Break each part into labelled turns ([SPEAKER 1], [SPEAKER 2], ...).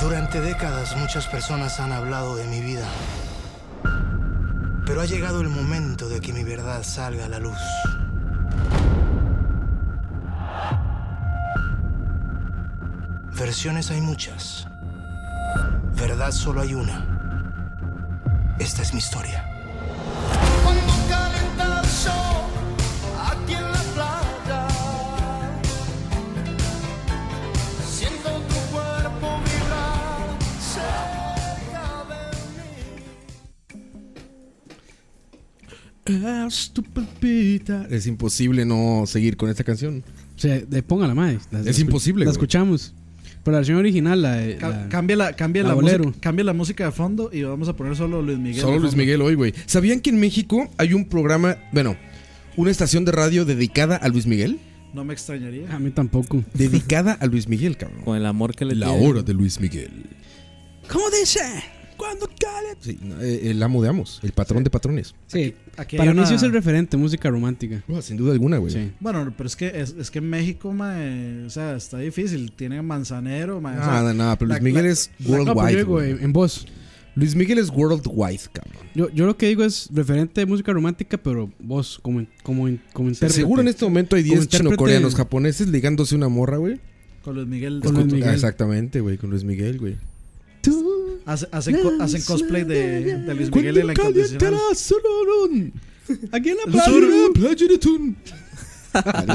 [SPEAKER 1] Durante décadas muchas personas han hablado de mi vida. Pero ha llegado el momento de que mi verdad salga a la luz. Versiones hay muchas. Verdad solo hay una. Esta es mi historia.
[SPEAKER 2] Cuando calienta el sol aquí en la playa, siento tu cuerpo vibrar cerca de mí.
[SPEAKER 3] Ah, estupidita. Es imposible no seguir con esta canción.
[SPEAKER 4] O sea, de, póngala, madre. La- la escu-
[SPEAKER 3] imposible,
[SPEAKER 4] La
[SPEAKER 3] güey.
[SPEAKER 4] escuchamos. Pero la versión original, la. de-
[SPEAKER 5] Ca-
[SPEAKER 4] la-
[SPEAKER 5] Cambia la, cambia
[SPEAKER 4] la
[SPEAKER 5] la,
[SPEAKER 4] bolero.
[SPEAKER 5] música, cambia la música de fondo y vamos a poner solo Luis Miguel.
[SPEAKER 3] Solo
[SPEAKER 5] de
[SPEAKER 3] Luis
[SPEAKER 5] fondo.
[SPEAKER 3] Miguel hoy, güey. ¿Sabían que en México hay un programa, bueno, una estación de radio dedicada a Luis Miguel?
[SPEAKER 5] No me extrañaría.
[SPEAKER 4] A mí tampoco.
[SPEAKER 3] Dedicada a Luis Miguel, cabrón.
[SPEAKER 6] Con el amor que le
[SPEAKER 3] La
[SPEAKER 6] tiene.
[SPEAKER 3] hora de Luis Miguel. ¿Cómo dice? Cuando cale. Sí, no, eh, el amo de amos, el patrón de patrones.
[SPEAKER 4] Sí.
[SPEAKER 5] Aquí hay
[SPEAKER 4] Para mí
[SPEAKER 5] una-
[SPEAKER 4] sí es el referente, música romántica.
[SPEAKER 3] Uah, sin duda alguna, güey.
[SPEAKER 4] Sí.
[SPEAKER 5] Bueno, pero es que es, es que en México, mae, o sea, está difícil. Tiene Manzanero, mae, o sea,
[SPEAKER 3] Nada, nada, pero
[SPEAKER 5] la-
[SPEAKER 3] Luis Miguel
[SPEAKER 5] la-
[SPEAKER 3] es
[SPEAKER 4] No, pero yo
[SPEAKER 3] worldwide.
[SPEAKER 4] digo,
[SPEAKER 3] güey.
[SPEAKER 4] en, en voz.
[SPEAKER 3] Luis Miguel es worldwide, cabrón.
[SPEAKER 4] Yo, yo lo que digo es referente de música romántica, pero voz, como, in- como, in- como intérprete.
[SPEAKER 3] Seguro en este momento hay 10
[SPEAKER 4] intérprete-
[SPEAKER 3] chinocoreanos japoneses ligándose una morra, güey.
[SPEAKER 5] con Luis Miguel.
[SPEAKER 4] Con Luis
[SPEAKER 3] Ah,
[SPEAKER 4] Miguel.
[SPEAKER 3] Exactamente, güey, con Luis Miguel, güey.
[SPEAKER 5] Hace- hacen, co- hacen cosplay de, de Luis Miguel en la incondicional.
[SPEAKER 3] este-
[SPEAKER 4] Aquí en la
[SPEAKER 3] Algo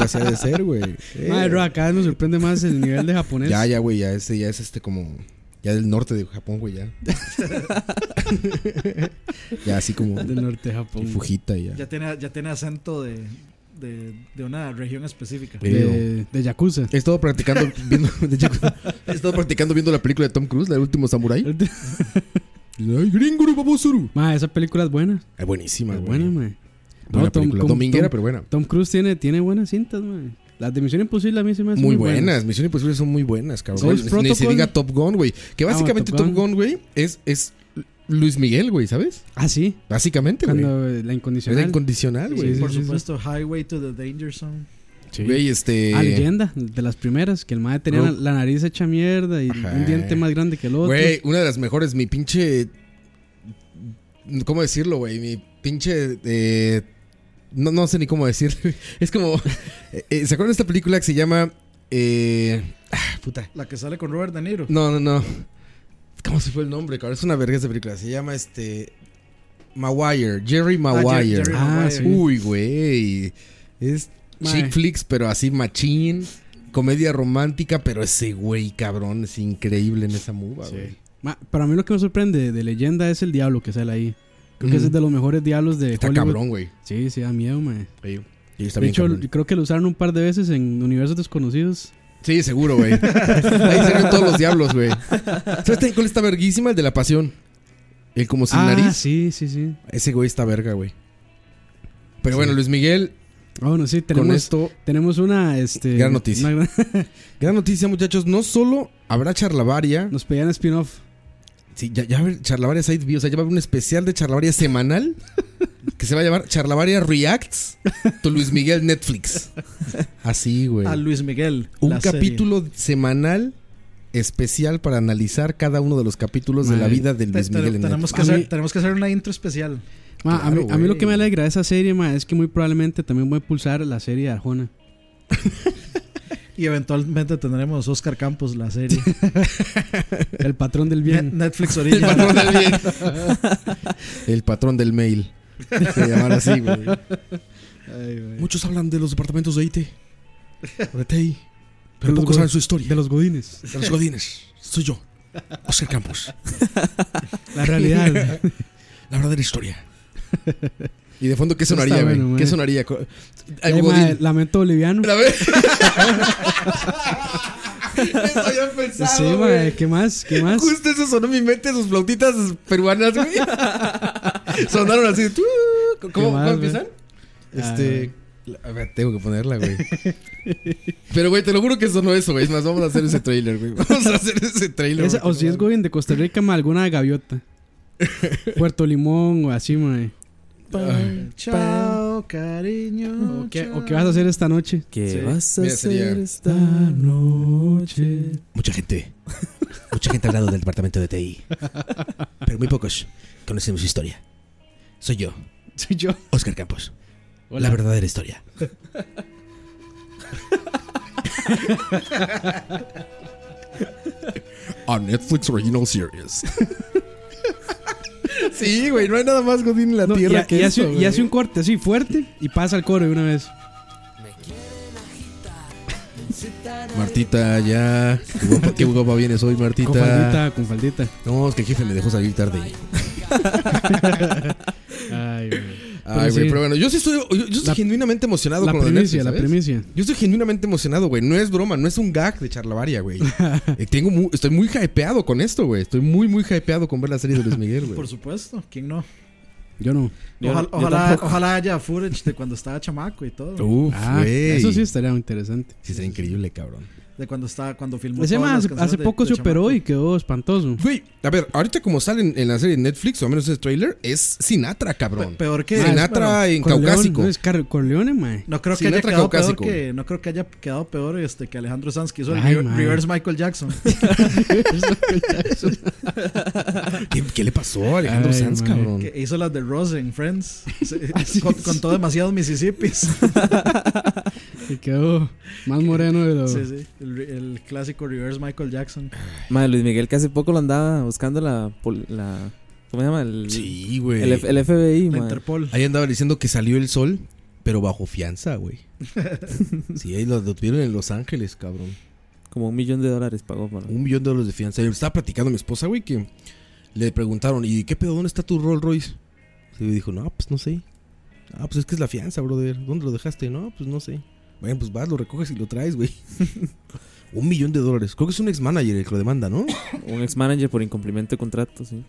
[SPEAKER 3] así ha de ser, güey. Eh,
[SPEAKER 4] Madre, bro, cada vez nos sorprende más el nivel de japonés.
[SPEAKER 3] ya, ya, güey, ya es, ya es este como. Ya del norte de Japón, güey, ya. ya así como.
[SPEAKER 4] Del norte de Japón.
[SPEAKER 3] Y Fujita, ya.
[SPEAKER 5] Ya tiene, ya tiene acento de, de, de una región específica.
[SPEAKER 3] Eh.
[SPEAKER 4] De, de Yakuza.
[SPEAKER 3] He estado practicando viendo. de hecho, he estado practicando viendo la película de Tom Cruise, la del último samurái. Ay, gringuru babosuru.
[SPEAKER 4] Ma, esa película es buena.
[SPEAKER 3] Es Ah, buenísima,
[SPEAKER 4] Es
[SPEAKER 3] güey.
[SPEAKER 4] buena, ma.
[SPEAKER 3] Buena
[SPEAKER 4] No, Tom-
[SPEAKER 3] película.
[SPEAKER 4] Tom-
[SPEAKER 3] Dominguera,
[SPEAKER 4] Tom-
[SPEAKER 3] pero buena.
[SPEAKER 4] Tom Cruise tiene, tiene buenas cintas, ma. Las de Misión Imposible a mí se me hacen
[SPEAKER 3] Muy buenas, Misión Imposible son muy buenas, cabrón.
[SPEAKER 4] Ghost
[SPEAKER 3] Ni- Ni se
[SPEAKER 4] Protocol.
[SPEAKER 3] diga Top Gun, güey. Que
[SPEAKER 4] Ah, bueno,
[SPEAKER 3] básicamente
[SPEAKER 4] Top
[SPEAKER 3] Top
[SPEAKER 4] Gun.
[SPEAKER 3] Gun, güey, es, es Luis Miguel, güey, ¿sabes?
[SPEAKER 4] Ah, sí.
[SPEAKER 3] Básicamente, güey.
[SPEAKER 4] Cuando eh, la
[SPEAKER 3] Era
[SPEAKER 4] incondicional.
[SPEAKER 3] incondicional, güey.
[SPEAKER 4] sí,
[SPEAKER 5] Por
[SPEAKER 4] sí, sí.
[SPEAKER 5] supuesto, Highway to the Danger Zone.
[SPEAKER 4] Sí.
[SPEAKER 3] Güey, este.
[SPEAKER 4] Ah, leyenda, de las primeras, que el madre tenía la,
[SPEAKER 3] Bro.
[SPEAKER 4] la nariz hecha mierda y
[SPEAKER 3] Ajá.
[SPEAKER 4] un diente más grande que el otro.
[SPEAKER 3] Güey, una de las mejores, mi pinche. ¿Cómo decirlo, güey? Mi pinche. eh, no, no sé ni cómo decirlo. Es como. eh, eh, ¿Se acuerdan de esta película que se llama. Eh, ah, puta.
[SPEAKER 5] La que sale con Robert De Niro.
[SPEAKER 3] No, no, no. ¿Cómo se fue el nombre, cabrón? Es una verga esa película. Se llama este. Maguire. Jerry
[SPEAKER 5] Ah, Jer-
[SPEAKER 3] Maguire. Uh,
[SPEAKER 5] Jerry
[SPEAKER 4] Ah,
[SPEAKER 5] Maguire.
[SPEAKER 4] sí.
[SPEAKER 3] Uy, güey. Es
[SPEAKER 4] Mae.
[SPEAKER 3] chick flicks, pero así machín. Comedia romántica, pero ese güey, cabrón, es increíble en esa muva, güey.
[SPEAKER 4] Ma, para mí lo que me sorprende de leyenda es el diablo que sale ahí. Creo que ese es de los mejores diablos de
[SPEAKER 3] Está
[SPEAKER 4] Hollywood.
[SPEAKER 3] cabrón, güey.
[SPEAKER 4] Sí, sí, da miedo, man.
[SPEAKER 3] Sí,
[SPEAKER 4] de hecho, creo que lo usaron un par de veces en universos desconocidos.
[SPEAKER 3] sí seguro, güey. Ahí salen todos los diablos, güey. ¿Sabes también cuál está verguísima? El de la pasión. El como sin
[SPEAKER 4] ah,
[SPEAKER 3] nariz.
[SPEAKER 4] sí, sí, sí.
[SPEAKER 3] Ese güey está verga, güey. Pero bueno, Luis Miguel,
[SPEAKER 4] Ah, bueno, sí, tenemos,
[SPEAKER 3] con esto.
[SPEAKER 4] tenemos una, este...
[SPEAKER 3] Gran noticia.
[SPEAKER 4] una gran-
[SPEAKER 3] Gran noticia, muchachos. No solo habrá charlavaria.
[SPEAKER 4] nos pedían spin-off.
[SPEAKER 3] Sí, ya, ya va a haber charlavaria Side View. O sea, ya va a haber un especial de charlavaria semanal. Que se va a llamar Charlavaria Reacts. Tu Luis Miguel Netflix. Así, güey.
[SPEAKER 5] A Luis Miguel.
[SPEAKER 3] un
[SPEAKER 5] la serie.
[SPEAKER 3] capítulo semanal especial para analizar cada uno de los capítulos de la
[SPEAKER 4] Madre.
[SPEAKER 3] vida de
[SPEAKER 5] Te-
[SPEAKER 3] Luis
[SPEAKER 5] te-
[SPEAKER 3] Miguel en
[SPEAKER 5] tenemos,
[SPEAKER 3] Netflix.
[SPEAKER 5] que
[SPEAKER 4] A
[SPEAKER 5] hacer,
[SPEAKER 4] mí-
[SPEAKER 5] tenemos que hacer una intro especial.
[SPEAKER 4] Ma, a, mí,
[SPEAKER 3] Claro,
[SPEAKER 4] a mí lo que me
[SPEAKER 3] güey.
[SPEAKER 4] alegra de esa serie, ma, es que muy probablemente también voy a pulsar la serie de Arjona.
[SPEAKER 5] Y eventualmente tendremos Oscar Campos, la serie.
[SPEAKER 4] El patrón del
[SPEAKER 5] Ne-
[SPEAKER 4] bien.
[SPEAKER 5] Netflix
[SPEAKER 3] El
[SPEAKER 5] original.
[SPEAKER 3] patrón del El patrón del mail. Se llamara así, güey. Muchos hablan de los departamentos de IT. De TI. Pero
[SPEAKER 4] Los
[SPEAKER 3] pocos
[SPEAKER 4] go-
[SPEAKER 3] saben su historia.
[SPEAKER 4] De los godines.
[SPEAKER 3] De los godines. Soy yo. Oscar Campos.
[SPEAKER 4] La realidad.
[SPEAKER 3] La verdadera historia. ¿Y de fondo qué
[SPEAKER 4] Eso está
[SPEAKER 3] sonaría, güey?
[SPEAKER 4] bueno, güey.
[SPEAKER 3] ¿Qué sonaría? Co- Algo
[SPEAKER 4] Eh, ma,
[SPEAKER 3] godín.
[SPEAKER 4] lamento boliviano.
[SPEAKER 3] La ve- Eso había pensado,
[SPEAKER 4] Sí, ma,
[SPEAKER 3] güey.
[SPEAKER 4] ¿qué más? ¿Qué más?
[SPEAKER 3] Justo eso sonó en mi mente, sus flautitas peruanas, güey. Sonaron así. tu- ¿Cómo,
[SPEAKER 4] ¿Qué más,
[SPEAKER 3] cómo empiezan?
[SPEAKER 4] güey?
[SPEAKER 3] Este. la- A ver, tengo que ponerla, güey. Pero, güey, te lo juro que sonó eso, güey. Es más, vamos a hacer ese trailer, güey. Vamos a hacer ese trailer.
[SPEAKER 4] Esa- o
[SPEAKER 3] güey.
[SPEAKER 4] si es Godín de Costa Rica, ma, alguna gaviota. Puerto Limón o así, ma.
[SPEAKER 5] Chao, cariño.
[SPEAKER 4] ¿O qué,
[SPEAKER 5] chao.
[SPEAKER 4] ¿O qué vas a hacer esta noche?
[SPEAKER 6] ¿Qué
[SPEAKER 5] Sí.
[SPEAKER 6] vas a
[SPEAKER 3] Mira,
[SPEAKER 6] hacer
[SPEAKER 3] sería-
[SPEAKER 6] esta noche?
[SPEAKER 3] Mucha gente.
[SPEAKER 6] Mucha gente al lado del departamento de TI. Pero muy pocos conocemos su historia. Soy yo,
[SPEAKER 4] Soy yo.
[SPEAKER 6] Oscar Campos.
[SPEAKER 4] Hola.
[SPEAKER 6] La verdadera historia.
[SPEAKER 3] A Netflix Original Series. sí, güey, no hay nada más Godín en la
[SPEAKER 4] No, y,
[SPEAKER 3] tierra
[SPEAKER 4] ha-
[SPEAKER 3] que
[SPEAKER 4] y hace,
[SPEAKER 3] eso,
[SPEAKER 4] y
[SPEAKER 3] güey.
[SPEAKER 4] hace un corte así fuerte y pasa al coro de una vez.
[SPEAKER 3] Martita, ya. Qué guapa, qué guapa vienes hoy,
[SPEAKER 4] Con
[SPEAKER 3] Martita.
[SPEAKER 4] faldita, con faldita.
[SPEAKER 3] No, es que el jefe me dejó salir tarde.
[SPEAKER 4] Ay, güey.
[SPEAKER 3] Ay, güey,
[SPEAKER 4] sí.
[SPEAKER 3] pero bueno, yo sí estoy, yo, yo estoy
[SPEAKER 4] La-
[SPEAKER 3] genuinamente emocionado
[SPEAKER 4] La
[SPEAKER 3] con lo de
[SPEAKER 4] primicia,
[SPEAKER 3] Netflix,
[SPEAKER 4] la
[SPEAKER 3] ¿sabes?
[SPEAKER 4] primicia.
[SPEAKER 3] Yo estoy genuinamente emocionado, güey. No es broma, no es un gag de charlavaria, güey. Eh, tengo mu- estoy muy hypeado con esto, güey. Estoy muy, muy hypeado con ver la serie de Luis Miguel,
[SPEAKER 5] Por
[SPEAKER 3] güey.
[SPEAKER 5] supuesto, ¿quién no?
[SPEAKER 4] Yo no.
[SPEAKER 6] Yo-
[SPEAKER 5] Ojalá,
[SPEAKER 6] yo
[SPEAKER 5] ojalá,
[SPEAKER 6] tampoco.
[SPEAKER 5] ojalá haya footage de cuando estaba chamaco y todo.
[SPEAKER 3] Uf,
[SPEAKER 4] Ah,
[SPEAKER 3] güey.
[SPEAKER 4] eso sí estaría interesante.
[SPEAKER 3] Sí, sería increíble, cabrón.
[SPEAKER 5] De cuando estaba, cuando filmó.
[SPEAKER 4] Ese
[SPEAKER 5] todas
[SPEAKER 4] más
[SPEAKER 5] las
[SPEAKER 4] hace,
[SPEAKER 5] canciones
[SPEAKER 4] hace
[SPEAKER 5] de-
[SPEAKER 4] poco
[SPEAKER 5] de
[SPEAKER 4] se operó y
[SPEAKER 5] chamaco.
[SPEAKER 4] quedó espantoso.
[SPEAKER 3] Güey, a ver, ahorita como sale en, en la serie de Netflix, o al menos ese trailer, es Sinatra, cabrón.
[SPEAKER 5] Pe- peor que.
[SPEAKER 3] Sinatra
[SPEAKER 5] bueno,
[SPEAKER 3] en
[SPEAKER 4] Corleone,
[SPEAKER 3] Caucásico.
[SPEAKER 4] No, es Car- Corleone, mae.
[SPEAKER 5] no creo que
[SPEAKER 3] Sinatra
[SPEAKER 5] haya quedado
[SPEAKER 3] caucásico.
[SPEAKER 5] peor que. No creo que haya quedado peor este que Alejandro Sanz que hizo el
[SPEAKER 4] Ay,
[SPEAKER 5] re-
[SPEAKER 4] man.
[SPEAKER 5] reverse Michael Jackson.
[SPEAKER 3] ¿Qué, qué le pasó a Alejandro
[SPEAKER 4] Ay,
[SPEAKER 3] Sanz,
[SPEAKER 4] güey.
[SPEAKER 3] cabrón?
[SPEAKER 5] que hizo las de Rose en Friends. Se-
[SPEAKER 4] Ah,
[SPEAKER 5] con, con todo demasiados Mississippis.
[SPEAKER 4] Y quedó más moreno de lo.
[SPEAKER 5] Sí, sí. El, re- el clásico reverse Michael Jackson.
[SPEAKER 7] Madre Luis Miguel, que hace poco lo andaba buscando la. pol- la ¿Cómo se llama? El,
[SPEAKER 3] Sí, güey.
[SPEAKER 7] el, F- el FBI,
[SPEAKER 5] La
[SPEAKER 7] madre.
[SPEAKER 5] Interpol.
[SPEAKER 3] Ahí andaba diciendo que salió el sol, pero bajo fianza, güey. Sí, ahí lo detuvieron en Los Ángeles, cabrón.
[SPEAKER 7] Como un millón de dólares pagó. por-
[SPEAKER 3] Un millón de dólares de fianza. Y estaba platicando a mi esposa, güey, que le preguntaron, ¿y qué pedo? ¿Dónde está tu Rolls Royce? Y dijo, no, pues no sé. Ah, pues es que es la fianza, brother. ¿Dónde lo dejaste? No, pues no sé. Bueno, pues vas, lo recoges y lo traes, güey. un millón de dólares. Creo que es un ex-manager el que lo demanda, ¿no?
[SPEAKER 7] Un ex manager por incumplimiento de contrato, sí.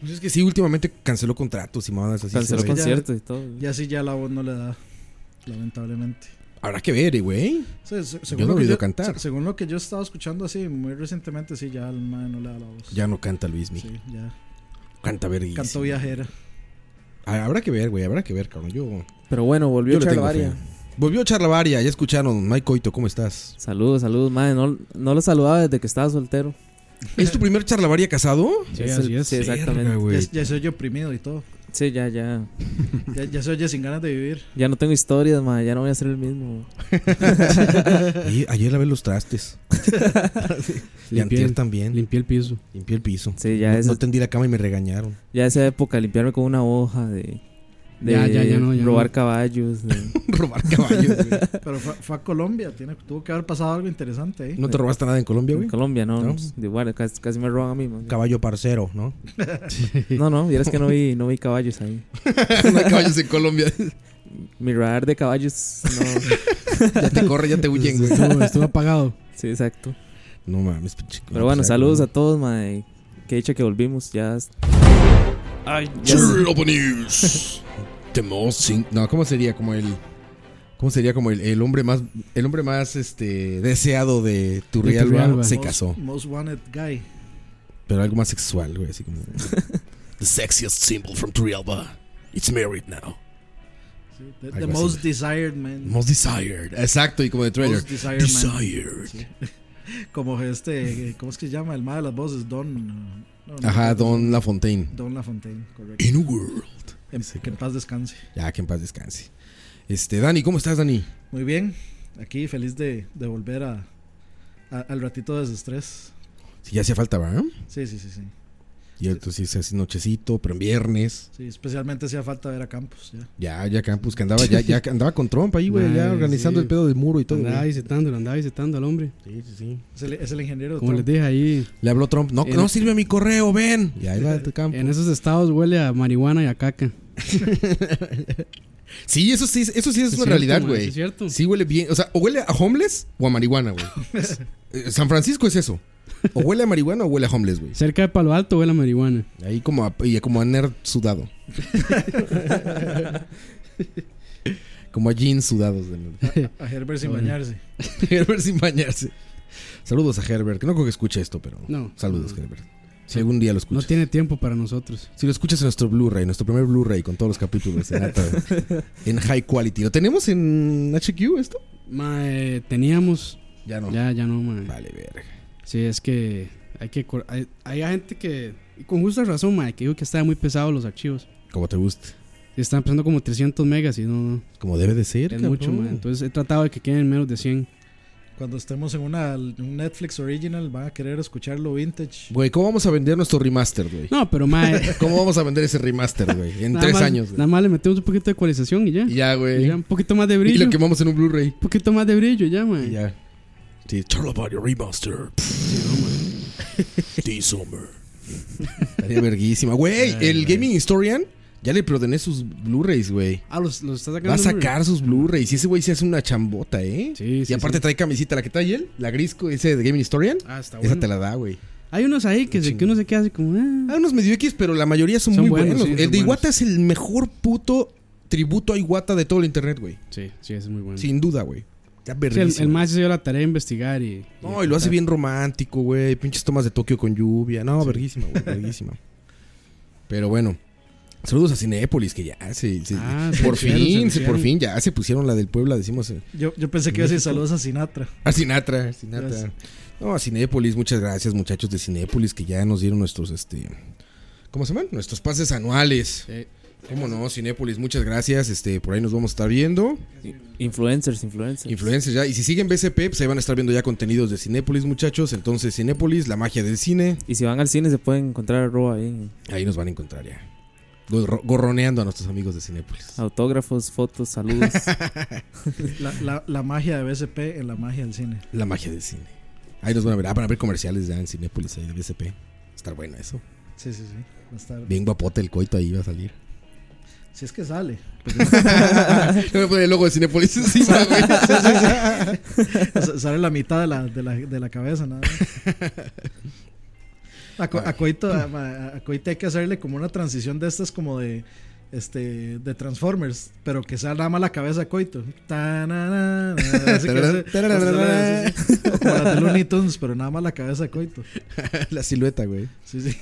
[SPEAKER 3] Pues es que sí, últimamente canceló contratos y mamadas así.
[SPEAKER 7] Canceló
[SPEAKER 3] güey.
[SPEAKER 5] con-
[SPEAKER 7] conciertos y todo.
[SPEAKER 5] Ya sí, ya la voz no le da. Lamentablemente.
[SPEAKER 3] Habrá que ver, eh, güey.
[SPEAKER 5] O sea, se-
[SPEAKER 3] no
[SPEAKER 5] según,
[SPEAKER 3] lo
[SPEAKER 5] lo
[SPEAKER 3] he
[SPEAKER 5] que
[SPEAKER 3] oído
[SPEAKER 5] yo,
[SPEAKER 3] cantar.
[SPEAKER 5] se- según lo que yo estaba escuchando así muy recientemente, sí, ya el man no le da la voz.
[SPEAKER 3] Ya no canta Luis Miguel.
[SPEAKER 5] Sí, ya.
[SPEAKER 3] Canta verguísima.
[SPEAKER 5] Cantó viajera.
[SPEAKER 3] Ah, Habrá que ver, güey, habrá que ver, cabrón. Yo,
[SPEAKER 7] Pero bueno, volvió
[SPEAKER 3] yo le tengo fe.
[SPEAKER 7] Charlavaria.
[SPEAKER 3] Volvió Charlavaria, ya escucharon. Mike Coito, ¿cómo estás?
[SPEAKER 7] Saludos, saludos, madre. No, no lo saludaba desde que estaba soltero.
[SPEAKER 3] ¿Es tu primer Charlavaria casado?
[SPEAKER 4] Sí,
[SPEAKER 7] Es
[SPEAKER 4] así
[SPEAKER 7] el-
[SPEAKER 4] es.
[SPEAKER 7] sí, exactamente.
[SPEAKER 3] Verga,
[SPEAKER 5] Ya,
[SPEAKER 3] güey.
[SPEAKER 5] ya se oye oprimido y todo.
[SPEAKER 7] Sí, ya, ya.
[SPEAKER 5] Ya, ya se oye sin ganas de vivir.
[SPEAKER 7] Ya no tengo historias, madre. Ya no voy a ser el mismo.
[SPEAKER 3] Y ayer lavé los trastes. Y antier
[SPEAKER 4] Limpié,
[SPEAKER 3] también.
[SPEAKER 4] limpié el piso.
[SPEAKER 3] Limpié el piso.
[SPEAKER 7] Sí, ya
[SPEAKER 3] no,
[SPEAKER 7] es-
[SPEAKER 3] no tendí la cama y me regañaron.
[SPEAKER 7] Ya esa época, limpiarme con una hoja de. de
[SPEAKER 4] Ya, ya, ya no, ya
[SPEAKER 7] robar
[SPEAKER 4] no.
[SPEAKER 7] caballos. de-
[SPEAKER 3] Robar caballos, güey.
[SPEAKER 5] Pero fue, fue a Colombia. Tiene, tuvo que haber pasado algo interesante ahí.
[SPEAKER 3] ¿No te robaste nada en Colombia,
[SPEAKER 7] en
[SPEAKER 3] güey?
[SPEAKER 7] Colombia, no.
[SPEAKER 3] ¿No?
[SPEAKER 7] pues, de igual, casi, casi me roban a mí, man.
[SPEAKER 3] Caballo parcero, ¿no?
[SPEAKER 7] No, no, vieras que no vi, no vi caballos ahí.
[SPEAKER 3] no hay caballos en Colombia.
[SPEAKER 7] Mi radar de caballos, no.
[SPEAKER 3] ya te corre, ya te huyen, güey.
[SPEAKER 4] Estuvo, estuvo apagado.
[SPEAKER 7] Sí, exacto.
[SPEAKER 3] No pues mames, pinche.
[SPEAKER 7] Pero bueno, saludos a todos, madre. Que dicha que volvimos, ya. es- Ay, ya es-
[SPEAKER 3] Chernobyl News. The most sin- No, ¿cómo sería? Como el. ¿Cómo sería? Como el, el hombre más. El hombre más este. deseado de Turrialba
[SPEAKER 4] Turrialba.
[SPEAKER 3] se
[SPEAKER 5] Most-
[SPEAKER 3] casó.
[SPEAKER 5] Most Wanted Guy.
[SPEAKER 3] Pero algo más sexual, güey. Así como.
[SPEAKER 2] The sexiest symbol from Trialba. It's married now.
[SPEAKER 5] Sí, The,
[SPEAKER 3] Algo
[SPEAKER 5] the
[SPEAKER 3] así.
[SPEAKER 5] Most Desired Man.
[SPEAKER 3] Most desired. Exacto, y como de trailer.
[SPEAKER 5] Most Desired Man.
[SPEAKER 2] Desired.
[SPEAKER 5] Como este. eh, ¿Cómo es que se llama? El más de las voces. Don. no, no, no,
[SPEAKER 3] Ajá, Don LaFontaine.
[SPEAKER 5] Don LaFontaine, correcto.
[SPEAKER 2] In a world.
[SPEAKER 5] En- que en paz descanse.
[SPEAKER 3] Ya, que en paz descanse. Este, Dani, ¿cómo estás, Dani?
[SPEAKER 5] Muy bien, aquí feliz de, de volver a, a- al ratito de desestrés.
[SPEAKER 3] Si ya hacía falta, ¿verdad?
[SPEAKER 5] Sí, sí, sí, sí.
[SPEAKER 3] Y entonces sí, es nochecito, pero en viernes.
[SPEAKER 5] Sí, especialmente hacía falta ver a Campos. Ya.
[SPEAKER 3] Ya, ya Campus, que andaba, ya, ya andaba con Trump ahí, güey, ya
[SPEAKER 4] Ay,
[SPEAKER 3] organizando
[SPEAKER 4] sí.
[SPEAKER 3] el pedo del muro y todo.
[SPEAKER 4] Andaba
[SPEAKER 3] güey.
[SPEAKER 4] visitándolo, andaba visitando al hombre.
[SPEAKER 3] Sí, sí, sí.
[SPEAKER 5] Es el, es el ingeniero de
[SPEAKER 4] Como les
[SPEAKER 5] Trump.
[SPEAKER 4] dije ahí,
[SPEAKER 3] Le habló Trump, no,
[SPEAKER 4] En-
[SPEAKER 3] no sirve mi correo, ven. Y ahí va el campo.
[SPEAKER 4] en esos estados huele a marihuana y a caca.
[SPEAKER 3] Sí, eso sí, eso sí es, una
[SPEAKER 4] cierto,
[SPEAKER 3] realidad,
[SPEAKER 4] man,
[SPEAKER 3] güey.
[SPEAKER 4] Es cierto.
[SPEAKER 3] Sí huele bien, o sea, o huele a homeless o a marihuana, güey. Eh, San Francisco es eso. O huele a marihuana o huele a homeless, güey.
[SPEAKER 4] Cerca de Palo Alto huele a marihuana.
[SPEAKER 3] Ahí como a, y como a nerd sudado. como a jeans sudados de nerd.
[SPEAKER 5] A Herbert sin
[SPEAKER 4] Bueno.
[SPEAKER 5] bañarse.
[SPEAKER 3] Herbert sin bañarse. Saludos a Herbert, que no creo que escuche esto, pero
[SPEAKER 4] No.
[SPEAKER 3] saludos, Herbert. Si algún día lo
[SPEAKER 4] No
[SPEAKER 3] escuchas.
[SPEAKER 4] tiene tiempo para nosotros.
[SPEAKER 3] Si lo escuchas en nuestro Blu-ray, nuestro primer Blu-ray con todos los capítulos en, alta- en high quality. ¿Lo tenemos en HQ esto?
[SPEAKER 4] Mae, teníamos.
[SPEAKER 3] Ya no.
[SPEAKER 4] Ya, ya no, mae.
[SPEAKER 3] Vale, verga.
[SPEAKER 4] Sí, es que Hay que cor- hay, hay gente que, y con justa razón, mae, que dijo que estaban muy pesados los archivos.
[SPEAKER 3] Como te guste.
[SPEAKER 4] Y estaban pasando como 300 megas y no, no,
[SPEAKER 3] Como debe de ser.
[SPEAKER 4] es
[SPEAKER 3] cabrón.
[SPEAKER 4] mucho, mae. Entonces he tratado de que queden menos de 100.
[SPEAKER 5] Cuando estemos en una un Netflix original, van a querer escuchar lo vintage.
[SPEAKER 3] Güey, ¿cómo vamos a vender nuestro remaster, güey?
[SPEAKER 4] No, pero mae,
[SPEAKER 3] ¿Cómo vamos a vender ese remaster, güey? En
[SPEAKER 4] nada
[SPEAKER 3] tres
[SPEAKER 4] más-
[SPEAKER 3] años, güey.
[SPEAKER 4] Nada más le metemos un poquito de ecualización y ya.
[SPEAKER 3] Y ya,
[SPEAKER 4] Y ya,
[SPEAKER 3] güey.
[SPEAKER 4] un poquito más de
[SPEAKER 3] Y
[SPEAKER 4] brillo.
[SPEAKER 3] lo quemamos en un Blu-ray.
[SPEAKER 4] Un poquito más de brillo ya, mae.
[SPEAKER 3] Y ya. Sí, Charla about your remaster.
[SPEAKER 1] This summer.
[SPEAKER 3] Estaría verguísima. Güey,
[SPEAKER 4] Ay,
[SPEAKER 3] el
[SPEAKER 4] güey.
[SPEAKER 3] Gaming Historian ya le preordené sus Blu-rays, güey.
[SPEAKER 4] Ah, los, los está sacando.
[SPEAKER 3] Va a
[SPEAKER 4] Blu-ray?
[SPEAKER 3] sacar sus Blu-rays. Y ese güey se hace una chambota, ¿eh?
[SPEAKER 4] Sí, sí.
[SPEAKER 3] y aparte
[SPEAKER 4] sí.
[SPEAKER 3] trae camisita, la que trae él, la grisco, ese de Gaming Historian.
[SPEAKER 4] Ah, está
[SPEAKER 3] Esa
[SPEAKER 4] bueno.
[SPEAKER 3] te la da, güey.
[SPEAKER 4] Hay unos ahí que, se, que uno se queda así como. ah.
[SPEAKER 3] Hay unos medio X, pero la mayoría son,
[SPEAKER 4] Son
[SPEAKER 3] muy
[SPEAKER 4] buenos,
[SPEAKER 3] buenos.
[SPEAKER 4] sí,
[SPEAKER 3] el
[SPEAKER 4] son
[SPEAKER 3] de Iwata
[SPEAKER 4] buenos.
[SPEAKER 3] es el mejor puto tributo a Iwata de todo el internet, güey.
[SPEAKER 4] Sí, sí, ese es muy bueno.
[SPEAKER 3] Sin duda, güey. Ya
[SPEAKER 4] Mm. Sí, el, el
[SPEAKER 3] verguísima.
[SPEAKER 4] mae se dio la tarea de investigar y.
[SPEAKER 3] No, y lo hace bien romántico, güey. Pinches tomas de Tokio con lluvia. No, verguísima, güey. Verguísima. Pero bueno. Saludos a Cinepolis, que ya se, se-
[SPEAKER 4] Ah, se
[SPEAKER 3] por
[SPEAKER 4] pusieron,
[SPEAKER 3] fin,
[SPEAKER 4] se
[SPEAKER 3] se- por
[SPEAKER 4] pusieron.
[SPEAKER 3] fin, ya se pusieron la del Puebla, decimos. eh,
[SPEAKER 5] Yo, yo pensé que iba a decir saludos a Sinatra.
[SPEAKER 3] A Sinatra, a Sinatra.
[SPEAKER 5] Gracias.
[SPEAKER 3] No, a Cinépolis, muchas gracias, muchachos de Cinépolis, que ya nos dieron nuestros, este. ¿Cómo se llaman? Nuestros pases anuales.
[SPEAKER 4] Sí.
[SPEAKER 3] ¿Cómo no? Cinépolis, muchas gracias. Este, por ahí nos vamos a estar viendo.
[SPEAKER 7] Influencers, influencers.
[SPEAKER 3] Influencers ya. Y si siguen BCP, pues ahí van a estar viendo ya contenidos de Cinépolis, muchachos. Entonces, Cinépolis, la magia del cine.
[SPEAKER 7] y si van al cine se pueden encontrar arroba ahí.
[SPEAKER 3] Ahí nos van a encontrar ya. Gorro- Gorroneando a nuestros amigos de
[SPEAKER 7] Ah.
[SPEAKER 3] Cinépolis.
[SPEAKER 7] Autógrafos, fotos, saludos.
[SPEAKER 5] La, la, la magia de BSP en la magia del cine.
[SPEAKER 3] La magia del cine. Ahí nos van a ver. Ah, van a ver comerciales ya en Cinépolis, ahí de BCP. Estar bueno eso.
[SPEAKER 5] Sí, sí, sí. Va a estar.
[SPEAKER 3] Bien guapote el coito ahí va a salir.
[SPEAKER 5] Si es que sale.
[SPEAKER 3] Yo me pone el logo de Cinépolis encima, güey.
[SPEAKER 5] O sea, sale la mitad de la, de la, de la cabeza, nada más. A, Co- a Coito, a- a- a Coito hay que hacerle como una transición de estas como de este de Transformers, pero que sea nada más la cabeza de Coito. Tanana, así que hace-
[SPEAKER 3] Tararara.
[SPEAKER 5] así, así, así. Como la de Looney Tunes, pero nada más la cabeza de Coito.
[SPEAKER 3] La silueta, güey.
[SPEAKER 5] Sí, sí.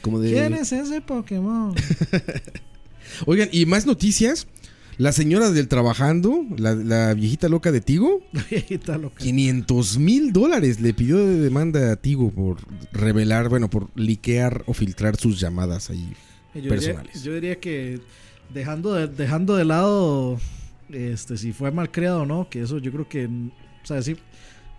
[SPEAKER 3] Como de.
[SPEAKER 5] ¿Quién es ese Pokémon?
[SPEAKER 3] Oigan, y más noticias. La señora del trabajando, la, la viejita loca de Tigo,
[SPEAKER 5] La viejita loca.
[SPEAKER 3] 500 mil dólares le pidió de demanda a Tigo por revelar, bueno, por liquear o filtrar sus llamadas ahí.
[SPEAKER 5] Y Yo diría,
[SPEAKER 3] personales.
[SPEAKER 5] yo diría que dejando de, dejando de lado este si fue malcriado o no, que eso yo creo que o sea, sí,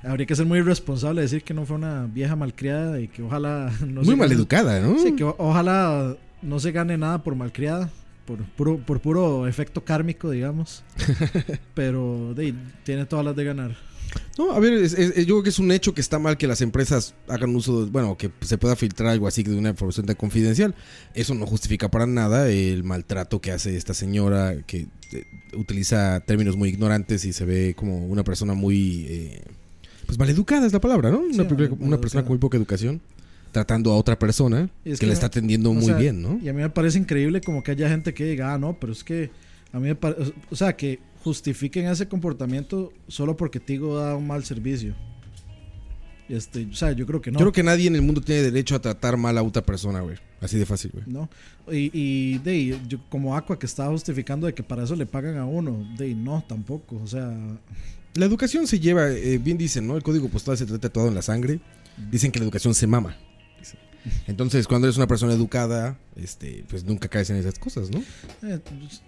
[SPEAKER 5] habría que ser muy irresponsable decir que no fue una vieja malcriada y que ojalá no se
[SPEAKER 3] Muy
[SPEAKER 5] gane-
[SPEAKER 3] maleducada, ¿no?
[SPEAKER 5] Sí, que o- ojalá no se gane nada por malcriada, por puro, por puro efecto kármico, digamos. Pero de, tiene todas las de ganar.
[SPEAKER 3] No, a ver, es- es- yo creo que es un hecho que está mal que las empresas hagan uso, de- bueno, que se pueda filtrar algo así de una información tan confidencial. Eso no justifica para nada el maltrato que hace esta señora que eh, utiliza términos muy ignorantes y se ve como una persona muy, eh, pues maleducada es la palabra, ¿no? Una,
[SPEAKER 5] Sí,
[SPEAKER 3] pe- una
[SPEAKER 5] maleducada.
[SPEAKER 3] persona con muy poca educación tratando a otra persona
[SPEAKER 5] Y es
[SPEAKER 3] que,
[SPEAKER 5] que
[SPEAKER 3] la
[SPEAKER 5] no-
[SPEAKER 3] está atendiendo
[SPEAKER 5] o
[SPEAKER 3] muy
[SPEAKER 5] sea,
[SPEAKER 3] bien, ¿no?
[SPEAKER 5] Y a mí me parece increíble como que haya gente que diga, ah, no, pero es que a mí me parece, o sea, que justifiquen ese comportamiento solo porque Tigo da un mal servicio. Este, o sea, yo creo que no.
[SPEAKER 3] Yo creo que nadie en el mundo tiene derecho a tratar mal a otra persona, güey. Así de fácil, güey.
[SPEAKER 5] No. Y, y, de, ahí, yo, como Aqua que estaba justificando de que para eso le pagan a uno, de ahí, no, tampoco. O sea,
[SPEAKER 3] La educación se lleva, eh, bien dicen, ¿no? El código postal se trae tatuado en la sangre. Dicen que la educación se mama. dicen. Entonces, cuando eres una persona educada, este, pues nunca caes en esas cosas, ¿no?
[SPEAKER 5] eh,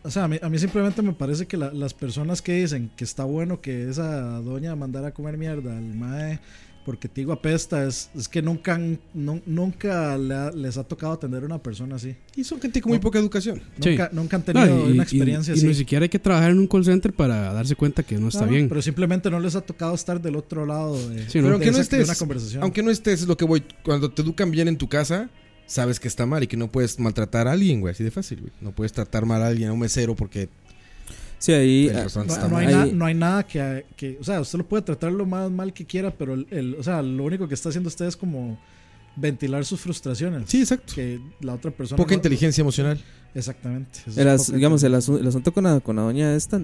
[SPEAKER 5] o sea a, mí, a mí simplemente me parece que la- las personas que dicen que está bueno que esa doña mandara a comer mierda al mae porque Tigo apesta, es, es que nunca, han- nun- nunca le ha- les ha tocado atender a una persona así.
[SPEAKER 3] Y son gente con muy poca educación.
[SPEAKER 4] Sí.
[SPEAKER 5] Nunca, nunca han
[SPEAKER 4] No,
[SPEAKER 5] tenido una experiencia
[SPEAKER 4] y
[SPEAKER 5] así.
[SPEAKER 4] ni siquiera hay que trabajar en un call center para darse cuenta que no está
[SPEAKER 5] No, no,
[SPEAKER 4] bien.
[SPEAKER 5] Pero simplemente no les ha tocado estar del otro lado de,
[SPEAKER 4] Sí, ¿no?
[SPEAKER 5] de
[SPEAKER 3] Pero aunque no
[SPEAKER 5] esa- de
[SPEAKER 3] estés,
[SPEAKER 5] una conversación.
[SPEAKER 3] aunque no estés, es lo que voy. Cuando te educan bien en tu casa, sabes que está mal y que no puedes maltratar a alguien, güey. Así de fácil, güey. No puedes tratar mal a alguien, a un mesero, porque
[SPEAKER 7] Sí, ahí.
[SPEAKER 3] el
[SPEAKER 7] ah,
[SPEAKER 3] restaurante
[SPEAKER 5] No,
[SPEAKER 3] está
[SPEAKER 5] no hay
[SPEAKER 3] mal.
[SPEAKER 5] na-
[SPEAKER 7] Ahí-
[SPEAKER 5] no hay nada que, que- O sea, usted lo puede tratar lo más mal que quiera, pero el, el- o sea, lo único que está haciendo usted es como ventilar sus frustraciones.
[SPEAKER 3] Sí, exacto.
[SPEAKER 5] Que la otra persona.
[SPEAKER 3] Poca
[SPEAKER 5] no-
[SPEAKER 3] inteligencia emocional.
[SPEAKER 5] Exactamente. eso es
[SPEAKER 7] el as-
[SPEAKER 5] poca
[SPEAKER 7] digamos, el,
[SPEAKER 5] inteligencia.
[SPEAKER 7] asu- el asunto con la, con la doña esta,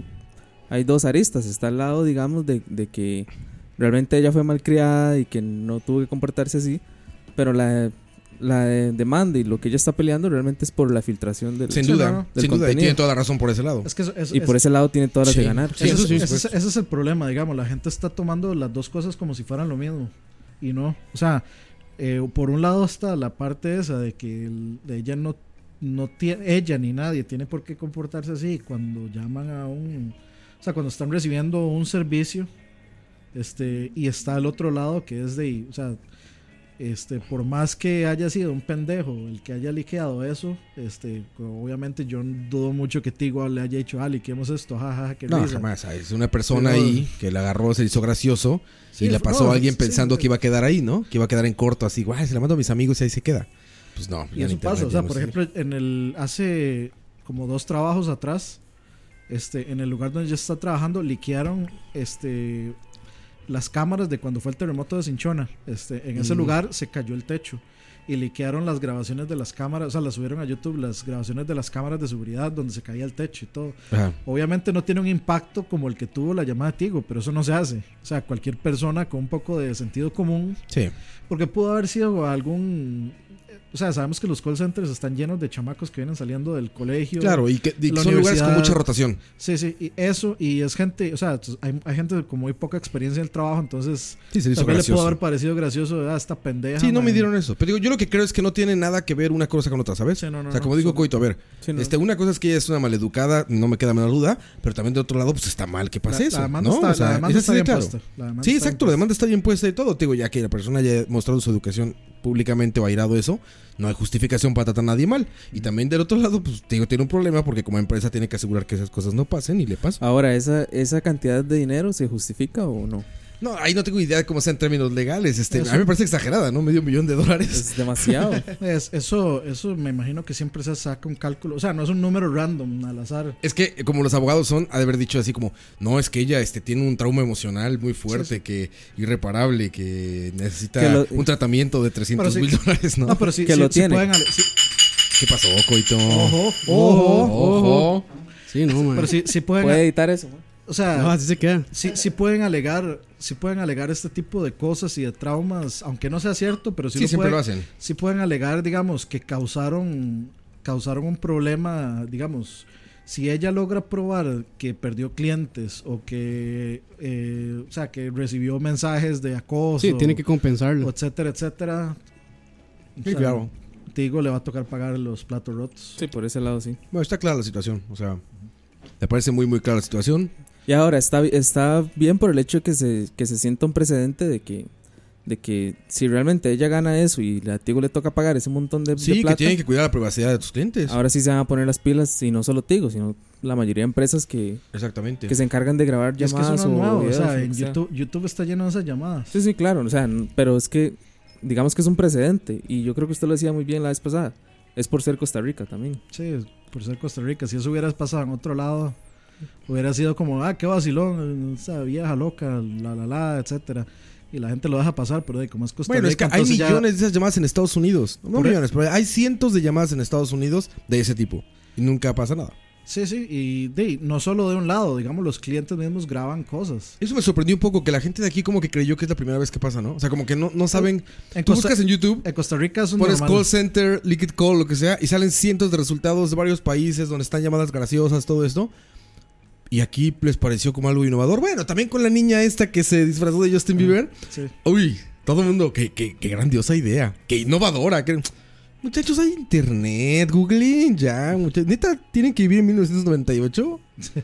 [SPEAKER 7] hay dos aristas. Está al lado, digamos, de, de que realmente ella fue malcriada y que no tuvo que comportarse así. Pero la, la de- demanda y lo que ella está peleando realmente es por la filtración del...
[SPEAKER 3] Sin
[SPEAKER 5] Sí,
[SPEAKER 3] duda,
[SPEAKER 5] no, no.
[SPEAKER 7] Del
[SPEAKER 3] sin duda. Y
[SPEAKER 7] contenido.
[SPEAKER 3] tiene toda la razón por ese lado.
[SPEAKER 5] Es que eso- eso-
[SPEAKER 7] y por
[SPEAKER 5] es-
[SPEAKER 7] ese lado tiene todas las
[SPEAKER 3] Sí.
[SPEAKER 7] de ganar.
[SPEAKER 3] Sí,
[SPEAKER 5] ese
[SPEAKER 3] eso
[SPEAKER 5] es-
[SPEAKER 3] sí,
[SPEAKER 5] ese es-
[SPEAKER 3] supuesto.
[SPEAKER 5] ese es el problema, digamos. La gente está tomando las dos cosas como si fueran lo mismo. Y no. O sea, eh, por un lado está la parte esa de que el- de ella no, no tiene, ella ni nadie tiene por qué comportarse así cuando llaman a un, o sea, cuando están recibiendo un servicio, este, y está el otro lado que es de, o sea, este, por más que haya sido un pendejo el que haya liqueado eso, este, obviamente yo dudo mucho que Tigo le haya dicho, ah, liqueamos esto, jajaja, que
[SPEAKER 3] No, jamás. Es una persona
[SPEAKER 5] Pero-
[SPEAKER 3] ahí que la agarró, se hizo gracioso
[SPEAKER 5] Sí,
[SPEAKER 3] y la
[SPEAKER 5] no,
[SPEAKER 3] pasó a alguien
[SPEAKER 5] sí.
[SPEAKER 3] pensando que iba a quedar ahí, ¿no? Que iba a quedar en corto, así, guay, se la mando a mis amigos y ahí se queda. Pues no.
[SPEAKER 5] Y
[SPEAKER 3] ya en
[SPEAKER 5] eso
[SPEAKER 3] internet
[SPEAKER 5] pasa, o
[SPEAKER 3] ya
[SPEAKER 5] sea,
[SPEAKER 3] no
[SPEAKER 5] por
[SPEAKER 3] sé.
[SPEAKER 5] ejemplo, en el hace como dos trabajos atrás, este, en el lugar donde ella está trabajando, liquearon este las cámaras de cuando fue el terremoto de Cinchona. Este, en ese lugar se cayó el techo y liquearon las grabaciones de las cámaras, o sea, las subieron a YouTube las grabaciones de las cámaras de seguridad donde se caía el techo y todo.
[SPEAKER 3] Ajá.
[SPEAKER 5] Obviamente no tiene un impacto como el que tuvo la llamada de Tigo, pero eso no se hace. O sea, cualquier persona con un poco de sentido común
[SPEAKER 3] Sí.
[SPEAKER 5] porque pudo haber sido algún. O sea, sabemos que los call centers están llenos de chamacos que vienen saliendo del colegio.
[SPEAKER 3] Claro, y que y
[SPEAKER 5] la
[SPEAKER 3] son lugares con
[SPEAKER 5] universidad-
[SPEAKER 3] mucha rotación.
[SPEAKER 5] Sí, sí, y eso, y es gente, o sea, hay, hay gente con muy poca experiencia en el trabajo, entonces
[SPEAKER 3] Sí, se le hizo
[SPEAKER 5] también le pudo
[SPEAKER 3] gracioso.
[SPEAKER 5] haber parecido gracioso a esta pendeja.
[SPEAKER 3] Sí, no
[SPEAKER 5] mae.
[SPEAKER 3] me dieron eso. Pero digo, yo lo que creo es que no tiene nada que ver una cosa con otra, ¿sabes?
[SPEAKER 5] Sí, no, no,
[SPEAKER 3] o sea,
[SPEAKER 5] no,
[SPEAKER 3] como digo
[SPEAKER 5] son-
[SPEAKER 3] Coito, a ver,
[SPEAKER 7] Sí, no.
[SPEAKER 3] este, una cosa es que ella es una maleducada, no me queda menor duda, pero también de otro lado, pues está mal que
[SPEAKER 5] La,
[SPEAKER 3] pase eso.
[SPEAKER 5] la demanda
[SPEAKER 3] ¿no?
[SPEAKER 5] está,
[SPEAKER 3] O sea,
[SPEAKER 5] la demanda
[SPEAKER 3] es
[SPEAKER 5] está
[SPEAKER 3] así de
[SPEAKER 5] bien
[SPEAKER 3] claro.
[SPEAKER 5] puesta. la demanda
[SPEAKER 3] Sí,
[SPEAKER 5] está bien
[SPEAKER 3] exacto, la
[SPEAKER 5] puesta.
[SPEAKER 3] demanda está bien puesta y todo. Te digo, ya que la persona haya mostrado su educación públicamente o airado eso, no hay justificación para tratar a nadie mal. Y también del otro lado, pues te digo, tiene un problema porque como empresa tiene que asegurar que esas cosas no pasen y le pasan.
[SPEAKER 7] Ahora, ¿esa, ¿esa cantidad de dinero se justifica o no?
[SPEAKER 3] No, ahí no tengo idea de cómo sea en términos legales. Este,
[SPEAKER 5] Eso-
[SPEAKER 3] a mí me parece exagerada, ¿no? Medio millón de dólares.
[SPEAKER 7] Es demasiado.
[SPEAKER 5] Es- eso, eso me imagino que siempre se saca un cálculo, o sea, no es un número random al azar.
[SPEAKER 3] Es que como los abogados son, ha de haber dicho así como, no, es que ella este, tiene un trauma emocional muy fuerte, que irreparable, que necesita
[SPEAKER 7] Que lo-
[SPEAKER 3] un tratamiento de 300
[SPEAKER 5] sí.
[SPEAKER 3] mil dólares, ¿no?
[SPEAKER 5] No, pero sí,
[SPEAKER 7] Que
[SPEAKER 5] sí-
[SPEAKER 7] lo
[SPEAKER 5] sí
[SPEAKER 7] tiene.
[SPEAKER 5] pueden ale- sí-
[SPEAKER 3] ¿Qué pasó, Coito?
[SPEAKER 5] ojo, ojo,
[SPEAKER 3] Ojo.
[SPEAKER 4] Sí, no, man.
[SPEAKER 5] Pero sí, sí pueden,
[SPEAKER 7] Puede editar eso. man?
[SPEAKER 5] o sea,
[SPEAKER 4] No, así se queda.
[SPEAKER 5] sí, sí pueden alegar sí pueden alegar este tipo de cosas y de traumas aunque no sea cierto pero sí,
[SPEAKER 3] Sí,
[SPEAKER 5] lo
[SPEAKER 3] siempre
[SPEAKER 5] pueden,
[SPEAKER 3] lo hacen.
[SPEAKER 5] sí pueden alegar digamos que causaron causaron un problema digamos si ella logra probar que perdió clientes o que eh, o sea que recibió mensajes de acoso
[SPEAKER 4] Sí, tiene que
[SPEAKER 5] o
[SPEAKER 4] compensarlo.
[SPEAKER 5] etcétera etcétera o
[SPEAKER 3] Sí,
[SPEAKER 5] sea,
[SPEAKER 3] claro.
[SPEAKER 5] Tigo le va a tocar pagar los platos rotos
[SPEAKER 7] Sí, por ese lado sí.
[SPEAKER 3] Bueno, está clara la situación. O sea, me parece muy, muy clara la situación.
[SPEAKER 7] Y ahora, está, está bien por el hecho de que se, que se sienta un precedente de que, de que si realmente ella gana eso y la Tigo le toca pagar ese montón de, de
[SPEAKER 3] Sí, que
[SPEAKER 7] plata, Ah,
[SPEAKER 3] tienen que cuidar la privacidad de tus clientes.
[SPEAKER 7] ahora sí se van a poner las pilas y no solo Tigo, sino la mayoría de empresas que,
[SPEAKER 3] Exactamente.
[SPEAKER 7] que se encargan de grabar
[SPEAKER 5] Y es que eso
[SPEAKER 7] llamadas
[SPEAKER 5] no es nuevo, o
[SPEAKER 7] videos, lo
[SPEAKER 5] sea,
[SPEAKER 7] que
[SPEAKER 5] en
[SPEAKER 7] sea.
[SPEAKER 5] YouTube, YouTube está lleno de esas llamadas.
[SPEAKER 7] Sí, sí, claro, o sea, n- pero es que digamos que es un precedente y yo creo que usted lo decía muy bien la vez pasada. Es por ser Costa Rica también.
[SPEAKER 5] Sí, por ser Costa Rica. Si eso hubiera pasado en otro lado, hubiera sido como, ah, qué vacilón, esa vieja loca, la la la, etcétera. Y la gente lo deja pasar, pero de cómo es Costa
[SPEAKER 3] Bueno, es que
[SPEAKER 5] Rica.
[SPEAKER 3] hay
[SPEAKER 5] entonces ya-
[SPEAKER 3] millones de esas llamadas en Estados Unidos. No
[SPEAKER 5] Por-
[SPEAKER 3] millones, pero hay cientos de llamadas en Estados Unidos de ese tipo. Y nunca pasa nada.
[SPEAKER 5] Sí, sí, y de, no solo de un lado, digamos, los clientes mismos graban cosas.
[SPEAKER 3] Eso me sorprendió un poco, que la gente de aquí como que creyó que es la primera vez que pasa, ¿no? O sea, como que no, no saben...
[SPEAKER 5] En
[SPEAKER 3] Tú
[SPEAKER 5] Costa,
[SPEAKER 3] buscas en YouTube,
[SPEAKER 5] en Costa Rica es un
[SPEAKER 3] pones
[SPEAKER 5] normal.
[SPEAKER 3] call center, liquid call, lo que sea, y salen cientos de resultados de varios países donde están llamadas graciosas, todo esto. Y aquí les pareció como algo innovador. Bueno, también con la niña esta que se disfrazó de Justin Bieber.
[SPEAKER 5] Sí.
[SPEAKER 3] Uy, todo el mundo, qué, qué, qué grandiosa idea, qué innovadora. qué- Muchachos, hay internet, googleen ya. muchachos. Neta, tienen que vivir en 1998.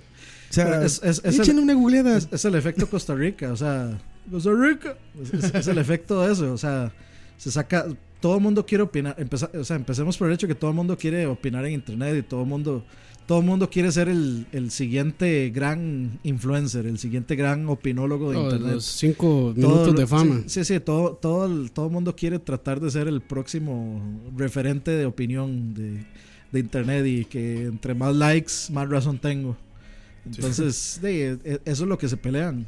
[SPEAKER 3] O sea,
[SPEAKER 5] Pero es- es- es el-
[SPEAKER 3] échenle una googleada.
[SPEAKER 5] Es, es el efecto Costa Rica, o sea, Costa Rica. Es, es- es el efecto de eso, o sea, se saca. Todo el mundo quiere opinar. empeza- o sea, empecemos por el hecho que todo el mundo quiere opinar en internet y todo el mundo. Todo el mundo quiere ser el, el siguiente gran influencer, el siguiente gran opinólogo de
[SPEAKER 4] Oh, de
[SPEAKER 5] internet.
[SPEAKER 4] los cinco
[SPEAKER 5] Todo
[SPEAKER 4] minutos
[SPEAKER 5] lo-
[SPEAKER 4] de fama.
[SPEAKER 5] Sí, sí, todo, todo, el, todo el mundo quiere tratar de ser el próximo referente de opinión de, de internet y que entre más likes, más razón tengo. Entonces, de, e- e- eso es lo que se pelean.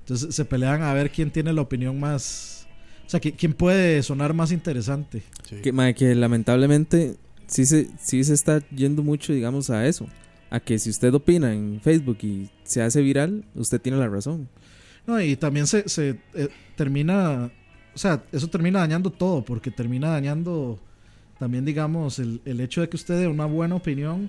[SPEAKER 5] Entonces, se pelean a ver quién tiene la opinión más. O sea, qui- quién puede sonar más interesante.
[SPEAKER 7] Que, mae, que lamentablemente sí se, sí se está yendo mucho, digamos, a eso. A que si usted opina en Facebook y se hace viral, usted tiene la razón.
[SPEAKER 5] No, y también se, se, eh, termina, o sea, eso termina dañando todo, porque termina dañando también, digamos, el, el hecho de que usted dé una buena opinión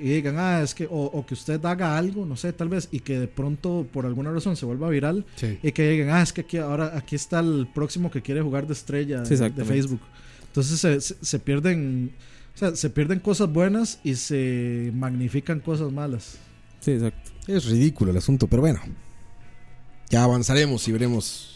[SPEAKER 5] y digan, ah, es que, o, o que usted haga algo, no sé, tal vez, y que de pronto por alguna razón se vuelva viral
[SPEAKER 3] Sí.
[SPEAKER 5] y que digan, ah, es que aquí, ahora aquí está el próximo que quiere jugar de estrella
[SPEAKER 7] Sí,
[SPEAKER 5] de- de
[SPEAKER 7] exactamente.
[SPEAKER 5] Facebook. Entonces se, se- se pierden, o sea, se pierden cosas buenas y se magnifican cosas malas.
[SPEAKER 7] Sí, exacto.
[SPEAKER 3] Es ridículo el asunto, pero bueno. Ya avanzaremos y veremos.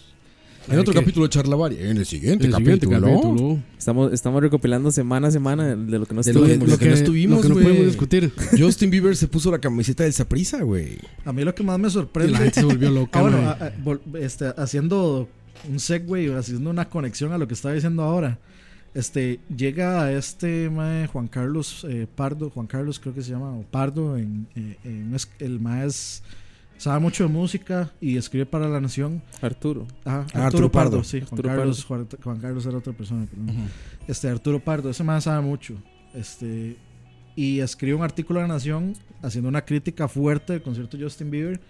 [SPEAKER 3] En
[SPEAKER 4] ¿De
[SPEAKER 3] otro
[SPEAKER 4] qué?
[SPEAKER 3] capítulo de Charlavaria. En el siguiente,
[SPEAKER 4] El siguiente
[SPEAKER 3] capítulo.
[SPEAKER 4] capítulo.
[SPEAKER 7] Estamos, estamos recopilando semana a semana de lo que nos
[SPEAKER 3] De lo
[SPEAKER 7] estuvo.
[SPEAKER 3] que- lo que no estuvimos,
[SPEAKER 4] lo que no
[SPEAKER 3] güey.
[SPEAKER 4] pudimos discutir.
[SPEAKER 3] Justin Bieber se puso la camiseta del Saprisa, güey.
[SPEAKER 5] A mí lo que más me
[SPEAKER 4] Y la
[SPEAKER 5] sorprende
[SPEAKER 4] gente se volvió loca,
[SPEAKER 5] Ah, bueno,
[SPEAKER 4] mae.
[SPEAKER 5] a- a- vol- este, haciendo un segue, o haciendo una conexión a lo que estaba diciendo ahora. Este, llega este mae Juan Carlos eh, Pardo, Juan Carlos creo que se llama, o Pardo, en, eh, en un es- el mae es- sabe mucho de música y escribe para La Nación.
[SPEAKER 7] Arturo.
[SPEAKER 5] Ajá, Arturo,
[SPEAKER 3] Arturo
[SPEAKER 5] Pardo,
[SPEAKER 3] Pardo.
[SPEAKER 5] sí, Juan,
[SPEAKER 7] Arturo
[SPEAKER 5] Carlos, Juan- Juan Carlos era otra persona, perdón. Este, Arturo Pardo, ese más sabe mucho. Este, y escribe un artículo de La Nación haciendo una crítica fuerte del concierto de Justin Bieber.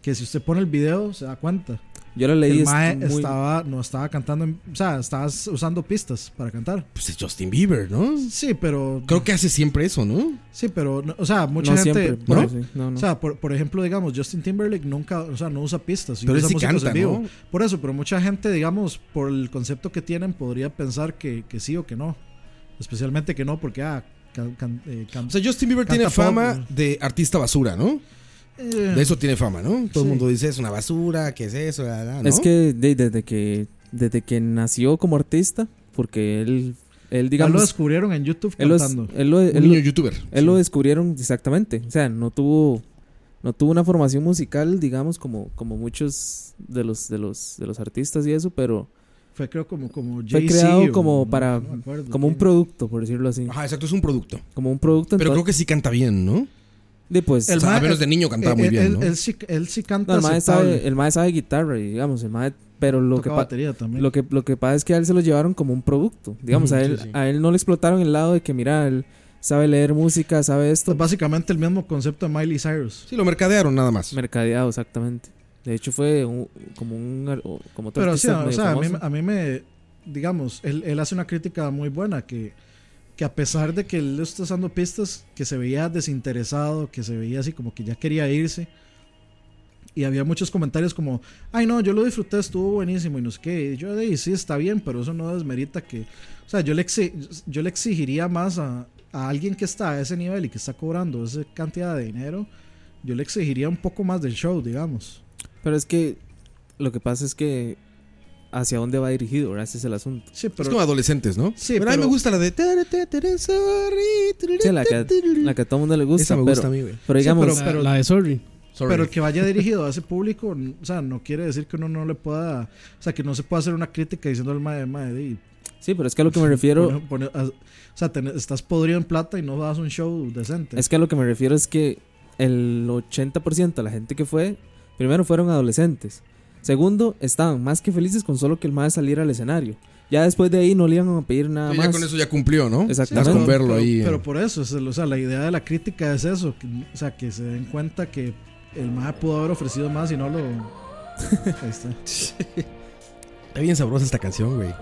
[SPEAKER 5] Que si usted pone el video, se da cuenta.
[SPEAKER 7] Yo lo leí.
[SPEAKER 5] el
[SPEAKER 7] es
[SPEAKER 5] mae
[SPEAKER 7] muy-
[SPEAKER 5] estaba, no estaba cantando, en- o sea, estaba usando pistas para cantar.
[SPEAKER 3] Pues es Justin Bieber, ¿no?
[SPEAKER 5] Sí, pero,
[SPEAKER 3] Creo que hace siempre eso, ¿no?
[SPEAKER 5] sí, pero, no- o sea, mucha
[SPEAKER 7] no
[SPEAKER 5] gente.
[SPEAKER 7] siempre.
[SPEAKER 5] ¿no?
[SPEAKER 7] pero sí, no, no.
[SPEAKER 5] O sea, por, por ejemplo, digamos, Justin Timberlake nunca, o sea, no usa pistas. y
[SPEAKER 3] Pero él
[SPEAKER 5] usa
[SPEAKER 3] sí
[SPEAKER 5] músicos
[SPEAKER 3] canta,
[SPEAKER 5] en vivo.
[SPEAKER 3] ¿no?
[SPEAKER 5] Por eso, pero mucha gente, digamos, por el concepto que tienen, podría pensar que, que sí o que no. Especialmente que no, porque, ah, can- can- eh, can-
[SPEAKER 3] O sea, Justin Bieber
[SPEAKER 5] Canta
[SPEAKER 3] tiene
[SPEAKER 5] pop,
[SPEAKER 3] fama
[SPEAKER 5] ¿no?
[SPEAKER 3] de artista basura, ¿no?
[SPEAKER 5] eh,
[SPEAKER 3] De eso tiene fama, ¿no? Todo el
[SPEAKER 5] Sí.
[SPEAKER 3] mundo dice, es una basura, ¿qué es eso? La, la", ¿no?
[SPEAKER 7] Es que de- desde que desde que nació como artista, porque él, él
[SPEAKER 5] ya lo
[SPEAKER 7] digamos,
[SPEAKER 5] descubrieron en YouTube
[SPEAKER 7] él lo,
[SPEAKER 5] cantando.
[SPEAKER 7] él lo-
[SPEAKER 3] Un
[SPEAKER 7] él lo-
[SPEAKER 3] niño youtuber.
[SPEAKER 7] él lo descubrieron exactamente. O sea, no tuvo no tuvo una formación musical, digamos, como, como muchos de los de los de los artistas y eso, pero
[SPEAKER 5] Fue creo como, como
[SPEAKER 7] fue
[SPEAKER 5] Jay-Z
[SPEAKER 7] creado
[SPEAKER 5] o-
[SPEAKER 7] como
[SPEAKER 5] no,
[SPEAKER 7] para
[SPEAKER 5] no me acuerdo
[SPEAKER 7] como un
[SPEAKER 5] quién.
[SPEAKER 7] producto, por decirlo así,
[SPEAKER 3] Ajá, exacto, es un producto.
[SPEAKER 7] como un producto.
[SPEAKER 3] Pero creo
[SPEAKER 7] entonces-
[SPEAKER 3] que sí canta bien, ¿no?
[SPEAKER 7] de, pues,
[SPEAKER 5] El
[SPEAKER 3] O sea, a
[SPEAKER 5] ma-
[SPEAKER 3] menos de niño cantaba muy
[SPEAKER 5] Él-
[SPEAKER 3] bien,
[SPEAKER 5] Eh, él,
[SPEAKER 3] ¿no?
[SPEAKER 5] él sí, él sí
[SPEAKER 7] no,
[SPEAKER 5] canta
[SPEAKER 7] el mae
[SPEAKER 5] aceptable.
[SPEAKER 7] sabe, el mae sabe guitarra, y digamos, el mae- pero lo
[SPEAKER 5] Toca
[SPEAKER 7] que pa-
[SPEAKER 5] batería también.
[SPEAKER 7] Lo que, lo que pasa es que a él se lo llevaron como un producto. Digamos, a, él, a él no le explotaron el lado de que, mira, él sabe leer música, sabe
[SPEAKER 5] Esto
[SPEAKER 7] esto.
[SPEAKER 5] es básicamente el mismo concepto de Miley Cyrus.
[SPEAKER 3] Sí, lo mercadearon nada
[SPEAKER 5] Pues
[SPEAKER 3] más.
[SPEAKER 7] Mercadeado, exactamente. De hecho, fue un- como un. ar- o- Como otro
[SPEAKER 5] Pero sí,
[SPEAKER 7] artista
[SPEAKER 5] o
[SPEAKER 7] medio
[SPEAKER 5] sea, a mí,
[SPEAKER 7] famoso.
[SPEAKER 5] a mí me, digamos, él, él hace una crítica muy buena que, que a pesar de que él está usando pistas, que se veía desinteresado, que se veía así como que ya quería irse. Y había muchos comentarios como, ay no, yo lo disfruté, estuvo buenísimo y no sé qué. Y yo, "Ey, sí, está bien, pero eso no desmerita que... O sea, yo le, exi- yo le exigiría más a, a alguien que está a ese nivel y que está cobrando esa cantidad de dinero, yo le exigiría un poco más del show, digamos.
[SPEAKER 7] Pero es que lo que pasa es que. ¿Hacia dónde va dirigido? ¿verdad? Ese es el asunto.
[SPEAKER 5] Sí,
[SPEAKER 3] es
[SPEAKER 5] pero...
[SPEAKER 3] como adolescentes, ¿no?
[SPEAKER 5] Sí,
[SPEAKER 3] pero, a mí
[SPEAKER 5] pero-
[SPEAKER 3] me gusta la de...
[SPEAKER 7] Sí, la que, la que a todo el mundo le gusta.
[SPEAKER 3] Esa me
[SPEAKER 7] pero,
[SPEAKER 3] gusta a mí, güey.
[SPEAKER 7] pero
[SPEAKER 5] Sí,
[SPEAKER 7] digamos.
[SPEAKER 5] pero-
[SPEAKER 4] La- la de Sorry.
[SPEAKER 3] Sorry.
[SPEAKER 5] Pero el que vaya dirigido a ese público, n- o sea, no quiere decir que uno no le pueda, o sea, que no se pueda hacer una crítica diciendo al mae, mae, di,
[SPEAKER 7] sí, pero es que a lo que me refiero.
[SPEAKER 5] pone- pone- a- o sea, ten- estás podrido en plata y no das un show decente.
[SPEAKER 7] Es que a lo que me refiero es que el 80% de la gente que fue, primero fueron adolescentes. Segundo, estaban más que felices con solo que el mae saliera al escenario. Ya después de ahí no le iban a pedir nada
[SPEAKER 3] Sí, ya
[SPEAKER 7] más.
[SPEAKER 3] con eso ya cumplió, ¿no?
[SPEAKER 5] Sí,
[SPEAKER 7] Exactamente.
[SPEAKER 3] Basta con verlo
[SPEAKER 5] pero-
[SPEAKER 3] ahí. eh.
[SPEAKER 5] Pero por eso, es el- o sea, la idea de la crítica es eso, que- o sea, que se den cuenta que el mae pudo haber ofrecido más y no lo... Ahí está.
[SPEAKER 3] Está bien sabrosa esta canción, güey.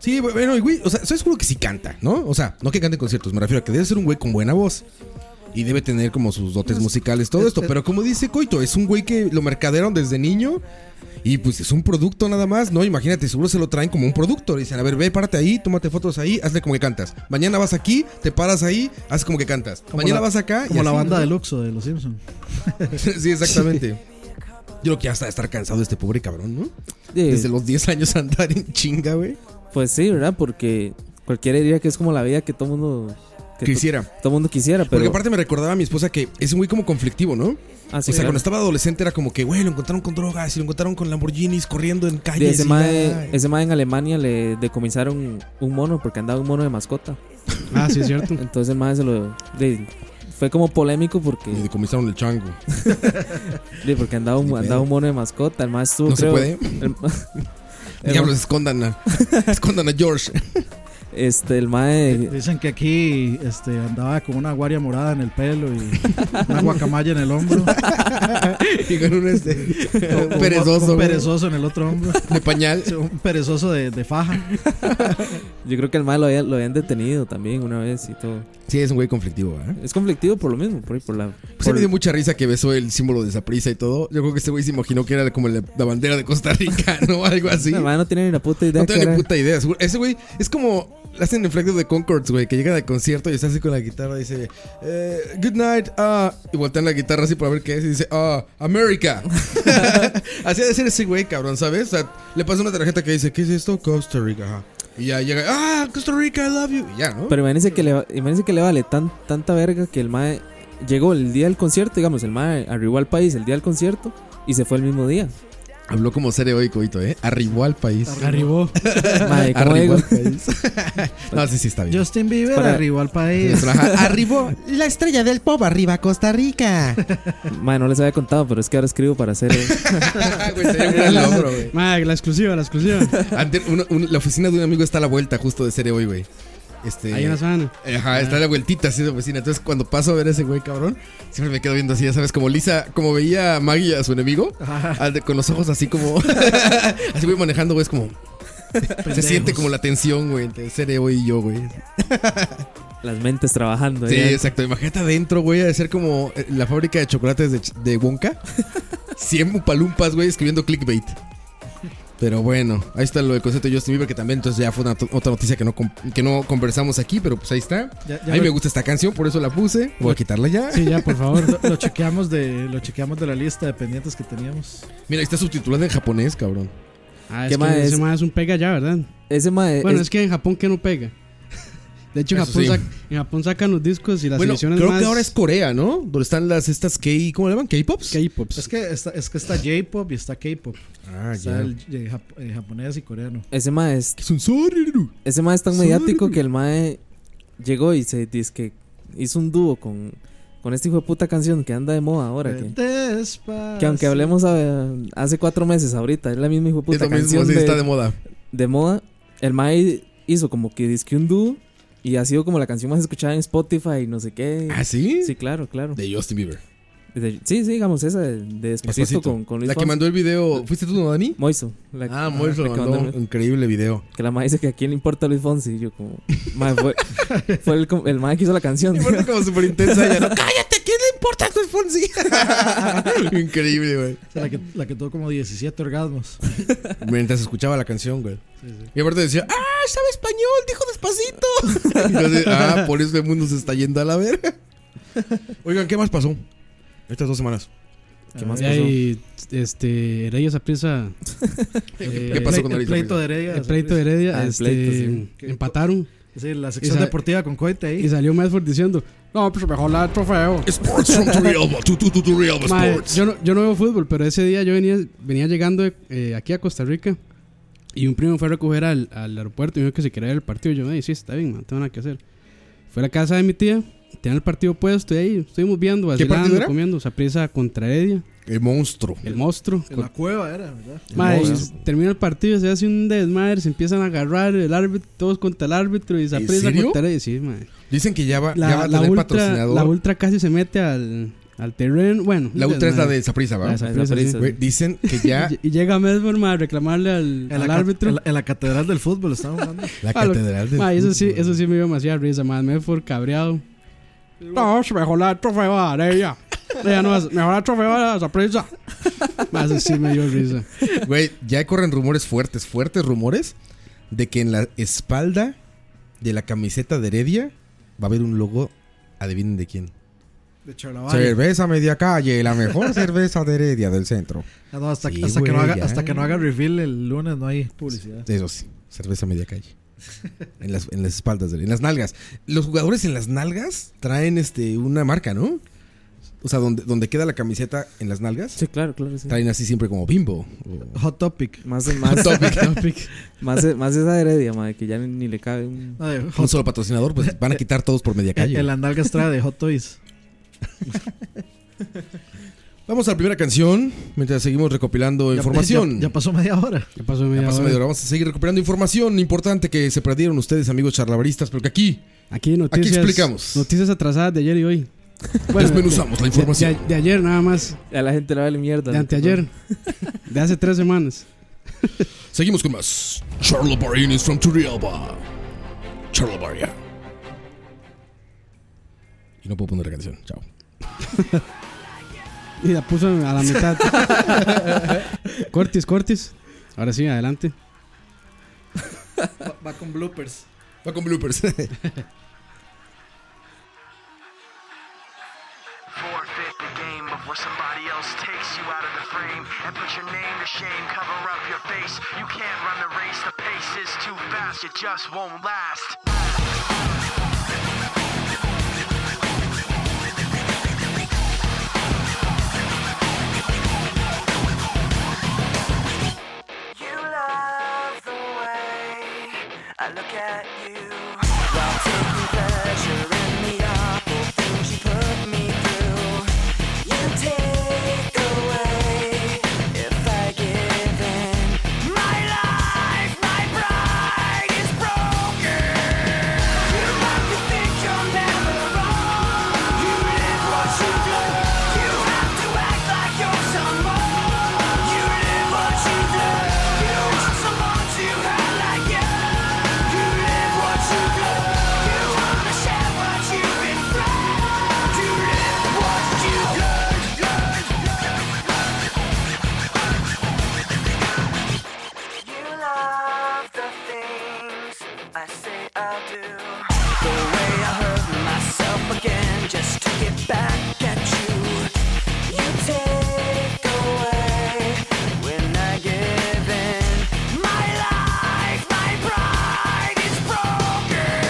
[SPEAKER 3] Sí, bueno, y güey, o sea, estoy seguro que sí canta, ¿no? O sea, no que cante en conciertos, me refiero a que debe ser un güey con buena voz. Y debe tener como sus dotes musicales, todo esto. Pero como dice Coito, es un güey que lo mercadearon desde niño. Y pues es un producto nada más, ¿no? Imagínate, seguro se lo traen como un producto. Le dicen, a ver, ve, párate ahí, tómate fotos ahí, hazle como que cantas. Mañana vas aquí, te paras ahí, haces como que cantas.
[SPEAKER 5] Como
[SPEAKER 3] Mañana
[SPEAKER 5] la-
[SPEAKER 3] vas acá. Ah, y
[SPEAKER 5] Como la
[SPEAKER 3] así,
[SPEAKER 5] banda
[SPEAKER 3] ¿no?
[SPEAKER 5] de Luxo de Los Simpsons.
[SPEAKER 3] sí, exactamente. Yo creo que ya está estar cansado este pobre cabrón, ¿no?
[SPEAKER 7] Sí,
[SPEAKER 3] Desde los 10 años andar en chinga, güey.
[SPEAKER 7] Pues sí, ¿verdad? Porque cualquiera diría que es como la vida que todo mundo que
[SPEAKER 3] Que hiciera.
[SPEAKER 7] to- todo mundo quisiera, pero
[SPEAKER 3] Porque aparte me recordaba a mi esposa que es un güey como conflictivo, ¿no?
[SPEAKER 7] Ah, sí,
[SPEAKER 3] o sea,
[SPEAKER 7] claro.
[SPEAKER 3] cuando estaba adolescente era como que, güey, lo encontraron con drogas y lo encontraron con Lamborghinis corriendo en
[SPEAKER 7] Sí,
[SPEAKER 3] calles.
[SPEAKER 7] ese
[SPEAKER 3] y
[SPEAKER 7] mae,
[SPEAKER 3] la-
[SPEAKER 7] ese mae en Alemania le decomisaron un mono porque andaba un mono de mascota.
[SPEAKER 4] Ah, sí, es cierto.
[SPEAKER 7] Entonces el mae se lo de- fue como polémico porque
[SPEAKER 3] Y decomisaron el chango.
[SPEAKER 7] Sí, porque andaba un,
[SPEAKER 3] Ni
[SPEAKER 7] andaba
[SPEAKER 3] pedo.
[SPEAKER 7] un mono de mascota. El más estuvo,
[SPEAKER 3] No
[SPEAKER 7] creo-
[SPEAKER 3] se puede.
[SPEAKER 7] el ma- el
[SPEAKER 3] Diablos, escondan a, escondan a George.
[SPEAKER 7] ma- este, el
[SPEAKER 3] Eh,
[SPEAKER 7] mae.
[SPEAKER 5] Dicen que aquí este, andaba con una guaria morada en el pelo y una guacamaya en el hombro.
[SPEAKER 3] y con un este,
[SPEAKER 5] O- o-
[SPEAKER 3] perezoso.
[SPEAKER 5] Un
[SPEAKER 3] güey,
[SPEAKER 5] perezoso en el otro hombro.
[SPEAKER 3] De pañal.
[SPEAKER 5] Sí, Un perezoso de, de faja.
[SPEAKER 7] Yo creo que el mal lo, había- lo habían detenido también una vez y todo.
[SPEAKER 3] Sí, es un güey conflictivo, ¿verdad?
[SPEAKER 7] Es conflictivo por lo mismo, por, por la.
[SPEAKER 3] Pues sí
[SPEAKER 7] por-
[SPEAKER 3] me dio mucha risa que besó el símbolo de Saprisa y todo. Yo creo que este güey se imaginó que era como la, la bandera de Costa Rica, ¿no? Algo así.
[SPEAKER 7] La madre no tiene ni la puta idea.
[SPEAKER 3] No
[SPEAKER 7] que
[SPEAKER 3] tengo
[SPEAKER 7] era-
[SPEAKER 3] ni puta idea. seguro. Ese güey es como hacen en Flight of the Concords, güey, que llegan al concierto y está así con la guitarra y dice, eh, Good night, ah. Y voltean la guitarra así para ver qué es y dice, ah, America. así ha de ser ese güey, cabrón, ¿sabes? O sea, le pasa una tarjeta que dice, ¿qué es esto? Costa Rica, ajá. Y ya llega, ah, Costa Rica, I love you. Y ya, ¿no?
[SPEAKER 7] Pero imagínense que le, va- imagínense que le vale tan, tanta verga que el mae llegó el día del concierto, digamos, el mae arribó al país el día del concierto y se fue el mismo día.
[SPEAKER 3] Habló como ser heroico, ¿eh? Arribó al país.
[SPEAKER 4] Arribó.
[SPEAKER 7] Mae, ¿cómo
[SPEAKER 3] Arribó
[SPEAKER 7] digo?
[SPEAKER 3] al país. no, sí, sí, está bien.
[SPEAKER 5] Justin Bieber
[SPEAKER 7] Para-
[SPEAKER 5] arribó al país.
[SPEAKER 3] Arribó la estrella del pop, arriba Costa Rica.
[SPEAKER 7] Mae, no les había contado, pero es que ahora escribo para hacer. eh,
[SPEAKER 3] Güey, sería un gran logro, güey.
[SPEAKER 4] Mae, la exclusiva, la exclusiva.
[SPEAKER 3] Ante- una- un- la oficina de un amigo está a la vuelta justo de serie hoy, güey. Este,
[SPEAKER 4] Ahí en la semana.
[SPEAKER 3] Ajá, está a la vueltita así de oficina. Entonces, cuando paso a ver a ese güey, cabrón, siempre me quedo viendo así, ya sabes, como Lisa, como veía a Maggie a su enemigo, al de- con los ojos así como. así voy manejando, güey, es como.
[SPEAKER 4] Pues
[SPEAKER 3] Se siente como la tensión, güey, entre serie hoy y yo, güey.
[SPEAKER 7] Las mentes trabajando.
[SPEAKER 3] Sí,
[SPEAKER 7] ahí.
[SPEAKER 3] exacto. Imagínate adentro, güey, de ser como eh, la fábrica de chocolates de, Ch- de Wonka. 100 palumpas, güey, escribiendo clickbait. Pero bueno, ahí está lo del concepto de Justin Bieber, que también entonces ya fue una to- otra noticia que no, com- que no conversamos aquí, pero pues ahí está.
[SPEAKER 5] Ya-
[SPEAKER 3] A
[SPEAKER 5] ya
[SPEAKER 3] mí
[SPEAKER 5] lo-
[SPEAKER 3] me gusta esta canción, por eso la puse. Voy a quitarla ya.
[SPEAKER 4] Sí, ya, por favor.
[SPEAKER 5] lo, lo chequeamos de, lo chequeamos de la lista de pendientes que teníamos.
[SPEAKER 3] Mira, ahí está subtitulada en japonés, cabrón.
[SPEAKER 4] Ah,
[SPEAKER 7] ¿Qué
[SPEAKER 4] es que
[SPEAKER 7] mae
[SPEAKER 4] ese
[SPEAKER 7] es?
[SPEAKER 4] mae es un pega ya, ¿verdad?
[SPEAKER 7] Ese mae.
[SPEAKER 4] Bueno,
[SPEAKER 7] es-
[SPEAKER 4] es, que en Japón que no pega. De hecho, en
[SPEAKER 3] Eso
[SPEAKER 4] Japón,
[SPEAKER 3] sí.
[SPEAKER 4] sac- en Japón sacan los discos y las
[SPEAKER 3] bueno,
[SPEAKER 4] ediciones
[SPEAKER 3] creo
[SPEAKER 4] más
[SPEAKER 3] que ahora es Corea, ¿no? Donde están las estas K... ¿Cómo le llaman? ¿K-Pops?
[SPEAKER 4] K-pops.
[SPEAKER 5] Es que está, es que está J-pop y está K-pop.
[SPEAKER 3] Ah,
[SPEAKER 5] Está el, eh, jap- eh, japonés y coreano.
[SPEAKER 7] ese mae es,
[SPEAKER 3] Que es un sorry.
[SPEAKER 7] ese mae es tan
[SPEAKER 3] Sorry.
[SPEAKER 7] mediático que el mae llegó y se dice que hizo un dúo con, con este hijo de puta canción que anda de moda ahora. que,
[SPEAKER 5] Despacio.
[SPEAKER 7] que aunque hablemos a- hace cuatro meses ahorita, es la misma hijo de
[SPEAKER 3] Es
[SPEAKER 7] puta
[SPEAKER 3] lo mismo,
[SPEAKER 7] canción.
[SPEAKER 3] sí,
[SPEAKER 7] de-
[SPEAKER 3] está de moda.
[SPEAKER 7] de moda, el Mae hizo como que disque un dúo y ha sido como la canción más escuchada en Spotify y no sé qué.
[SPEAKER 3] ¿Ah, sí?
[SPEAKER 7] Sí, claro, claro.
[SPEAKER 3] De Justin Bieber.
[SPEAKER 7] De- sí, sí, digamos, esa de, de Despacito
[SPEAKER 3] Despacito.
[SPEAKER 7] con, con Luis
[SPEAKER 3] La que
[SPEAKER 7] Fonsi.
[SPEAKER 3] mandó el video, ¿fuiste tú, no, Dani?
[SPEAKER 7] Moiso. La,
[SPEAKER 3] Ah, Mois lo
[SPEAKER 7] la que
[SPEAKER 3] mandó.
[SPEAKER 7] mandó-
[SPEAKER 3] Increíble video.
[SPEAKER 7] Que la Mae dice que a quién le importa Luis Fonsi. Y yo como... Mae, fue, fue el, com- el Mae que hizo la canción.
[SPEAKER 3] Y aparte como súper intensa ella, ¿no? ¡Cállate! ¿Qué le importa a tu Fonsi? Increíble, güey.
[SPEAKER 5] O sea, la, que, la que tuvo como 17 orgasmos.
[SPEAKER 3] Mientras escuchaba la canción, güey.
[SPEAKER 5] Sí, sí.
[SPEAKER 3] Y aparte decía, ¡ah! ¡Sabe español! ¡Dijo despacito! Y yo así, ah, por eso el mundo se está yendo a la verga. Oigan, ¿qué más pasó? Estas dos semanas.
[SPEAKER 7] ¿Qué más
[SPEAKER 5] Ah,
[SPEAKER 4] Y
[SPEAKER 7] pasó?
[SPEAKER 4] ahí, este, Heredia Saprissa.
[SPEAKER 3] ¿Qué pasó con
[SPEAKER 5] el
[SPEAKER 3] Arisa?
[SPEAKER 5] pleito de Heredia.
[SPEAKER 4] El pleito de Heredia,
[SPEAKER 7] Ah, el
[SPEAKER 4] este,
[SPEAKER 7] pleito,
[SPEAKER 5] sí.
[SPEAKER 4] empataron
[SPEAKER 5] Sí, la sección
[SPEAKER 4] Esa-
[SPEAKER 5] deportiva con cohete ahí.
[SPEAKER 4] y salió Medford diciendo, no, pues mejor la del trofeo.
[SPEAKER 3] Sports from Turrialba. Tu, tu, tu, Turrialba
[SPEAKER 4] Mae,
[SPEAKER 3] Sports.
[SPEAKER 4] yo, no, yo no veo fútbol, pero ese día yo venía, venía llegando eh, aquí a Costa Rica y un primo fue a recoger al, al aeropuerto y me dijo que se quería ver el partido. Yo, "Ey, sí, está bien, no tengo nada que hacer. Fue a la casa de mi tía, tenía el partido puesto y ahí estuvimos viendo,
[SPEAKER 3] partido
[SPEAKER 4] vacilando,
[SPEAKER 3] era?
[SPEAKER 4] comiendo, Saprissa contra Heredia,
[SPEAKER 3] El monstruo.
[SPEAKER 4] el monstruo.
[SPEAKER 5] En la cueva era, ¿verdad?
[SPEAKER 4] Mae,
[SPEAKER 3] Hermoso.
[SPEAKER 4] y termina el partido, se hace un desmadre, se empiezan a agarrar el árbitro, todos contra el árbitro y Saprissa
[SPEAKER 3] serio?
[SPEAKER 4] contra Heredia. Sí, mae.
[SPEAKER 3] Dicen que ya va,
[SPEAKER 4] La,
[SPEAKER 3] ya va a
[SPEAKER 4] la
[SPEAKER 3] tener
[SPEAKER 4] ultra,
[SPEAKER 3] patrocinador.
[SPEAKER 4] la ultra casi se mete al, al terreno. Bueno,
[SPEAKER 3] La
[SPEAKER 4] un
[SPEAKER 3] ultra es la
[SPEAKER 4] desmadre.
[SPEAKER 3] de Saprisa,
[SPEAKER 4] La
[SPEAKER 3] ¿verdad?
[SPEAKER 4] de Saprissa,
[SPEAKER 7] Saprissa,
[SPEAKER 4] sí.
[SPEAKER 7] sí.
[SPEAKER 3] Güey, dicen que ya
[SPEAKER 4] Y- Y llega Mesmer ma, a reclamarle al,
[SPEAKER 5] En
[SPEAKER 4] al
[SPEAKER 5] la, ca-
[SPEAKER 4] árbitro.
[SPEAKER 5] en la- en la catedral del fútbol estaban jugando.
[SPEAKER 3] la
[SPEAKER 4] Ah, lo-
[SPEAKER 3] catedral de.
[SPEAKER 4] Ma, eso, sí, eso sí me dio demasiada risa, man. Medford cabreado. No, se mejor la trofeo a ella. Ella no es mejor la trofeo a esa prisa. Ma, eso sí me dio risa.
[SPEAKER 3] Güey, ya corren rumores fuertes, fuertes rumores de que en la espalda de la camiseta de Heredia va a haber un logo, adivinen de quién.
[SPEAKER 5] De Charlavaria.
[SPEAKER 3] Cerveza media calle, la mejor cerveza de Heredia del centro.
[SPEAKER 5] Ah, no, hasta,
[SPEAKER 3] Sí,
[SPEAKER 5] hasta que
[SPEAKER 3] güey,
[SPEAKER 5] no haga,
[SPEAKER 3] ya.
[SPEAKER 5] hasta que no haga reveal el lunes no hay publicidad.
[SPEAKER 3] Eso sí, cerveza media calle. En las, en las espaldas, de- en las nalgas. Los jugadores en las nalgas traen este una marca, ¿no? O sea, donde, donde queda la camiseta en las nalgas,
[SPEAKER 7] Sí, claro, claro, sí.
[SPEAKER 3] traen así siempre como bimbo. o-
[SPEAKER 5] Hot Topic.
[SPEAKER 7] Más, más,
[SPEAKER 4] Topic.
[SPEAKER 7] más, más esa heredia, mae, que ya ni, ni le cabe un...
[SPEAKER 5] No, de
[SPEAKER 3] un
[SPEAKER 5] hot,
[SPEAKER 3] solo patrocinador, pues van a quitar todos por media calle.
[SPEAKER 5] el andalga estrada de Hot Toys.
[SPEAKER 3] Vamos a la primera canción mientras seguimos recopilando
[SPEAKER 5] Ya-
[SPEAKER 3] información.
[SPEAKER 5] Ya, ya pasó media hora.
[SPEAKER 4] ¿Qué pasó,
[SPEAKER 3] Ya
[SPEAKER 4] media
[SPEAKER 3] pasó
[SPEAKER 4] hora?
[SPEAKER 3] media hora. Vamos a seguir recuperando información importante que se perdieron ustedes, amigos charlabaristas, pero que aquí
[SPEAKER 4] Aquí noticias.
[SPEAKER 3] explicamos.
[SPEAKER 4] Noticias atrasadas de ayer y hoy.
[SPEAKER 3] desmenuzamos la
[SPEAKER 4] De,
[SPEAKER 3] información.
[SPEAKER 4] de ayer nada más.
[SPEAKER 7] A la gente le vale mierda.
[SPEAKER 4] De anteayer. De hace tres semanas.
[SPEAKER 3] Seguimos con más. Charlabarines from Turrialba. Charles Barrier. Y no puedo poner la canción. Chao.
[SPEAKER 4] Y la puso a la mitad. cortis, cortis. Ahora sí, adelante.
[SPEAKER 5] Va, va con bloopers.
[SPEAKER 3] Va con bloopers.
[SPEAKER 8] forfeit the game before somebody else takes you out of the frame and put your name to shame. Cover up your face. You can't run the race. The pace is too fast. It just won't last. You love the way I look at you. While taking pleasure in the awful things you put me through. You take away if I give in. My life, my pride is broken. You like to think you're never wrong. You live what you do. You have to act like you're someone. You live what you do. You want someone to have like you. You live what you do. You wanna share what you've been through. You live what you You love the things I say I'll do. The way I hurt myself again just to get back at you. You take away when I give in. My life, my pride is broken.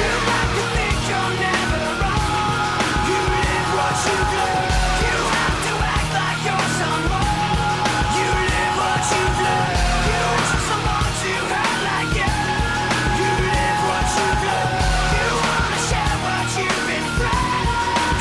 [SPEAKER 8] You like to think you're never wrong. You live what you do. You have to act like you're someone. You live what you do. You want someone to act like you. You live what you do. You wanna share what you've been through.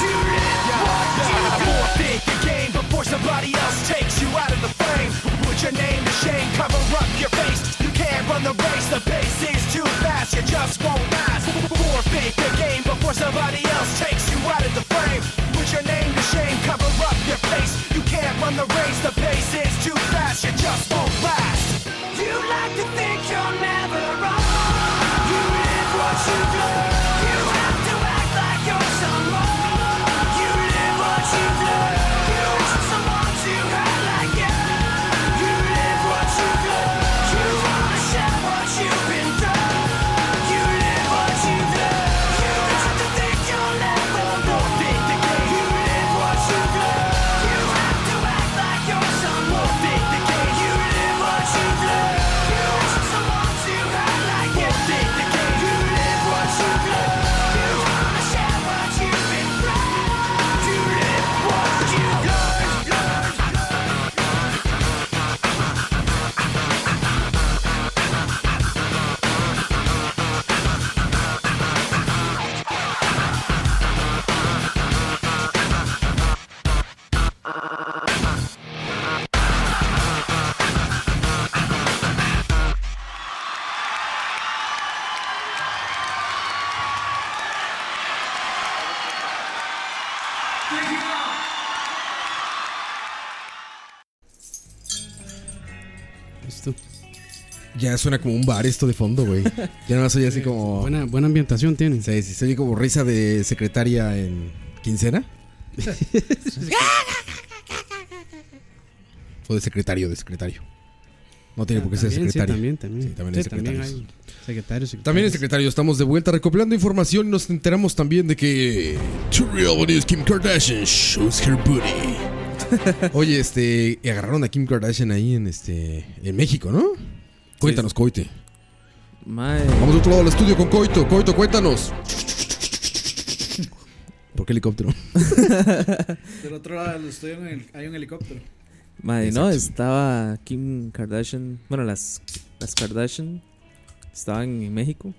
[SPEAKER 8] You live what you do.
[SPEAKER 2] Forfeit the game before somebody else takes you out of the frame. Put your name to shame, cover up your face. You can't run the race, the pace is too fast, you just won't last. Forfeit the game before somebody else takes you out of the frame. Put your name to shame, cover up your face. You can't run the race, the pace is too fast, you just won't last.
[SPEAKER 8] You like to think you're never wrong. You live what you do. You have to act like you're someone. You live what you do. You want someone to act like you. You live what you do. You wanna share what you've been through. You live what you do. You like to think you're never wrong. You live what you do. You have to act like you're someone. You live what you do. You want someone to act like you. You live what you do. You wanna share what you've been through. You live what you do.
[SPEAKER 4] Listo.
[SPEAKER 3] ya suena como un bar esto de fondo, güey. Ya nada más soy así como.
[SPEAKER 4] Buena, buena ambientación tiene.
[SPEAKER 3] Sí, sí, soy como risa de secretaria en quincena. o de secretario, de secretario. No tiene por qué ser
[SPEAKER 4] También, sí,
[SPEAKER 3] secretario.
[SPEAKER 4] también, también.
[SPEAKER 3] Sí, también hay
[SPEAKER 4] Sí, también
[SPEAKER 3] secretarios.
[SPEAKER 4] hay secretarios,
[SPEAKER 3] También el
[SPEAKER 4] secretarias.
[SPEAKER 3] secretario, estamos de vuelta recopilando información y nos enteramos también de que Too Real What Is Kim Kardashian shows her booty. Oye, este, y agarraron a Kim Kardashian ahí en este en México, ¿no? Cuéntanos, Coite.
[SPEAKER 7] Mae,
[SPEAKER 3] Vamos a otro lado del estudio con Coito. Coito, cuéntanos. ¿Por qué helicóptero?
[SPEAKER 5] Del otro lado del estudio en el- hay un helicóptero.
[SPEAKER 7] mae, no, estaba Kim Kardashian. Bueno, las, las Kardashian estaban en México.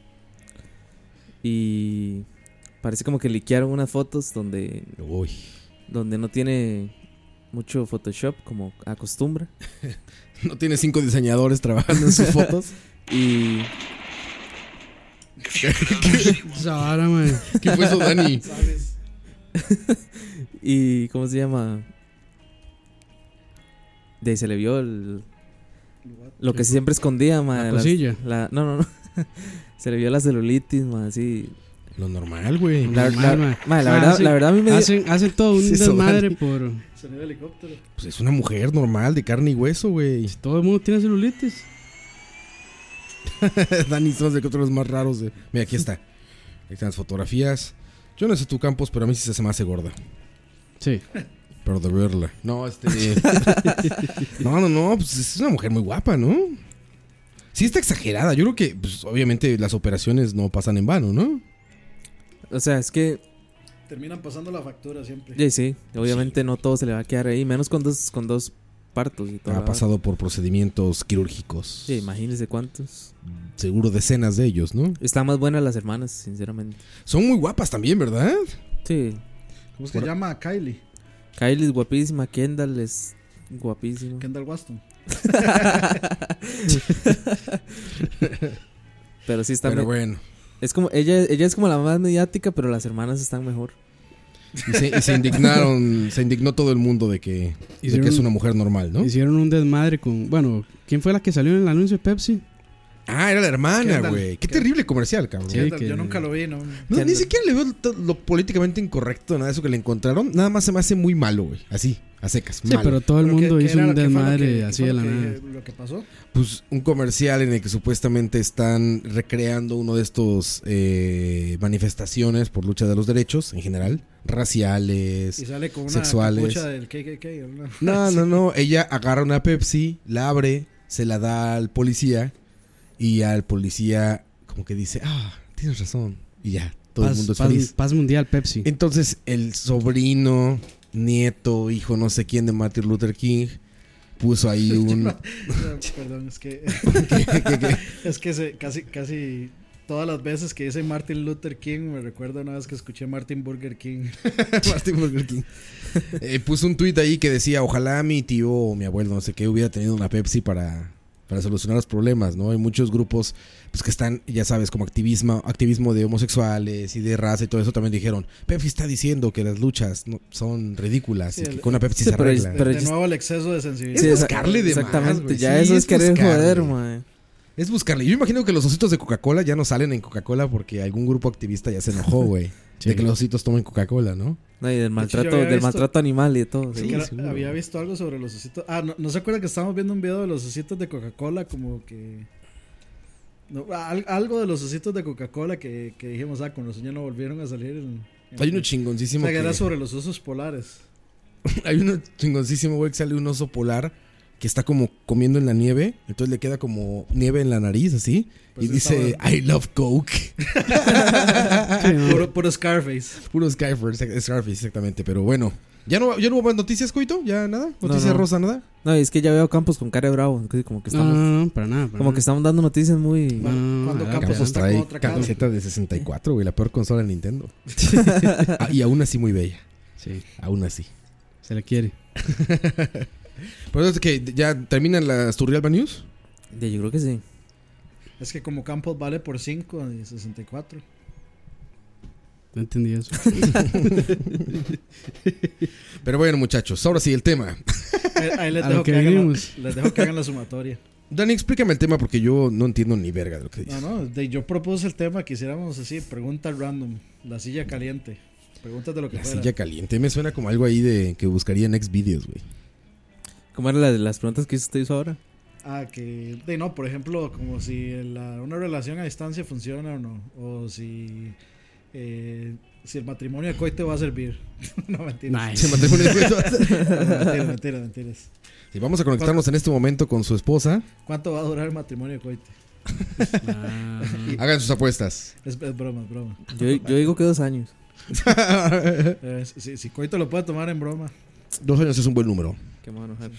[SPEAKER 7] Y parece como que liquearon unas fotos donde,
[SPEAKER 3] Uy.
[SPEAKER 7] donde no tiene mucho Photoshop, como acostumbra.
[SPEAKER 3] No tiene cinco diseñadores trabajando en sus fotos.
[SPEAKER 7] Y
[SPEAKER 4] Esa vara, mae.
[SPEAKER 3] ¿Qué fue eso, Dani?
[SPEAKER 7] Y ¿cómo se llama? De ahí se le vio el- lo que siempre escondía, ma,
[SPEAKER 4] La
[SPEAKER 7] las-
[SPEAKER 4] cosilla.
[SPEAKER 7] la- no, no, no. se le vio la celulitis, ma, así.
[SPEAKER 3] Lo normal, güey.
[SPEAKER 7] La,
[SPEAKER 4] Normal,
[SPEAKER 7] la-
[SPEAKER 4] ma.
[SPEAKER 7] ma, la
[SPEAKER 4] Ma,
[SPEAKER 7] verdad,
[SPEAKER 4] hace-
[SPEAKER 7] la verdad a mí me dio-
[SPEAKER 4] Hacen, hacen todo un
[SPEAKER 3] Sí, eso,
[SPEAKER 4] desmadre por...
[SPEAKER 5] Sonido de helicóptero.
[SPEAKER 3] Pues es una mujer normal, de carne y hueso, güey.
[SPEAKER 4] Todo el mundo tiene celulitis.
[SPEAKER 3] Dani, son de que otros más raros. de- Mira, aquí está. Ahí están las fotografías. Yo no sé tu campos, pero a mí sí se me hace gorda.
[SPEAKER 4] Sí.
[SPEAKER 3] Pero de verla. No, este. no, no, no. Pues es una mujer muy guapa, ¿no? Sí, está exagerada. Yo creo que, pues, obviamente, las operaciones no pasan en vano, ¿no?
[SPEAKER 7] O sea, es que,
[SPEAKER 5] Terminan pasando la factura siempre.
[SPEAKER 7] sí, sí, obviamente no todo se le va a quedar ahí, menos con dos, con dos partos y todo.
[SPEAKER 3] Ha pasado por procedimientos quirúrgicos.
[SPEAKER 7] Sí, imagínense cuántos.
[SPEAKER 3] Seguro decenas de ellos, ¿no?
[SPEAKER 7] Están más buenas las hermanas, sinceramente.
[SPEAKER 3] Son muy guapas también, ¿verdad?
[SPEAKER 7] Sí,
[SPEAKER 5] ¿Cómo se llama? Kylie.
[SPEAKER 7] Kylie es guapísima, Kendall es guapísima.
[SPEAKER 5] Kendall Waston.
[SPEAKER 7] Pero sí está
[SPEAKER 3] Pero
[SPEAKER 7] me-
[SPEAKER 3] bueno.
[SPEAKER 7] es como ella ella es como la más mediática, pero las hermanas están mejor.
[SPEAKER 3] Y se, y se indignaron, se indignó todo el mundo de que, de que es una mujer normal, ¿no?
[SPEAKER 4] Hicieron un desmadre con... Bueno, ¿quién fue la que salió en el anuncio de Pepsi?
[SPEAKER 3] Ah, era la hermana,
[SPEAKER 5] Kendall.
[SPEAKER 3] güey. Qué terrible comercial, cabrón.
[SPEAKER 4] Sí,
[SPEAKER 5] Kendall,
[SPEAKER 4] que-
[SPEAKER 5] yo nunca lo vi, ¿no?
[SPEAKER 3] No, ni
[SPEAKER 7] Kendall.
[SPEAKER 3] siquiera le veo to- lo políticamente incorrecto, nada de eso que le encontraron. Nada más se me hace muy malo, güey. Así, a secas.
[SPEAKER 4] Sí,
[SPEAKER 3] malo.
[SPEAKER 4] pero todo el
[SPEAKER 5] Pero
[SPEAKER 4] mundo
[SPEAKER 5] ¿qué- qué
[SPEAKER 4] hizo un
[SPEAKER 5] era lo que fue lo
[SPEAKER 4] desmadre
[SPEAKER 5] que- qué
[SPEAKER 4] así
[SPEAKER 5] fue
[SPEAKER 4] de
[SPEAKER 5] lo
[SPEAKER 4] la
[SPEAKER 5] que-
[SPEAKER 4] nada.
[SPEAKER 5] Lo que pasó.
[SPEAKER 3] Pues un comercial en el que supuestamente están recreando uno de estos eh, manifestaciones por lucha de los derechos en general,
[SPEAKER 5] Y
[SPEAKER 3] raciales.
[SPEAKER 5] sale con una
[SPEAKER 3] Sexuales.
[SPEAKER 5] capucha del KKK. ¿no?
[SPEAKER 3] No, no, no. Ella agarra una Pepsi, la abre, se la da al policía y al policía como que dice, ah, tienes razón. Y ya, todo el
[SPEAKER 4] Paz,
[SPEAKER 3] mundo es
[SPEAKER 4] paz-
[SPEAKER 3] feliz.
[SPEAKER 4] paz mundial, Pepsi.
[SPEAKER 3] Entonces, el sobrino, nieto, hijo, no sé quién de Martin Luther King, puso ahí un.
[SPEAKER 5] Perdón, es que. eh, es que se- casi, casi todas las veces que dice Martin Luther King me recuerda una vez que escuché Martin Burger King.
[SPEAKER 3] Martin Luther King. Eh, puso un tuit ahí que decía: Ojalá mi tío o mi abuelo, no sé qué, hubiera tenido una Pepsi para, para solucionar los problemas, ¿no? Hay muchos grupos pues, que están, ya sabes, como activismo, activismo de homosexuales y de raza y todo eso. También dijeron: Pepsi está diciendo que las luchas no, son ridículas y
[SPEAKER 5] Sí,
[SPEAKER 3] que
[SPEAKER 5] el-
[SPEAKER 3] con una Pepsi se
[SPEAKER 7] Sí, pero-
[SPEAKER 3] arregla.
[SPEAKER 5] De,
[SPEAKER 7] Pero
[SPEAKER 5] de
[SPEAKER 7] yo-
[SPEAKER 5] nuevo el exceso de sensibilidad.
[SPEAKER 3] Ah, Sí,
[SPEAKER 7] esa-
[SPEAKER 3] buscarle de más,
[SPEAKER 7] Exactamente,
[SPEAKER 3] güey.
[SPEAKER 7] ya
[SPEAKER 3] Sí,
[SPEAKER 7] eso
[SPEAKER 3] es
[SPEAKER 7] es querer
[SPEAKER 3] buscarle.
[SPEAKER 7] joder, mae.
[SPEAKER 3] Es buscarle. Yo imagino que los ositos de Coca-Cola ya no salen en Coca-Cola porque algún grupo activista ya se enojó, güey. De que los ositos tomen Coca-Cola, ¿no?
[SPEAKER 7] No, y del
[SPEAKER 5] yo
[SPEAKER 7] maltrato,
[SPEAKER 5] había
[SPEAKER 7] del
[SPEAKER 5] visto-
[SPEAKER 7] maltrato animal y de todo.
[SPEAKER 5] Sí,
[SPEAKER 7] sí.
[SPEAKER 5] que era- había visto algo sobre los ositos. Ah, no, ¿no se acuerda que estábamos viendo un video de los ositos de Coca-Cola? Como que. no, al- algo de los ositos de Coca-Cola que, que dijimos, ah, con los ya no volvieron a salir. en- en-
[SPEAKER 3] Hay uno
[SPEAKER 5] O
[SPEAKER 3] chingoncísimo.
[SPEAKER 5] sea, que era
[SPEAKER 3] que-
[SPEAKER 5] sobre los osos polares.
[SPEAKER 3] Hay uno chingoncísimo, güey, que sale un oso polar que está como comiendo en la nieve. Entonces le queda como nieve en la nariz, así.
[SPEAKER 5] Pues
[SPEAKER 3] y
[SPEAKER 5] está
[SPEAKER 3] dice, I love Coke.
[SPEAKER 4] Sí, ¿no?
[SPEAKER 5] Ah, Puro, puro Scarface.
[SPEAKER 3] Puro Skyfer, Scarface, exactamente. Pero bueno. ¿Ya no, ya no hubo más noticias, Coito? ¿Ya nada?
[SPEAKER 7] No,
[SPEAKER 3] ¿Noticias
[SPEAKER 7] no.
[SPEAKER 3] rosa, nada?
[SPEAKER 7] No, y es que ya veo Campos con cara de bravo, así como que
[SPEAKER 4] no,
[SPEAKER 3] Ah,
[SPEAKER 7] estamos,
[SPEAKER 4] no, no, no, para nada. para
[SPEAKER 7] como que
[SPEAKER 4] nada.
[SPEAKER 7] estamos dando noticias muy
[SPEAKER 4] No, no, no, adelante,
[SPEAKER 5] Cuando Campos
[SPEAKER 3] Campos
[SPEAKER 4] adelante.
[SPEAKER 5] está con
[SPEAKER 3] trae
[SPEAKER 5] otra cara.
[SPEAKER 3] pues, camiseta de 64, güey. La peor consola de Nintendo. Ah, y aún así muy bella.
[SPEAKER 4] Sí,
[SPEAKER 3] Aún así.
[SPEAKER 4] se le quiere.
[SPEAKER 3] Pero es que ya terminan las Turrialba News.
[SPEAKER 7] Ya, yo creo que sí.
[SPEAKER 5] Es que como Campos vale por 5 y 64.
[SPEAKER 4] No entendí eso.
[SPEAKER 3] Pero bueno, muchachos, ahora sí el tema.
[SPEAKER 5] Ahí, ahí les,
[SPEAKER 4] A
[SPEAKER 5] dejo
[SPEAKER 4] lo que
[SPEAKER 5] que hagan la,
[SPEAKER 4] vinimos.
[SPEAKER 5] les dejo que hagan la sumatoria.
[SPEAKER 3] Dani, explícame el tema porque yo no entiendo ni verga de lo que
[SPEAKER 5] No,
[SPEAKER 3] dices.
[SPEAKER 5] no, de- yo propuse el tema que hiciéramos así, preguntas random, la silla caliente. Preguntas de lo que
[SPEAKER 3] La
[SPEAKER 5] fuera.
[SPEAKER 3] silla caliente me suena como algo ahí de que buscaría en Xvideos, güey.
[SPEAKER 7] ¿Cómo eran las, las preguntas que usted hizo ahora?
[SPEAKER 5] Ah, que de no, por ejemplo, como si la- una relación a distancia funciona o no, o si eh, si el matrimonio de coite va a servir. no mentiras.
[SPEAKER 3] Se me atreve un efecto.
[SPEAKER 5] mentiras, mentiras, mentiras.
[SPEAKER 3] Sí, vamos a conectarnos en este momento con su esposa.
[SPEAKER 5] ¿Cuánto va a durar el matrimonio de coite?
[SPEAKER 4] Ah,
[SPEAKER 3] Hagan sus apuestas.
[SPEAKER 5] Es, es broma, es broma.
[SPEAKER 7] Yo, yo digo que dos años.
[SPEAKER 5] Eh, si, si coito lo puede tomar en broma.
[SPEAKER 3] Dos años es un buen número.
[SPEAKER 7] Que me voy a enojar.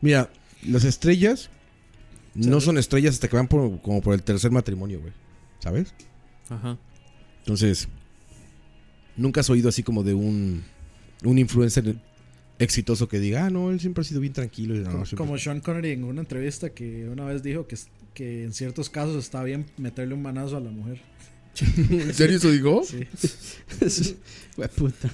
[SPEAKER 3] Mira, las estrellas no son estrellas hasta que van por- como por el tercer matrimonio, güey. ¿Sabes?
[SPEAKER 7] Ajá.
[SPEAKER 3] Entonces, nunca has oído así como de un, un influencer exitoso que diga, ah, no, él siempre ha sido bien tranquilo. y no,
[SPEAKER 5] Co-
[SPEAKER 3] siempre-
[SPEAKER 5] Como Sean Connery en una
[SPEAKER 3] Eh,
[SPEAKER 5] entrevista que una vez dijo que, es- que en ciertos casos está bien meterle un manazo a la mujer.
[SPEAKER 3] ¿En serio eso digo?
[SPEAKER 4] Güey, puta.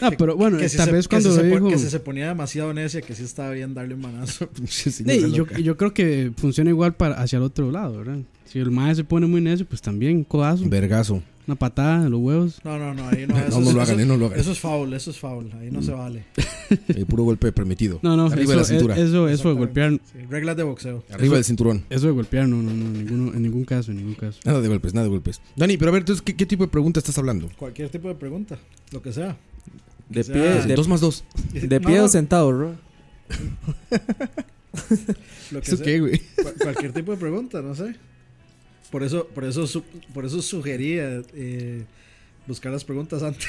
[SPEAKER 4] no, pero bueno,
[SPEAKER 5] Que si
[SPEAKER 4] tal
[SPEAKER 5] se-
[SPEAKER 4] vez
[SPEAKER 5] que
[SPEAKER 4] cuando
[SPEAKER 5] si se,
[SPEAKER 4] lo
[SPEAKER 5] pon-
[SPEAKER 4] dijo...
[SPEAKER 5] que si se ponía demasiado necia, que sí estaba bien darle un manazo.
[SPEAKER 3] Pinche señora
[SPEAKER 4] Sí, y yo,
[SPEAKER 3] loca.
[SPEAKER 4] y yo creo que funciona igual para hacia el otro lado, ¿verdad? Si el maestro se pone muy necio, pues también un codazo,
[SPEAKER 3] Vergazo.
[SPEAKER 4] una patada en los huevos.
[SPEAKER 5] No, no, no, ahí no.
[SPEAKER 3] No,
[SPEAKER 5] Eso,
[SPEAKER 3] no lo
[SPEAKER 5] es-
[SPEAKER 3] hagan, eh, no lo hagan. Mm.
[SPEAKER 5] Eso es foul, eso es foul. Ahí no se vale.
[SPEAKER 3] El puro golpe permitido.
[SPEAKER 4] No, no,
[SPEAKER 3] Arriba
[SPEAKER 4] eso,
[SPEAKER 3] de la cintura.
[SPEAKER 4] e- eso, eso de golpear,
[SPEAKER 5] Sí, reglas de boxeo.
[SPEAKER 3] Arriba del cinturón.
[SPEAKER 4] eso de golpear, no, no, no, en ninguno- en ningún caso, en ningún caso.
[SPEAKER 3] Nada de golpes, nada de golpes. Dani, pero a ver, entonces, ¿qué, qué tipo de pregunta estás hablando?
[SPEAKER 5] Cualquier tipo de pregunta, lo que sea.
[SPEAKER 7] De
[SPEAKER 5] sea-
[SPEAKER 7] pie, Ah, de,
[SPEAKER 3] dos más dos.
[SPEAKER 7] de pie
[SPEAKER 5] No,
[SPEAKER 7] o sentado, bro.
[SPEAKER 5] Lo que
[SPEAKER 3] ¿Eso
[SPEAKER 5] sea.
[SPEAKER 3] qué, güey?
[SPEAKER 5] Cual- cualquier tipo de pregunta, no sé. Por eso, por eso, su- por eso sugería eh, buscar las preguntas antes.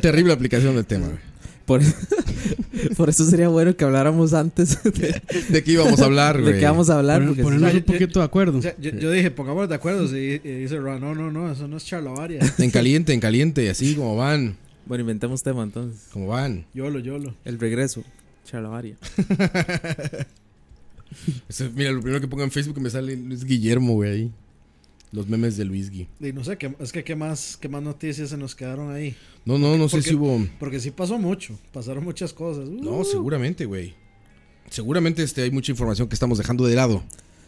[SPEAKER 3] Terrible aplicación del tema, güey.
[SPEAKER 7] Por, por eso sería bueno que habláramos antes de,
[SPEAKER 3] ¿De qué íbamos a hablar, güey?
[SPEAKER 7] de qué vamos a hablar.
[SPEAKER 4] Poner-
[SPEAKER 7] porque
[SPEAKER 4] ponernos
[SPEAKER 5] sí.
[SPEAKER 4] un poquito de acuerdo.
[SPEAKER 5] O sea, yo, yo dije, pongámonos de acuerdo. sí, Y, dice Ron, no, no, no, eso no es charlavaria.
[SPEAKER 3] En caliente, en caliente, así como van,
[SPEAKER 7] Bueno, inventemos tema entonces.
[SPEAKER 3] como van.
[SPEAKER 5] Yolo, yolo.
[SPEAKER 7] El regreso. Charlavaria.
[SPEAKER 3] Eso, mira, lo primero que pongo en Facebook me sale Luis Guillermo, güey, ahí. Los memes de Luis Gui.
[SPEAKER 5] Y no sé, qué- es que qué más, qué más noticias se nos quedaron ahí.
[SPEAKER 3] No, no, no sé
[SPEAKER 5] Porque-
[SPEAKER 3] si hubo...
[SPEAKER 5] Porque sí pasó mucho, pasaron muchas cosas. Uh,
[SPEAKER 3] No, seguramente, güey. Seguramente este, hay mucha información que estamos dejando de lado.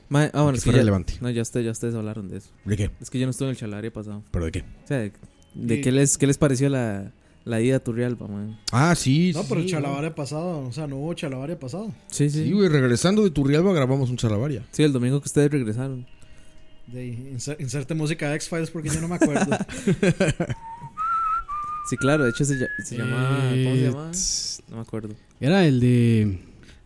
[SPEAKER 7] Ma- ah, bueno,
[SPEAKER 3] Que
[SPEAKER 7] es
[SPEAKER 3] fue
[SPEAKER 7] que ya-
[SPEAKER 3] relevante.
[SPEAKER 7] No, ya ustedes, ya ustedes hablaron de eso.
[SPEAKER 3] ¿De qué?
[SPEAKER 7] Es que yo no estuve en el charlavaria pasado.
[SPEAKER 3] ¿Pero de qué?
[SPEAKER 7] O sea, de, de
[SPEAKER 5] Y-
[SPEAKER 7] qué, les, qué les pareció la, la ida a Turrialba, man.
[SPEAKER 3] Ah, sí.
[SPEAKER 5] no,
[SPEAKER 3] sí,
[SPEAKER 5] pero el
[SPEAKER 3] güey.
[SPEAKER 5] chalabaria pasado, o sea, no hubo chalabaria pasado.
[SPEAKER 7] Sí, sí.
[SPEAKER 3] Sí,
[SPEAKER 7] Sí,
[SPEAKER 3] güey, regresando de Turrialba grabamos un charlavaria.
[SPEAKER 7] el domingo que ustedes regresaron.
[SPEAKER 5] De ahí, inser- inserte música de X-Files porque yo no me acuerdo.
[SPEAKER 7] Sí, claro, de hecho se, ll- se llamaba. ¿Cómo se
[SPEAKER 4] Eh,
[SPEAKER 7] llamaba?
[SPEAKER 4] tss,
[SPEAKER 7] No me acuerdo.
[SPEAKER 4] Era el de, el de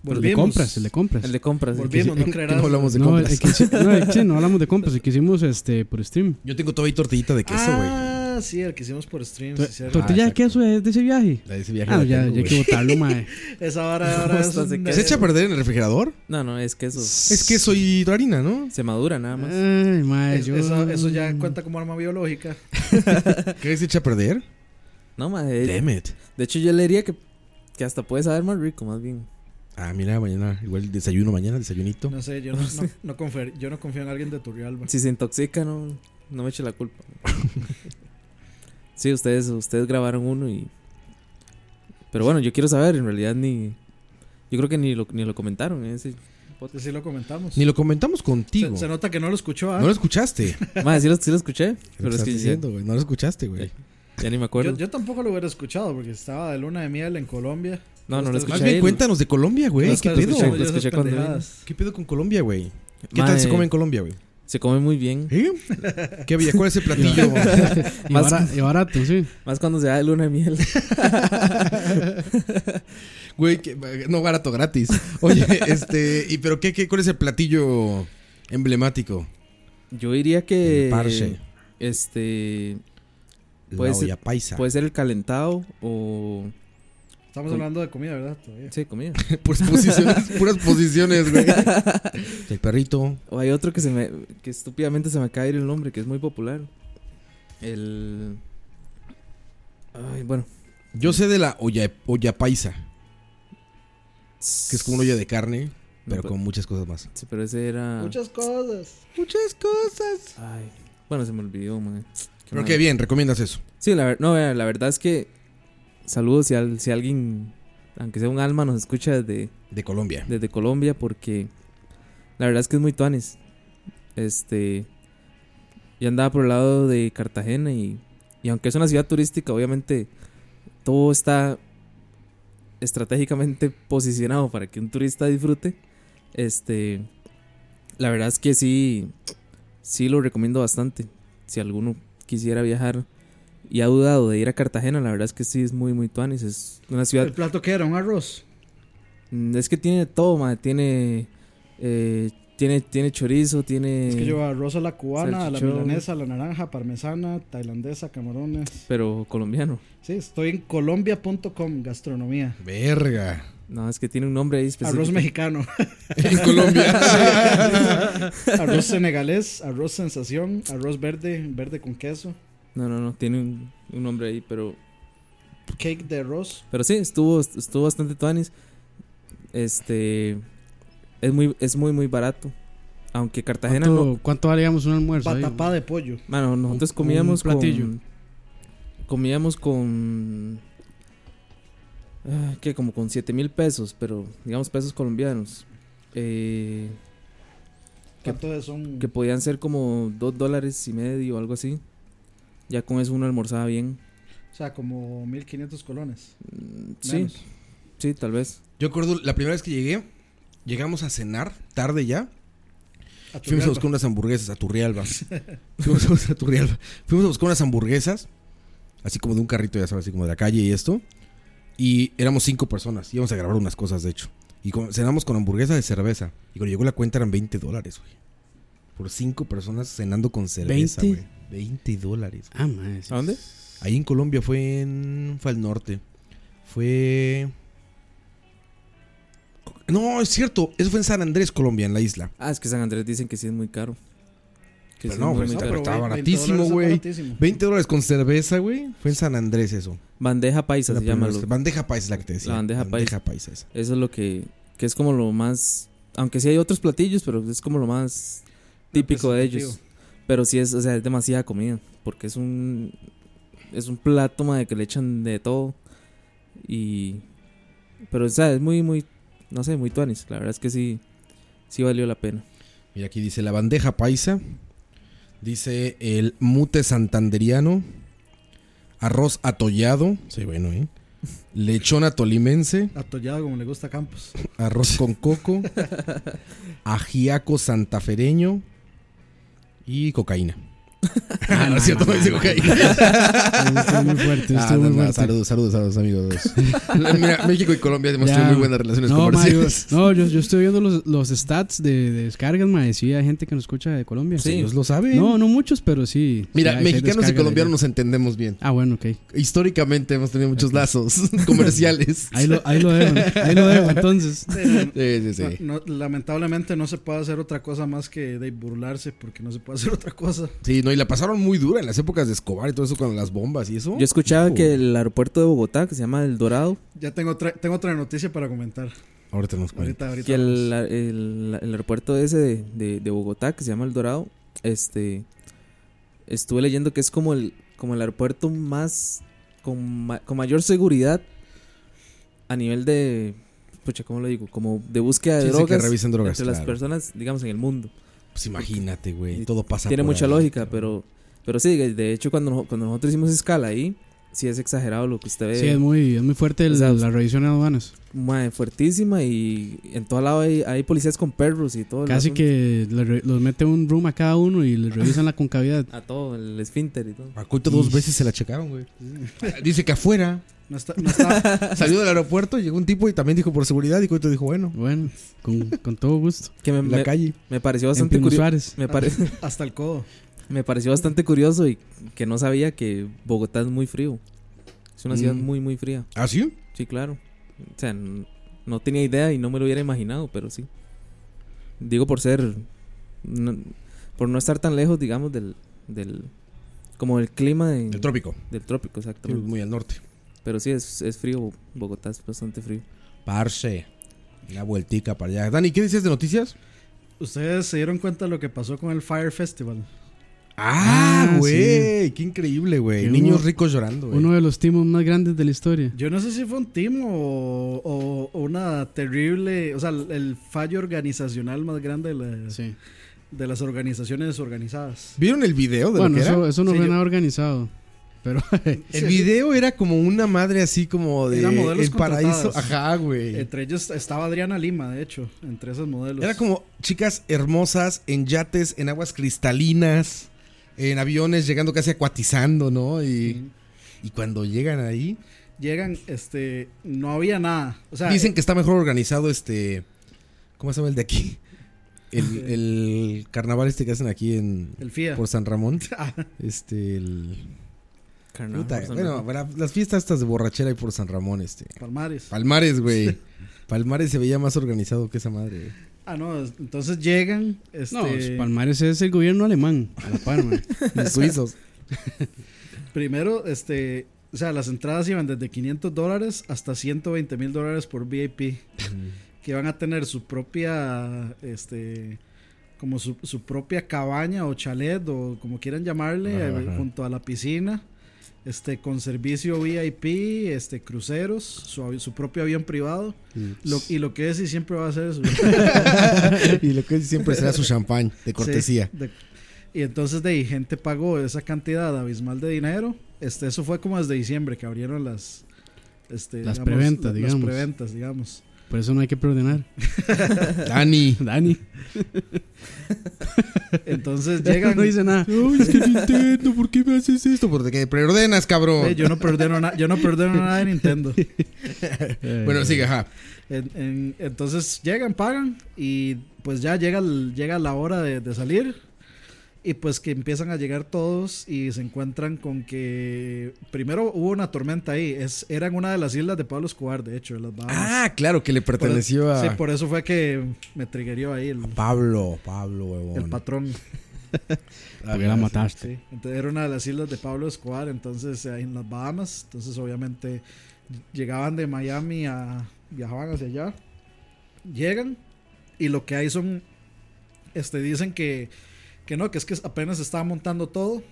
[SPEAKER 5] Volvimos.
[SPEAKER 4] compras, el de compras.
[SPEAKER 7] El de compras. sí.
[SPEAKER 5] Volvimos, no creerás.
[SPEAKER 3] No hablamos de
[SPEAKER 4] no, el-
[SPEAKER 3] compras.
[SPEAKER 4] el que hici- no, el- sí, no hablamos de compras, el que hicimos este, por stream.
[SPEAKER 3] Yo tengo todavía tortillita de queso, güey.
[SPEAKER 5] ah, sí, el que hicimos por stream. sí, cierto.
[SPEAKER 4] Tortilla de
[SPEAKER 3] ah, exacto.
[SPEAKER 4] queso es de ese viaje.
[SPEAKER 3] La de ese viaje
[SPEAKER 4] Ah,
[SPEAKER 3] la
[SPEAKER 4] ya,
[SPEAKER 3] tengo,
[SPEAKER 4] ya hay que
[SPEAKER 3] güey.
[SPEAKER 4] botarlo, mae.
[SPEAKER 5] Esa vara ahora es.
[SPEAKER 7] Hasta se
[SPEAKER 5] un-
[SPEAKER 7] queda.
[SPEAKER 3] ¿Se echa a perder en el refrigerador?
[SPEAKER 7] No, no, es que eso
[SPEAKER 3] Es queso y harina, ¿no?
[SPEAKER 7] se madura nada
[SPEAKER 3] eh.
[SPEAKER 7] más.
[SPEAKER 4] Ay, mae,
[SPEAKER 5] es-
[SPEAKER 4] yo...
[SPEAKER 5] eso, eso ya cuenta como arma biológica.
[SPEAKER 3] ¿Qué se echa a perder?
[SPEAKER 7] No, ma, eh,
[SPEAKER 3] Damn it.
[SPEAKER 7] De hecho, yo le diría que, que hasta puede saber más rico, más bien.
[SPEAKER 3] Ah, mira, mañana, igual desayuno mañana, desayunito.
[SPEAKER 5] No sé, yo no, no, no confío, yo no confío en alguien de Turrialba.
[SPEAKER 7] Si se intoxica, no, no me eche la culpa. sí, ustedes, ustedes grabaron uno y. Pero bueno, yo quiero saber, en realidad ni. Yo creo que ni lo, ni lo comentaron. ¿eh? Sí,
[SPEAKER 5] Sí, sí Pues lo comentamos.
[SPEAKER 3] Ni lo comentamos contigo.
[SPEAKER 5] se, se nota que no lo escuchó. ¿ah?
[SPEAKER 3] No lo escuchaste.
[SPEAKER 7] Ma, sí, lo, sí lo escuché,
[SPEAKER 3] Lo
[SPEAKER 7] pero es
[SPEAKER 3] estás
[SPEAKER 7] que ya-
[SPEAKER 3] diciendo, güey. No lo escuchaste, güey.
[SPEAKER 7] ya, ni me acuerdo.
[SPEAKER 5] yo, yo tampoco lo hubiera escuchado porque estaba de luna de miel en Colombia.
[SPEAKER 7] no, no lo
[SPEAKER 5] Más
[SPEAKER 7] escuché.
[SPEAKER 3] Más bien,
[SPEAKER 7] ahí,
[SPEAKER 3] cuéntanos de Colombia, güey.
[SPEAKER 5] Las
[SPEAKER 3] ¿Qué
[SPEAKER 5] tardes
[SPEAKER 3] pedo?
[SPEAKER 7] escuché.
[SPEAKER 5] escuchamos yo
[SPEAKER 7] Lo
[SPEAKER 5] esas
[SPEAKER 7] escuché cuando
[SPEAKER 5] pendejadas.
[SPEAKER 3] ¿Qué pedo con Colombia, güey? ¿Qué
[SPEAKER 7] Ma,
[SPEAKER 3] tal se
[SPEAKER 7] eh,
[SPEAKER 3] come en Colombia, güey?
[SPEAKER 7] Se come muy bien.
[SPEAKER 3] ¿Eh? ¿Qué había? ¿Cuál es el platillo?
[SPEAKER 4] Y,
[SPEAKER 7] Más-
[SPEAKER 4] bara- y barato, sí.
[SPEAKER 7] Más cuando se da de luna de miel.
[SPEAKER 3] Güey, que- no barato, gratis. Oye, este, ¿y pero qué, qué, cuál es el platillo emblemático?
[SPEAKER 7] Yo diría que.
[SPEAKER 3] El parche.
[SPEAKER 7] Este.
[SPEAKER 3] La
[SPEAKER 7] Pues-
[SPEAKER 3] olla paisa.
[SPEAKER 7] Puede ser el calentado o.
[SPEAKER 5] Estamos hablando de comida, ¿verdad? Todavía.
[SPEAKER 7] Sí, comida.
[SPEAKER 3] Puras posiciones, puras posiciones, güey. El perrito.
[SPEAKER 7] O hay otro que se me. que estúpidamente se me acaba de ir el nombre, que es muy popular. El. Ay, bueno.
[SPEAKER 3] Yo sé de la olla, olla paisa, que es como una olla de carne, pero
[SPEAKER 7] pe-
[SPEAKER 3] con muchas cosas más.
[SPEAKER 7] Sí, pero ese
[SPEAKER 3] Ah.
[SPEAKER 7] era.
[SPEAKER 5] Muchas cosas.
[SPEAKER 3] Muchas cosas.
[SPEAKER 7] Ay. Bueno, se me olvidó, man.
[SPEAKER 3] Pero
[SPEAKER 7] mal.
[SPEAKER 3] qué bien, recomiendas eso.
[SPEAKER 7] Sí, la, ver- no, vea, la verdad es que. Saludos si, al- si alguien, aunque sea un alma, nos escucha desde,
[SPEAKER 3] De Colombia.
[SPEAKER 7] desde Colombia, porque la verdad es que es muy tuanis. Este. Yo andaba por el lado de Cartagena y, y aunque es una ciudad turística, obviamente todo está estratégicamente posicionado para que un turista disfrute. Este. La verdad es que sí. Sí lo recomiendo bastante. Si alguno quisiera viajar y ha dudado de ir a Cartagena, la verdad es que sí es muy, muy tuanis. Es una ciudad
[SPEAKER 5] ¿El plato que era? ¿Un arroz?
[SPEAKER 7] Mm, Es que tiene todo, madre. Tiene, eh, tiene, tiene chorizo, tiene.
[SPEAKER 5] Es que lleva arroz a la cubana, a la
[SPEAKER 7] salchichón.
[SPEAKER 5] milanesa, a la naranja, parmesana, tailandesa, camarones.
[SPEAKER 7] Pero colombiano.
[SPEAKER 5] Sí, estoy en colombia.com, gastronomía.
[SPEAKER 3] Verga.
[SPEAKER 7] No, es que tiene un nombre ahí específico.
[SPEAKER 5] Arroz mexicano,
[SPEAKER 3] En Colombia.
[SPEAKER 5] arroz senegalés, arroz sensación, arroz verde, verde con queso,
[SPEAKER 7] No, no, no. Tiene un, un nombre ahí, pero.
[SPEAKER 5] cake de arroz.
[SPEAKER 7] Pero sí, estuvo, estuvo bastante tuanis. Este. Es muy, es muy, muy barato. aunque Cartagena
[SPEAKER 4] ¿Cuánto,
[SPEAKER 7] no.
[SPEAKER 4] cuánto vale, digamos, un
[SPEAKER 7] Pues
[SPEAKER 4] almuerzo? ahí,
[SPEAKER 5] Patapá de pollo.
[SPEAKER 7] Bueno, nosotros
[SPEAKER 4] un
[SPEAKER 7] comíamos
[SPEAKER 4] platillo.
[SPEAKER 7] con. Comíamos con. ah, ¿Qué? Como con 7 mil pesos, pero digamos pesos colombianos. Eh,
[SPEAKER 5] ¿Cuánto son?
[SPEAKER 7] que podían ser como 2 dólares y medio o algo así. Ya con eso uno almorzaba bien.
[SPEAKER 5] O sea, como 1500 colones.
[SPEAKER 7] Mm, Sí,
[SPEAKER 5] menos.
[SPEAKER 7] sí, tal vez.
[SPEAKER 3] Yo recuerdo la primera vez que llegué, llegamos a cenar, tarde ya.
[SPEAKER 5] A tu
[SPEAKER 3] Fuimos a
[SPEAKER 5] grapa.
[SPEAKER 3] buscar unas hamburguesas a Turrialba. Fuimos a buscar a Turrialba. Fuimos a buscar unas hamburguesas, así como de un carrito, ya sabes, así como de la calle y esto. Y éramos cinco personas. Íbamos a grabar unas cosas, de hecho. Y co- cenamos con hamburguesa de cerveza. Y cuando llegó la cuenta eran 20 dólares, güey. Por cinco personas cenando con cerveza,
[SPEAKER 4] 20.
[SPEAKER 3] güey. 20 dólares.
[SPEAKER 4] Ah, mae, sí.
[SPEAKER 7] ¿A dónde?
[SPEAKER 3] Ahí en Colombia fue en. Fue al norte. Fue. No, es cierto. Eso fue en San Andrés, Colombia, en la isla.
[SPEAKER 7] Ah, es que San Andrés dicen que sí es muy caro. Que
[SPEAKER 3] Pero
[SPEAKER 7] sí
[SPEAKER 3] no,
[SPEAKER 7] es muy,
[SPEAKER 3] pues,
[SPEAKER 7] muy
[SPEAKER 3] está-
[SPEAKER 7] caro.
[SPEAKER 3] pero estaba
[SPEAKER 5] veinte
[SPEAKER 3] baratísimo,
[SPEAKER 5] dólares está
[SPEAKER 3] güey.
[SPEAKER 5] baratísimo.
[SPEAKER 3] 20 dólares con cerveza, güey. Fue en San Andrés eso.
[SPEAKER 7] Bandeja paisa
[SPEAKER 3] La
[SPEAKER 7] se llama.
[SPEAKER 3] primera vez
[SPEAKER 7] lo-
[SPEAKER 3] que- Bandeja paisa es la que te decía.
[SPEAKER 7] La bandeja paisa.
[SPEAKER 3] bandeja paisa. esa.
[SPEAKER 7] Eso es lo que, que es como lo más, aunque sí hay otros platillos, pero es como lo más típico
[SPEAKER 5] Pues,
[SPEAKER 7] de ellos. Pero sí es, o sea, es demasiada comida, porque es un es un plato madre, que le echan de todo y pero o sea, es muy muy no sé, muy tuanis, la verdad es que sí sí valió la pena.
[SPEAKER 3] Mira, aquí dice la bandeja paisa. Dice el mute santanderiano. Arroz atollado. Sí, bueno, ¿eh? Lechona tolimense.
[SPEAKER 5] Atollado como le gusta a Campos.
[SPEAKER 3] Arroz con coco. ajiaco santafereño. Y cocaína. Ah, no es cierto, no dice cocaína.
[SPEAKER 4] Estuvo muy fuerte,
[SPEAKER 3] Ah,
[SPEAKER 4] estuvo
[SPEAKER 3] no,
[SPEAKER 4] muy
[SPEAKER 3] no,
[SPEAKER 4] fuerte.
[SPEAKER 3] saludos, saludos a los amigos. Mira, México y Colombia hemos tenido
[SPEAKER 4] Ya.
[SPEAKER 3] muy buenas relaciones
[SPEAKER 4] No, ma, yo,
[SPEAKER 3] comerciales.
[SPEAKER 4] no, yo, yo estoy viendo los, los stats de, de descargas, ma, y sí, hay gente que nos escucha de Colombia.
[SPEAKER 7] Sí.
[SPEAKER 3] Ellos lo saben.
[SPEAKER 4] No, no muchos, pero sí.
[SPEAKER 3] Mira,
[SPEAKER 4] sí hay- sí hay
[SPEAKER 3] mexicanos
[SPEAKER 4] descargas
[SPEAKER 3] y
[SPEAKER 4] de
[SPEAKER 3] colombianos
[SPEAKER 4] allá.
[SPEAKER 3] nos entendemos bien.
[SPEAKER 4] Ah, bueno, ok.
[SPEAKER 3] Históricamente hemos tenido muchos lazos comerciales.
[SPEAKER 4] Ahí lo, ahí lo dejo, ahí lo dejo, entonces.
[SPEAKER 3] Sí, sí,
[SPEAKER 7] Ah.
[SPEAKER 3] sí.
[SPEAKER 5] No, no, lamentablemente no se puede hacer otra cosa más que de burlarse porque no se puede hacer otra cosa.
[SPEAKER 3] Sí, no, y la pasaron muy dura en las épocas de Escobar y todo eso con las bombas y eso.
[SPEAKER 7] Yo escuchaba
[SPEAKER 3] Hijo.
[SPEAKER 7] que el aeropuerto de Bogotá, que se llama El Dorado,
[SPEAKER 5] Ya tengo otra, tengo otra noticia para comentar.
[SPEAKER 3] Ahora tenemos cuenta.
[SPEAKER 5] Ahorita, ahorita.
[SPEAKER 7] que el,
[SPEAKER 5] vamos.
[SPEAKER 7] el- el aeropuerto ese de, de- de Bogotá, que se llama El Dorado, este estuve leyendo que es como el, como el aeropuerto más con, ma- con mayor seguridad a nivel de pucha, ¿cómo lo digo? Como de búsqueda de
[SPEAKER 3] Sí, sí, que
[SPEAKER 7] drogas,
[SPEAKER 3] revisen drogas,
[SPEAKER 7] entre las
[SPEAKER 3] claro.
[SPEAKER 7] personas, digamos, en el mundo.
[SPEAKER 3] Pues imagínate, güey. Todo pasa
[SPEAKER 7] Tiene
[SPEAKER 3] por
[SPEAKER 7] mucha
[SPEAKER 3] ahí.
[SPEAKER 7] lógica, pero pero sí, de hecho cuando, no- cuando nosotros hicimos escala ahí, sí es exagerado lo que usted ve.
[SPEAKER 4] Sí, es muy, es muy fuerte el-
[SPEAKER 7] o sea,
[SPEAKER 4] la revisión de aduanas.
[SPEAKER 7] mae, fuertísima y en todo lado hay, hay policías con perros y todo. el
[SPEAKER 4] Casi
[SPEAKER 7] asunto.
[SPEAKER 4] que le re- los mete un room a cada uno y les revisan la concavidad.
[SPEAKER 7] a todo el esfínter y todo.
[SPEAKER 3] A Coito dos veces se la checaron, güey. Dice que afuera.
[SPEAKER 5] No está, no está-
[SPEAKER 3] Salió del aeropuerto, llegó un tipo y también dijo por seguridad y Coito dijo, bueno,
[SPEAKER 4] Bueno, con, con todo gusto.
[SPEAKER 7] Que me,
[SPEAKER 3] en la
[SPEAKER 7] me-
[SPEAKER 3] calle.
[SPEAKER 7] me pareció
[SPEAKER 4] En
[SPEAKER 7] bastante
[SPEAKER 4] Pino
[SPEAKER 7] curioso.
[SPEAKER 4] Suárez.
[SPEAKER 7] Me, pare-
[SPEAKER 5] hasta el codo.
[SPEAKER 7] me pareció bastante curioso y que no sabía que Bogotá es muy frío. Es una ciudad
[SPEAKER 3] Mm.
[SPEAKER 7] muy, muy fría.
[SPEAKER 3] ¿Ah, sí?
[SPEAKER 7] Sí, claro. O sea, n- no tenía idea y no me lo hubiera imaginado, pero sí. Digo por ser. no- por no estar tan lejos, digamos, del. del como el clima de-
[SPEAKER 3] El trópico.
[SPEAKER 7] del trópico,
[SPEAKER 3] Sí,
[SPEAKER 7] exactamente.
[SPEAKER 3] Muy al norte.
[SPEAKER 7] Pero sí, es, es frío. Bogotá es bastante frío.
[SPEAKER 3] Parce. Una vueltica para allá. Dani, ¿qué decías de noticias?
[SPEAKER 5] Ustedes se dieron cuenta de lo que pasó con el Fire Festival.
[SPEAKER 3] Ah,
[SPEAKER 4] Ah,
[SPEAKER 3] güey. Qué increíble, güey.
[SPEAKER 4] Que
[SPEAKER 3] Niños
[SPEAKER 4] uno-
[SPEAKER 3] ricos llorando, güey.
[SPEAKER 4] Uno de los timos más grandes de la historia.
[SPEAKER 5] Yo no sé si fue un timo o, o- o una terrible, o sea, el, el fallo organizacional más grande de, la-
[SPEAKER 4] Sí.
[SPEAKER 5] de las organizaciones organizadas.
[SPEAKER 3] ¿Vieron el video de
[SPEAKER 4] Bueno,
[SPEAKER 3] lo que
[SPEAKER 4] eso,
[SPEAKER 3] era?
[SPEAKER 4] eso no
[SPEAKER 5] Sí,
[SPEAKER 4] fue
[SPEAKER 5] yo-
[SPEAKER 4] nada organizado. Pero
[SPEAKER 3] El video era como una madre así como de
[SPEAKER 5] Era modelos
[SPEAKER 3] el paraíso.
[SPEAKER 5] contratadas. Eh,
[SPEAKER 3] Ajá, güey.
[SPEAKER 5] Entre ellos estaba Adriana Lima, de hecho, entre esos modelos.
[SPEAKER 3] Era como chicas hermosas en yates, en aguas cristalinas, en aviones, llegando casi acuatizando, ¿no? Y, y cuando llegan ahí,
[SPEAKER 5] Llegan, este, no había nada. O sea, eh,
[SPEAKER 3] dicen que está mejor organizado este. ¿Cómo se llama el de aquí? El, el carnaval este que Pues- hacen aquí en
[SPEAKER 5] el FIA.
[SPEAKER 3] por San Ramón.
[SPEAKER 5] Ah,
[SPEAKER 3] Este, el.
[SPEAKER 7] Carnaval,
[SPEAKER 3] Puta,
[SPEAKER 7] San
[SPEAKER 3] bueno,
[SPEAKER 7] Ramón.
[SPEAKER 3] la- las fiestas estas de borrachera y por San Ramón, este.
[SPEAKER 5] Palmares.
[SPEAKER 3] Palmares, güey. Palmares se veía más organizado que esa madre, güey.
[SPEAKER 5] Ah, no, es- entonces llegan,
[SPEAKER 4] no,
[SPEAKER 3] pues,
[SPEAKER 4] pues,
[SPEAKER 5] este,
[SPEAKER 4] Palmares es el gobierno alemán. a la par, man.
[SPEAKER 3] Los suizos.
[SPEAKER 5] primero, este, o sea, las entradas iban desde 500 dólares hasta 120 mil dólares por VIP, que van a tener su propia, este, como su, su propia cabaña o chalet o como quieran llamarle
[SPEAKER 3] Ajá,
[SPEAKER 5] eh,
[SPEAKER 3] ajá.
[SPEAKER 5] junto a la piscina este con servicio VIP este cruceros su, avi- su propio avión privado
[SPEAKER 3] Mm.
[SPEAKER 5] lo- y lo que es y siempre va a ser su,
[SPEAKER 3] y lo que siempre será su champán de cortesía.
[SPEAKER 5] Sí, de- y entonces de ahí gente pagó esa cantidad abismal de dinero. Este, eso fue como desde diciembre que abrieron las este,
[SPEAKER 4] Las preventas,
[SPEAKER 5] la-
[SPEAKER 4] digamos.
[SPEAKER 5] Las preventas, digamos.
[SPEAKER 4] Por eso no hay que preordenar.
[SPEAKER 3] Dani.
[SPEAKER 4] Dani.
[SPEAKER 5] Entonces llegan.
[SPEAKER 4] No dice nada.
[SPEAKER 3] Ay, es que Nintendo, ¿por qué me haces esto? Porque preordenas, cabrón.
[SPEAKER 5] "Ve, eh, yo no perdono nada, yo no perdono nada de Nintendo.
[SPEAKER 4] Eh,
[SPEAKER 3] Bueno, sigue, ajá.
[SPEAKER 5] En- en- entonces llegan, pagan y pues ya llega, el- llega la hora de, de salir. Y pues que empiezan a llegar todos y se encuentran con que primero hubo una tormenta ahí. Es, eran una de las islas de Pablo Escobar, de hecho, de las Bahamas.
[SPEAKER 3] Ah, claro, que le
[SPEAKER 5] Por-
[SPEAKER 3] perteneció a
[SPEAKER 5] Sí, por eso fue que me triggerió ahí el,
[SPEAKER 3] Pablo, Pablo,
[SPEAKER 5] el
[SPEAKER 3] huevón.
[SPEAKER 5] patrón.
[SPEAKER 4] Porque la mataste.
[SPEAKER 5] Sí. Entonces era una de las islas de Pablo Escobar, entonces ahí en las Bahamas. Entonces obviamente llegaban de Miami a... viajaban hacia allá. Llegan y lo que hay son... Este, dicen que, que no, que es que apenas estaba montando todo.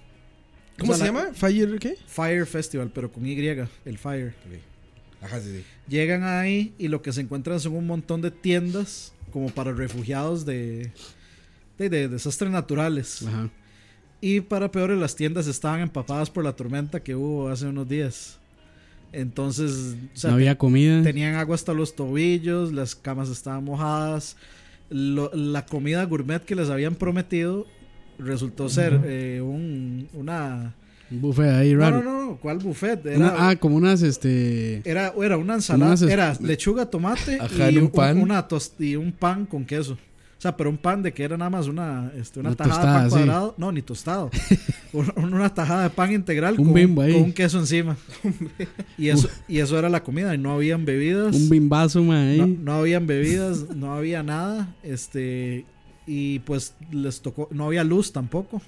[SPEAKER 3] ¿Cómo
[SPEAKER 5] O sea,
[SPEAKER 3] se
[SPEAKER 5] la-
[SPEAKER 3] llama? ¿Fire qué?
[SPEAKER 5] Fire Festival, pero con Y, el Fire.
[SPEAKER 3] Ajá, sí, sí.
[SPEAKER 5] Llegan ahí y lo que se encuentran son un montón de tiendas como para refugiados de, de, de desastres naturales.
[SPEAKER 4] Ajá.
[SPEAKER 5] Y para peores, las tiendas estaban empapadas por la tormenta que hubo hace unos días. Entonces, o sea,
[SPEAKER 4] no había comida.
[SPEAKER 5] tenían agua hasta los tobillos, las camas estaban mojadas, lo- la comida gourmet que les habían prometido resultó ser eh, un, una...
[SPEAKER 4] Un buffet ahí
[SPEAKER 5] No,
[SPEAKER 4] raro.
[SPEAKER 5] no, no, ¿cuál buffet? Era,
[SPEAKER 4] Una- ah, como unas, este.
[SPEAKER 5] era, era una ensalada,
[SPEAKER 4] unas es-
[SPEAKER 5] era lechuga, tomate
[SPEAKER 3] Ajá,
[SPEAKER 5] y
[SPEAKER 3] en un
[SPEAKER 5] un,
[SPEAKER 3] pan.
[SPEAKER 5] una tost- y un pan con queso. O sea, pero un pan de que era nada más una, este, una,
[SPEAKER 4] Una
[SPEAKER 5] tajada de
[SPEAKER 4] tostada,
[SPEAKER 5] pan
[SPEAKER 4] sí.
[SPEAKER 5] cuadrado. No, ni tostado. Un- una tajada de pan integral
[SPEAKER 4] Un
[SPEAKER 5] con,
[SPEAKER 4] bimbo ahí.
[SPEAKER 5] con un queso encima. y, eso, y eso era la comida. Y no habían bebidas.
[SPEAKER 4] Un bimbazo, man. ahí.
[SPEAKER 5] No, no habían bebidas, no había nada. Este. Y pues les tocó. No había luz tampoco.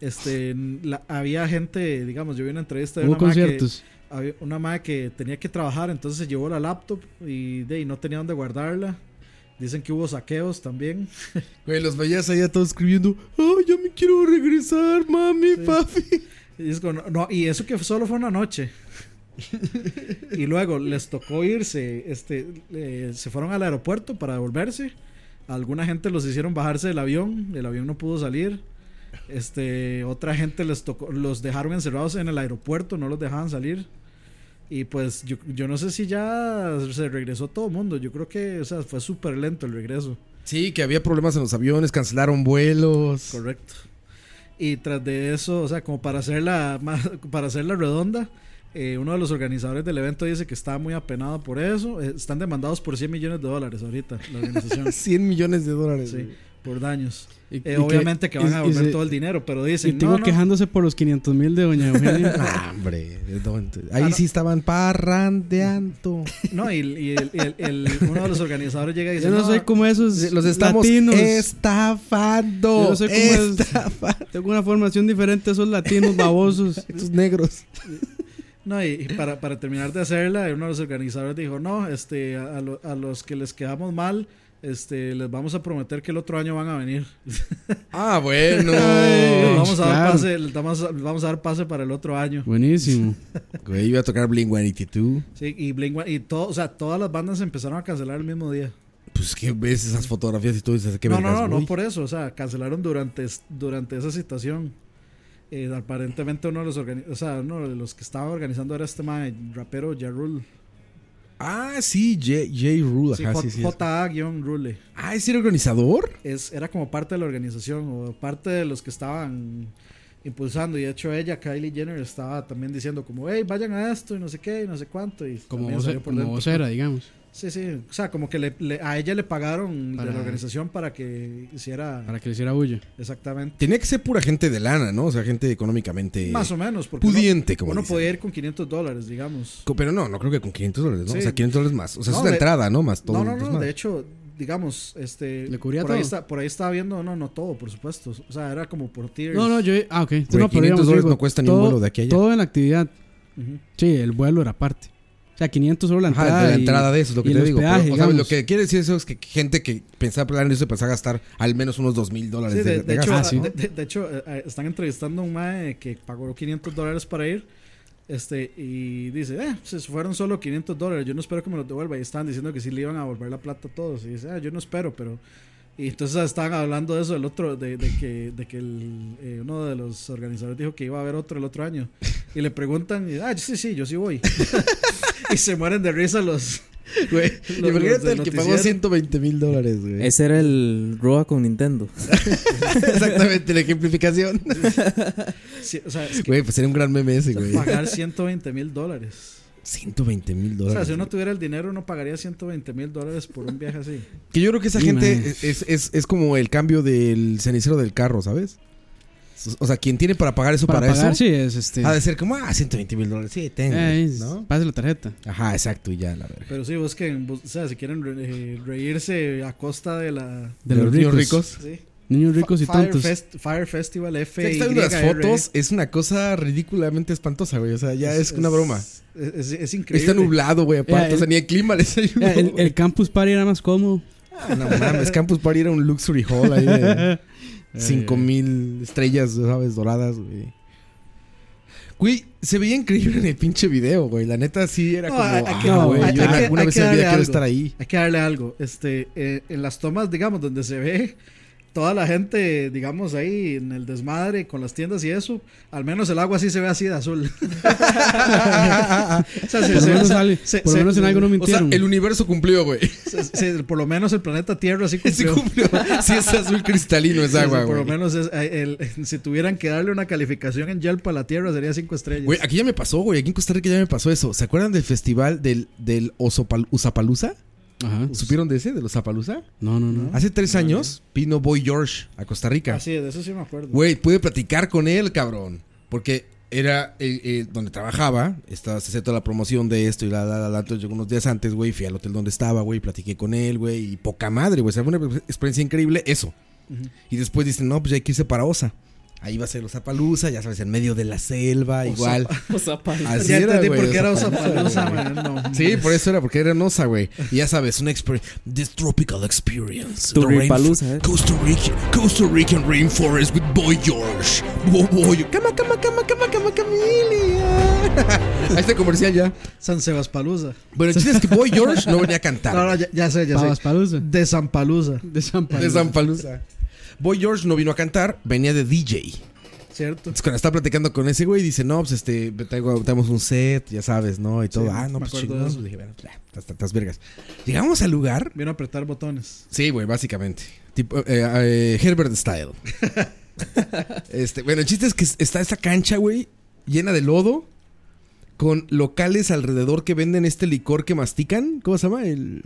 [SPEAKER 5] Este. la- había gente, digamos, yo vi una entrevista de
[SPEAKER 4] Hubo
[SPEAKER 5] una mae que-
[SPEAKER 4] conciertos.
[SPEAKER 5] había una madre que tenía que trabajar, entonces se llevó la laptop y de ahí no tenía dónde guardarla. Dicen que hubo saqueos también.
[SPEAKER 3] Güey, los veías ahí a todos escribiendo, ¡Oh, yo me quiero regresar, mami, papi!
[SPEAKER 5] Y, es como, no, no, y eso que solo fue una noche. y luego les tocó irse, este, eh, se fueron al aeropuerto para devolverse. Alguna gente los hicieron bajarse del avión, el avión no pudo salir. Este, otra gente les tocó, los dejaron encerrados en el aeropuerto, no los dejaban salir. Y pues yo, yo no sé si ya se regresó todo el mundo. Yo creo que, o sea, fue súper lento el regreso.
[SPEAKER 3] Sí, que había problemas en los aviones, cancelaron vuelos.
[SPEAKER 5] Correcto. Y tras de eso, o sea, como para hacerla, más- para hacerla redonda, eh, uno de los organizadores del evento dice que está muy apenado por eso. Eh, están demandados por 100 millones de dólares ahorita, la organización,
[SPEAKER 3] 100 millones de dólares.
[SPEAKER 5] sí,
[SPEAKER 3] güey.
[SPEAKER 5] por daños.
[SPEAKER 4] Y- y
[SPEAKER 5] Eh,
[SPEAKER 4] que-
[SPEAKER 5] obviamente que, van
[SPEAKER 4] y- y
[SPEAKER 5] a devolver
[SPEAKER 4] se-
[SPEAKER 5] todo el dinero, pero
[SPEAKER 4] Y
[SPEAKER 5] dicen,
[SPEAKER 4] tengo
[SPEAKER 5] no, no,
[SPEAKER 4] quejándose por los 500 mil de Doña Eugenia.
[SPEAKER 3] Ah, hombre, es donde- ahí sí estaban parrandeando.
[SPEAKER 5] no, y, y el- y el- el- uno de los organizadores llega y dice,
[SPEAKER 4] Yo no soy como esos
[SPEAKER 3] Los estamos
[SPEAKER 4] latinos.
[SPEAKER 3] estafando.
[SPEAKER 4] Yo no soy como esos-
[SPEAKER 3] estafa-
[SPEAKER 4] Tengo una formación diferente a esos latinos babosos.
[SPEAKER 3] Estos negros.
[SPEAKER 5] No, y, y para, para terminar de hacerla, uno de los organizadores dijo, no, este, a, a lo- a los que les quedamos mal, este, les vamos a prometer que el otro año van a venir.
[SPEAKER 3] Ah, bueno.
[SPEAKER 4] Ay.
[SPEAKER 5] Les vamos, a dar
[SPEAKER 4] claro.
[SPEAKER 5] pase, les damos- les vamos a dar pase para el otro año.
[SPEAKER 4] Buenísimo.
[SPEAKER 3] Güey, iba a tocar Blink 182.
[SPEAKER 5] Sí, y Blink y todo, o sea, todas las bandas empezaron a cancelar el mismo día.
[SPEAKER 3] Pues que ves esas fotografías y tú dices que
[SPEAKER 5] no, no, no, no por eso, o sea, cancelaron durante, es- durante esa situación. Eh, aparentemente uno de los organi- o sea, uno de los que estaba organizando era este mae, rapero Jarul.
[SPEAKER 3] Ah, sí, J, J. Rule.
[SPEAKER 5] Sí,
[SPEAKER 3] ajá,
[SPEAKER 5] J-
[SPEAKER 3] sí, sí.
[SPEAKER 5] JA-Rule.
[SPEAKER 3] Ah, ¿es el organizador?
[SPEAKER 5] Es, era como parte de la organización o parte de los que estaban impulsando. Y de hecho ella, Kylie Jenner, estaba también diciendo como, hey, vayan a esto y no sé qué y no sé cuánto. Y
[SPEAKER 4] Como,
[SPEAKER 5] también
[SPEAKER 4] voce-
[SPEAKER 5] salió por
[SPEAKER 4] como
[SPEAKER 5] dentro.
[SPEAKER 4] vocera, digamos.
[SPEAKER 5] Sí, sí. O sea, como que le- le- a ella le pagaron de la
[SPEAKER 4] Para-
[SPEAKER 5] organización para que hiciera
[SPEAKER 4] Para que le hiciera bulla.
[SPEAKER 5] exactamente.
[SPEAKER 3] Tenía que ser pura gente de lana, ¿no? O sea, gente
[SPEAKER 4] Eh,
[SPEAKER 3] económicamente.
[SPEAKER 5] Más o menos. Porque
[SPEAKER 3] pudiente,
[SPEAKER 5] uno,
[SPEAKER 3] como
[SPEAKER 5] uno
[SPEAKER 3] dicen.
[SPEAKER 5] podía ir con 500 dólares, digamos.
[SPEAKER 3] Co- Pero no, no creo que con 500 dólares, ¿no?
[SPEAKER 5] Sí.
[SPEAKER 3] O sea, 500 dólares más. O sea,
[SPEAKER 5] No,
[SPEAKER 3] es una
[SPEAKER 5] de-
[SPEAKER 3] entrada, ¿no? Más todo.
[SPEAKER 5] no, no,
[SPEAKER 3] el
[SPEAKER 5] no.
[SPEAKER 3] desmadre.
[SPEAKER 5] De hecho, digamos, este.
[SPEAKER 4] ¿Le cubría
[SPEAKER 5] por Ahí
[SPEAKER 4] todo?
[SPEAKER 5] está, por ahí estaba viendo, no, no todo, por supuesto. O sea, era como por tiers.
[SPEAKER 4] No, no, yo. Ah, ok.
[SPEAKER 3] Güey,
[SPEAKER 4] no, pero
[SPEAKER 3] 500 dólares
[SPEAKER 4] digo,
[SPEAKER 3] no cuesta ni un
[SPEAKER 4] todo-
[SPEAKER 3] vuelo de aquí a allá.
[SPEAKER 4] Todo en la actividad.
[SPEAKER 5] Ujú.
[SPEAKER 4] Sí, el vuelo era parte. O sea, 500 solo la
[SPEAKER 3] Ajá,
[SPEAKER 4] entrada.
[SPEAKER 3] de la
[SPEAKER 4] y-
[SPEAKER 3] entrada de eso es lo
[SPEAKER 4] y
[SPEAKER 3] que te
[SPEAKER 4] el
[SPEAKER 3] digo.
[SPEAKER 4] hospedaje,
[SPEAKER 3] pero, o sea,
[SPEAKER 4] digamos.
[SPEAKER 3] lo que quiere decir eso es que gente que pensaba planear eso empezó a gastar al menos unos dos mil dólares
[SPEAKER 5] Sí,
[SPEAKER 3] de,
[SPEAKER 5] de, de
[SPEAKER 3] de
[SPEAKER 5] hecho,
[SPEAKER 3] gasto.
[SPEAKER 4] Ah, sí.
[SPEAKER 5] de- de- de hecho, eh, eh, están entrevistando a un mae que pagó 500 dólares para ir. Este, y dice, eh, se fueron solo 500 dólares, yo no espero que me los devuelva. Y estaban diciendo que sí le iban a devolver la plata a todos. Y dice, ah, yo no espero, pero. Y entonces estaban hablando de eso, el otro, de, de que, de que el, eh, uno de los organizadores dijo que iba a haber otro el otro año. Y le preguntan, y, ah, sí, sí, yo sí voy. y se mueren de risa los.
[SPEAKER 3] Güey,
[SPEAKER 5] los- los
[SPEAKER 3] Imagínate
[SPEAKER 5] del
[SPEAKER 3] el que pagó
[SPEAKER 5] noticiero.
[SPEAKER 3] 120 mil dólares, güey.
[SPEAKER 7] Ese era el Roa con Nintendo.
[SPEAKER 3] Exactamente, la ejemplificación.
[SPEAKER 5] Sí, o sea, es que
[SPEAKER 3] Güey, pues sería un gran meme ese, güey.
[SPEAKER 5] pagar 120 mil dólares.
[SPEAKER 3] 120 mil
[SPEAKER 5] O sea,
[SPEAKER 3] dólares.
[SPEAKER 5] si uno tuviera el dinero, uno pagaría 120 mil dólares por un viaje así.
[SPEAKER 3] Que yo creo que esa
[SPEAKER 4] Sí,
[SPEAKER 3] gente
[SPEAKER 4] man.
[SPEAKER 3] es, es, es como el cambio del cenicero del carro, ¿sabes? O sea, quien tiene para pagar eso para,
[SPEAKER 4] Para pagar,
[SPEAKER 3] eso,
[SPEAKER 4] sí, es este.
[SPEAKER 3] ha de ser como, ah, 120 mil dólares, sí, tengo,
[SPEAKER 4] eh, es-
[SPEAKER 3] ¿no?
[SPEAKER 4] Pase la tarjeta.
[SPEAKER 3] Ajá, exacto, y ya, la verdad.
[SPEAKER 5] Pero sí, busquen, bus- o sea, si quieren re- eh, reírse a costa de la.
[SPEAKER 4] De los, ricos.
[SPEAKER 5] Sí.
[SPEAKER 4] Niños ricos y
[SPEAKER 5] Fire,
[SPEAKER 4] tontos.
[SPEAKER 5] Fest- Fire Festival F.
[SPEAKER 3] Sí, está viendo las fotos, es una cosa ridículamente espantosa, güey. O sea, ya es, una broma.
[SPEAKER 5] Es, es- es increíble.
[SPEAKER 3] Está nublado, güey, aparte.
[SPEAKER 4] Eh,
[SPEAKER 3] o sea,
[SPEAKER 4] el-
[SPEAKER 3] ni el clima les ayuda.
[SPEAKER 4] Eh, el, el campus party era más cómodo.
[SPEAKER 3] No mames, Campus Party era un luxury hall ahí de 5000 estrellas, ¿sabes? Doradas, güey. Güey, se veía increíble en el pinche video, güey. La neta sí era
[SPEAKER 5] No,
[SPEAKER 3] como,
[SPEAKER 5] hay- hay
[SPEAKER 3] ah,
[SPEAKER 5] que-
[SPEAKER 4] no,
[SPEAKER 3] güey,
[SPEAKER 4] hay-
[SPEAKER 3] yo
[SPEAKER 4] hay
[SPEAKER 5] que-
[SPEAKER 3] alguna
[SPEAKER 5] hay
[SPEAKER 3] vez
[SPEAKER 5] que
[SPEAKER 3] en mi vida
[SPEAKER 5] darle
[SPEAKER 3] quiero
[SPEAKER 5] algo.
[SPEAKER 3] estar ahí.
[SPEAKER 5] Hay que darle algo. Este, eh, en las tomas, digamos, donde se ve toda la gente, digamos, ahí en el desmadre con las tiendas y eso, al menos el agua sí se ve así de azul. O sea, se-
[SPEAKER 4] Por lo
[SPEAKER 5] se-
[SPEAKER 4] menos
[SPEAKER 5] se-
[SPEAKER 4] sale-
[SPEAKER 5] se-
[SPEAKER 4] por lo
[SPEAKER 5] se-
[SPEAKER 4] menos en algo no
[SPEAKER 3] O sea,
[SPEAKER 4] mintieron.
[SPEAKER 3] el universo cumplió, güey.
[SPEAKER 5] se- se- por lo menos el planeta Tierra sí
[SPEAKER 3] Sí
[SPEAKER 5] cumplió.
[SPEAKER 3] cumplió. Sí es azul cristalino
[SPEAKER 5] Sí,
[SPEAKER 3] es
[SPEAKER 5] sí,
[SPEAKER 3] agua,
[SPEAKER 5] por lo
[SPEAKER 3] güey.
[SPEAKER 5] menos es- eh, el- si tuvieran que darle una calificación en Yelp a la Tierra sería 5 estrellas.
[SPEAKER 3] Güey, aquí ya me pasó, güey. Aquí en Costa Rica ya me pasó eso. ¿Se acuerdan del festival del, del Osopal- Usapalusa?
[SPEAKER 4] Ajá.
[SPEAKER 3] ¿Supieron de ese? ¿Del Usapalusa?
[SPEAKER 4] No, no, no.
[SPEAKER 3] Hace tres años vino Boy George a Costa Rica.
[SPEAKER 5] Así es, de eso Ah, sí me acuerdo.
[SPEAKER 3] Güey, pude platicar con él, cabrón. Porque era eh, eh, donde trabajaba. Estaba, se hacía toda la promoción de esto y la, la, la, la. Entonces, llegó unos días antes, güey. Fui al hotel donde estaba, güey. Platiqué con él, güey. Y poca madre, güey. O sea, fue una experiencia increíble. Eso. Y después dicen, no, pues ya hay que irse para Osa. Ahí va a ser Osapalusa, ya sabes, en medio de la selva, igual. Así
[SPEAKER 5] ya
[SPEAKER 3] era,
[SPEAKER 5] entendí
[SPEAKER 3] güey.
[SPEAKER 5] por qué era
[SPEAKER 3] Osapalusa,
[SPEAKER 5] Osapalusa,
[SPEAKER 3] güey.
[SPEAKER 5] man, no.
[SPEAKER 3] Sí, por eso era, porque era en Osa, güey. Y ya sabes, una experiencia. This tropical experience. The
[SPEAKER 7] Turripalooza,
[SPEAKER 3] rainf-
[SPEAKER 7] eh.
[SPEAKER 3] Costa Rican, Costa Rican rainforest with Boy George. Boy, boy. Cama, cama, cama, cama, cama, Camelia. Ahí está el comercial ya.
[SPEAKER 5] San Sebastián
[SPEAKER 3] Bueno, el chiste es que Boy George no venía a cantar.
[SPEAKER 5] No, no, ya, ya sé, ya
[SPEAKER 4] Pavas
[SPEAKER 5] sé.
[SPEAKER 4] Palusa.
[SPEAKER 5] De San Palusa,
[SPEAKER 4] De San
[SPEAKER 3] De Zampalusa. Boy George no vino a cantar, venía de DJ.
[SPEAKER 5] ¿cierto?
[SPEAKER 3] Entonces, cuando estaba platicando con ese güey, dice, no, pues este, traigo, traemos un set, ya sabes, ¿no? Y todo.
[SPEAKER 5] Sí,
[SPEAKER 3] ah, no,
[SPEAKER 5] me
[SPEAKER 3] pues
[SPEAKER 5] acuerdo de
[SPEAKER 3] chingón.
[SPEAKER 5] eso.
[SPEAKER 3] Dije, bueno, pues, ah, estas- estas vergas. Llegamos al lugar
[SPEAKER 5] Vino a apretar botones.
[SPEAKER 3] Sí, güey, básicamente. Tipo, eh, eh, Herbert Style. este, bueno, el chiste es que está esta cancha, güey, llena de lodo, con locales alrededor que venden este licor que mastican. ¿Cómo se llama? El...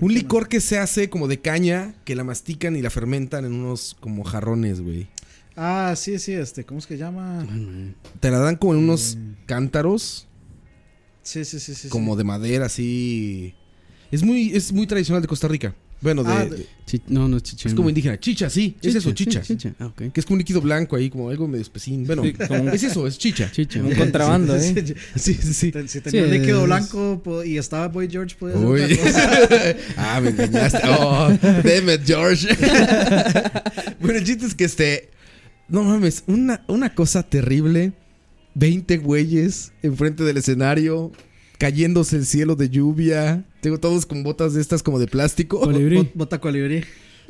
[SPEAKER 3] Un licor que se hace como de caña, que la mastican y la fermentan en unos como jarrones, güey.
[SPEAKER 5] Ah, sí, sí, este, ¿cómo es que llama?
[SPEAKER 3] Te la dan como en unos cántaros,
[SPEAKER 5] Sí, sí, sí, sí. sí.
[SPEAKER 3] como de madera, así. Es muy, es muy tradicional de Costa Rica. Bueno, de,
[SPEAKER 5] Ah,
[SPEAKER 3] de-
[SPEAKER 5] de-
[SPEAKER 4] Chi- no, no es chicha.
[SPEAKER 3] es como indígena. Chicha, sí. es eso, chicha.
[SPEAKER 4] sí, chicha. Ah, ok.
[SPEAKER 3] Que es como un líquido blanco ahí, como algo medio espesín. Bueno,
[SPEAKER 7] Sí, como un-
[SPEAKER 3] es eso, es chicha.
[SPEAKER 4] Chicha.
[SPEAKER 7] Un contrabando,
[SPEAKER 5] Sí,
[SPEAKER 7] ¿eh?
[SPEAKER 5] sí,
[SPEAKER 3] Sí, sí, sí.
[SPEAKER 5] Ten- Si tenía
[SPEAKER 4] Sí,
[SPEAKER 5] líquido
[SPEAKER 4] es-
[SPEAKER 5] blanco po- y estaba Boy George, podía ser otra
[SPEAKER 3] Uy.
[SPEAKER 5] cosa.
[SPEAKER 3] ah, me engañaste. Oh, damn it, George. bueno, el chiste es que este. No mames, una, una cosa terrible. 20 güeyes enfrente del escenario. Cayéndose el cielo de lluvia. Tengo todos con botas de estas como de plástico.
[SPEAKER 4] Colibrí.
[SPEAKER 5] Bot- Bota colibrí.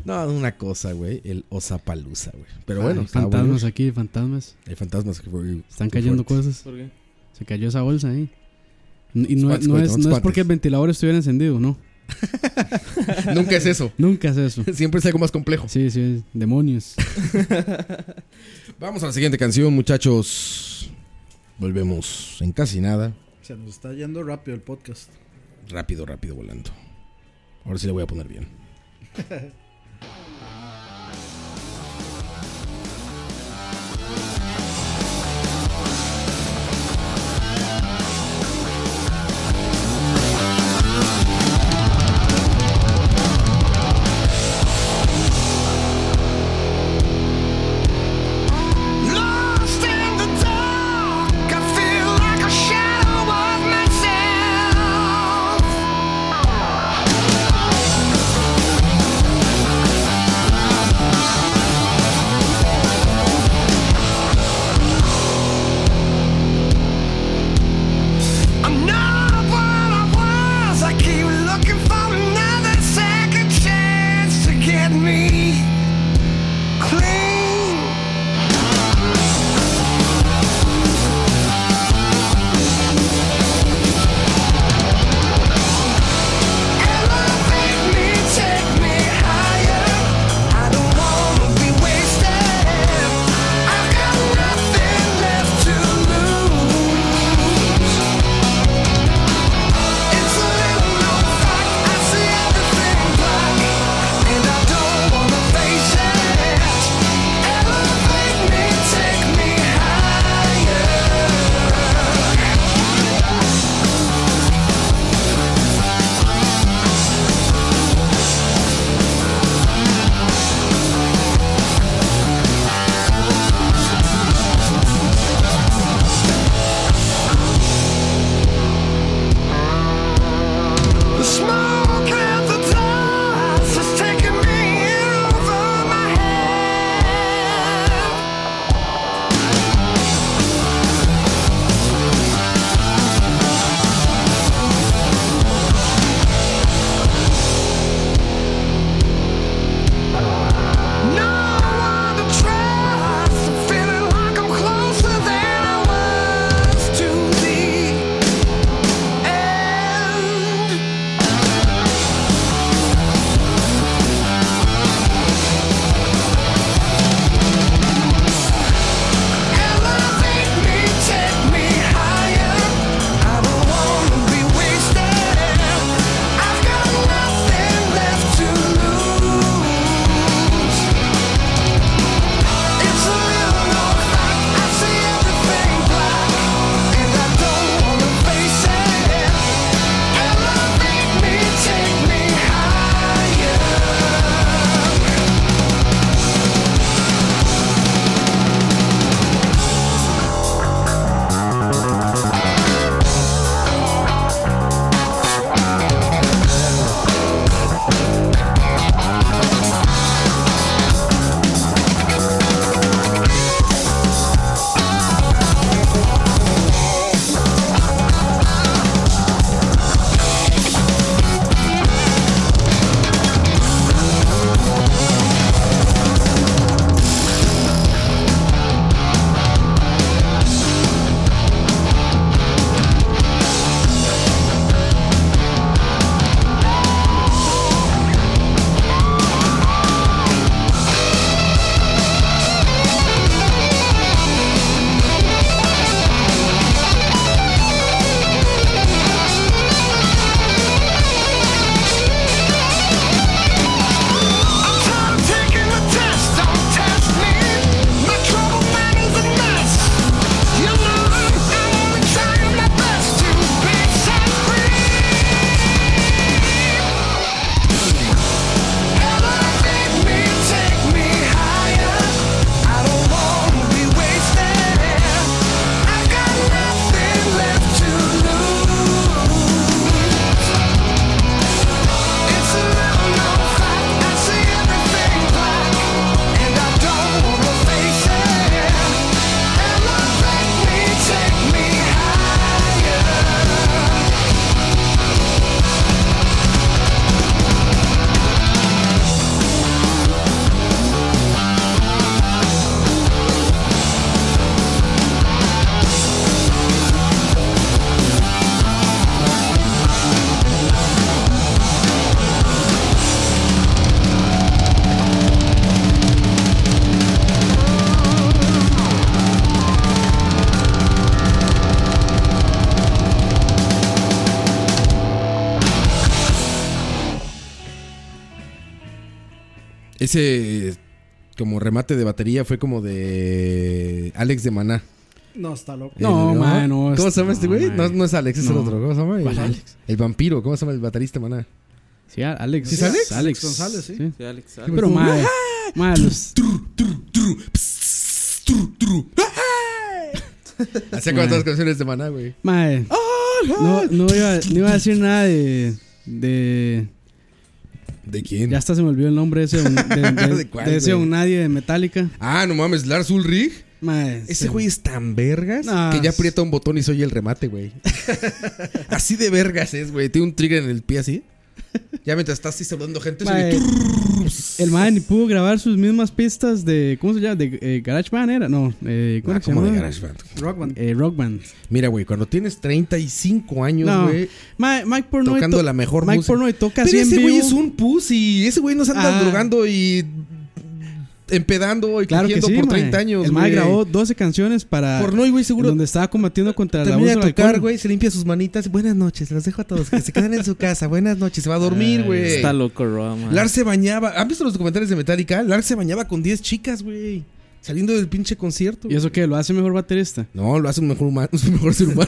[SPEAKER 3] No, una cosa, güey. El osapalusa, güey.
[SPEAKER 7] Ah,
[SPEAKER 3] Pero
[SPEAKER 4] Ay,
[SPEAKER 3] bueno, está
[SPEAKER 4] fantasmas
[SPEAKER 3] bueno.
[SPEAKER 4] aquí, fantasmas.
[SPEAKER 3] Hay fantasmas que fue-
[SPEAKER 4] Están cayendo
[SPEAKER 3] fuerte.
[SPEAKER 4] cosas. Se cayó esa bolsa ahí. N- Y no,
[SPEAKER 3] Espantes,
[SPEAKER 4] no
[SPEAKER 3] güey,
[SPEAKER 4] es,
[SPEAKER 3] no
[SPEAKER 4] no es
[SPEAKER 3] espantes.
[SPEAKER 4] porque el ventilador estuviera encendido, no.
[SPEAKER 3] Nunca es eso.
[SPEAKER 4] Nunca es eso.
[SPEAKER 3] Siempre es algo más complejo.
[SPEAKER 4] Sí, sí, demonios.
[SPEAKER 3] Vamos a la siguiente canción, muchachos. Volvemos en casi nada.
[SPEAKER 5] Se nos está yendo rápido el podcast.
[SPEAKER 3] Rápido, rápido volando. Ahora sí le voy a poner bien.
[SPEAKER 8] Lost in the dark, I feel like a shadow of myself.
[SPEAKER 3] Ese como remate de batería fue como de Alex de Maná.
[SPEAKER 5] No, está loco.
[SPEAKER 4] No,
[SPEAKER 3] El-
[SPEAKER 4] mae, no,
[SPEAKER 3] ¿Cómo se
[SPEAKER 4] este-
[SPEAKER 3] llama este
[SPEAKER 4] no,
[SPEAKER 3] güey? No,
[SPEAKER 4] mae.
[SPEAKER 3] no es Alex, es el
[SPEAKER 4] No.
[SPEAKER 3] otro. ¿Cómo se llama?
[SPEAKER 4] ¿Cuál
[SPEAKER 3] El,
[SPEAKER 4] Alex?
[SPEAKER 3] el vampiro. ¿Cómo se llama el baterista Maná?
[SPEAKER 4] Sí, a- Alex.
[SPEAKER 5] ¿Sí es Alex?
[SPEAKER 4] Alex
[SPEAKER 5] González, sí.
[SPEAKER 7] Sí, Alex, Alex.
[SPEAKER 4] Pero mae,
[SPEAKER 3] ¡Ah!
[SPEAKER 4] mae, los-
[SPEAKER 3] ¡Ah, Hacía como todas
[SPEAKER 4] Mae.
[SPEAKER 3] las canciones de Maná, güey.
[SPEAKER 4] mae,
[SPEAKER 3] ¡Ah,
[SPEAKER 4] No, no, iba, no iba a decir nada de. de
[SPEAKER 3] ¿De quién?
[SPEAKER 4] ya hasta se me olvidó el nombre de ese. don- De, de-
[SPEAKER 3] ¿De cuál,
[SPEAKER 4] de ese
[SPEAKER 3] güey?
[SPEAKER 4] don nadie de Metallica.
[SPEAKER 3] Ah, no mames, Lars Ulrich.
[SPEAKER 4] Mae,
[SPEAKER 3] Ese
[SPEAKER 4] se-
[SPEAKER 3] güey es tan vergas
[SPEAKER 4] No,
[SPEAKER 3] que ya
[SPEAKER 4] es-
[SPEAKER 3] aprieta un botón y soy el remate, güey. así de vergas es, güey. Tiene un trigger en el pie así. Ya mientras estás así saludando gente, se
[SPEAKER 4] mae,
[SPEAKER 3] oye, "Turr".
[SPEAKER 4] el mae ni pudo grabar sus mismas pistas de. ¿Cómo se llama? De eh, GarageBand era. No, eh, ¿cómo
[SPEAKER 3] Ah,
[SPEAKER 4] era que se
[SPEAKER 3] como de
[SPEAKER 4] llamaba?
[SPEAKER 3] GarageBand.
[SPEAKER 5] Rock Band.
[SPEAKER 4] Eh, Rock Band.
[SPEAKER 3] Mira, güey, cuando tienes 35 años,
[SPEAKER 4] No,
[SPEAKER 3] güey,
[SPEAKER 4] Mae, Mike Pornoy.
[SPEAKER 3] tocando
[SPEAKER 4] to-
[SPEAKER 3] la mejor
[SPEAKER 4] Mike
[SPEAKER 3] música.
[SPEAKER 4] Pornoy toca
[SPEAKER 3] Pero
[SPEAKER 4] así en
[SPEAKER 3] ese
[SPEAKER 4] vivo.
[SPEAKER 3] güey es un pussy. Ese güey nos anda
[SPEAKER 4] Ah.
[SPEAKER 3] drogando y empedando y
[SPEAKER 4] Claro que
[SPEAKER 3] cogiendo por
[SPEAKER 4] sí, mae.
[SPEAKER 3] 30 años,
[SPEAKER 4] El mae
[SPEAKER 3] güey.
[SPEAKER 4] grabó 12 canciones para.
[SPEAKER 3] Pornoy, güey, seguro.
[SPEAKER 4] Donde estaba combatiendo contra el
[SPEAKER 3] Termina
[SPEAKER 4] abuso
[SPEAKER 3] de
[SPEAKER 4] del
[SPEAKER 3] tocar,
[SPEAKER 4] alcohol.
[SPEAKER 3] güey, se limpia sus manitas. Buenas noches, los dejo a todos. Que se queden en su casa. Buenas noches, se va a dormir,
[SPEAKER 4] Ay,
[SPEAKER 3] güey.
[SPEAKER 5] eh,
[SPEAKER 7] Está loco, Roa, mae.
[SPEAKER 3] Lars se bañaba. ¿Han visto los documentales de Metallica? Lars se bañaba con 10 chicas, güey. Saliendo del pinche concierto.
[SPEAKER 4] ¿Y eso qué? ¿Lo hace mejor baterista?
[SPEAKER 3] No, lo hace un mejor, huma- un mejor ser humano.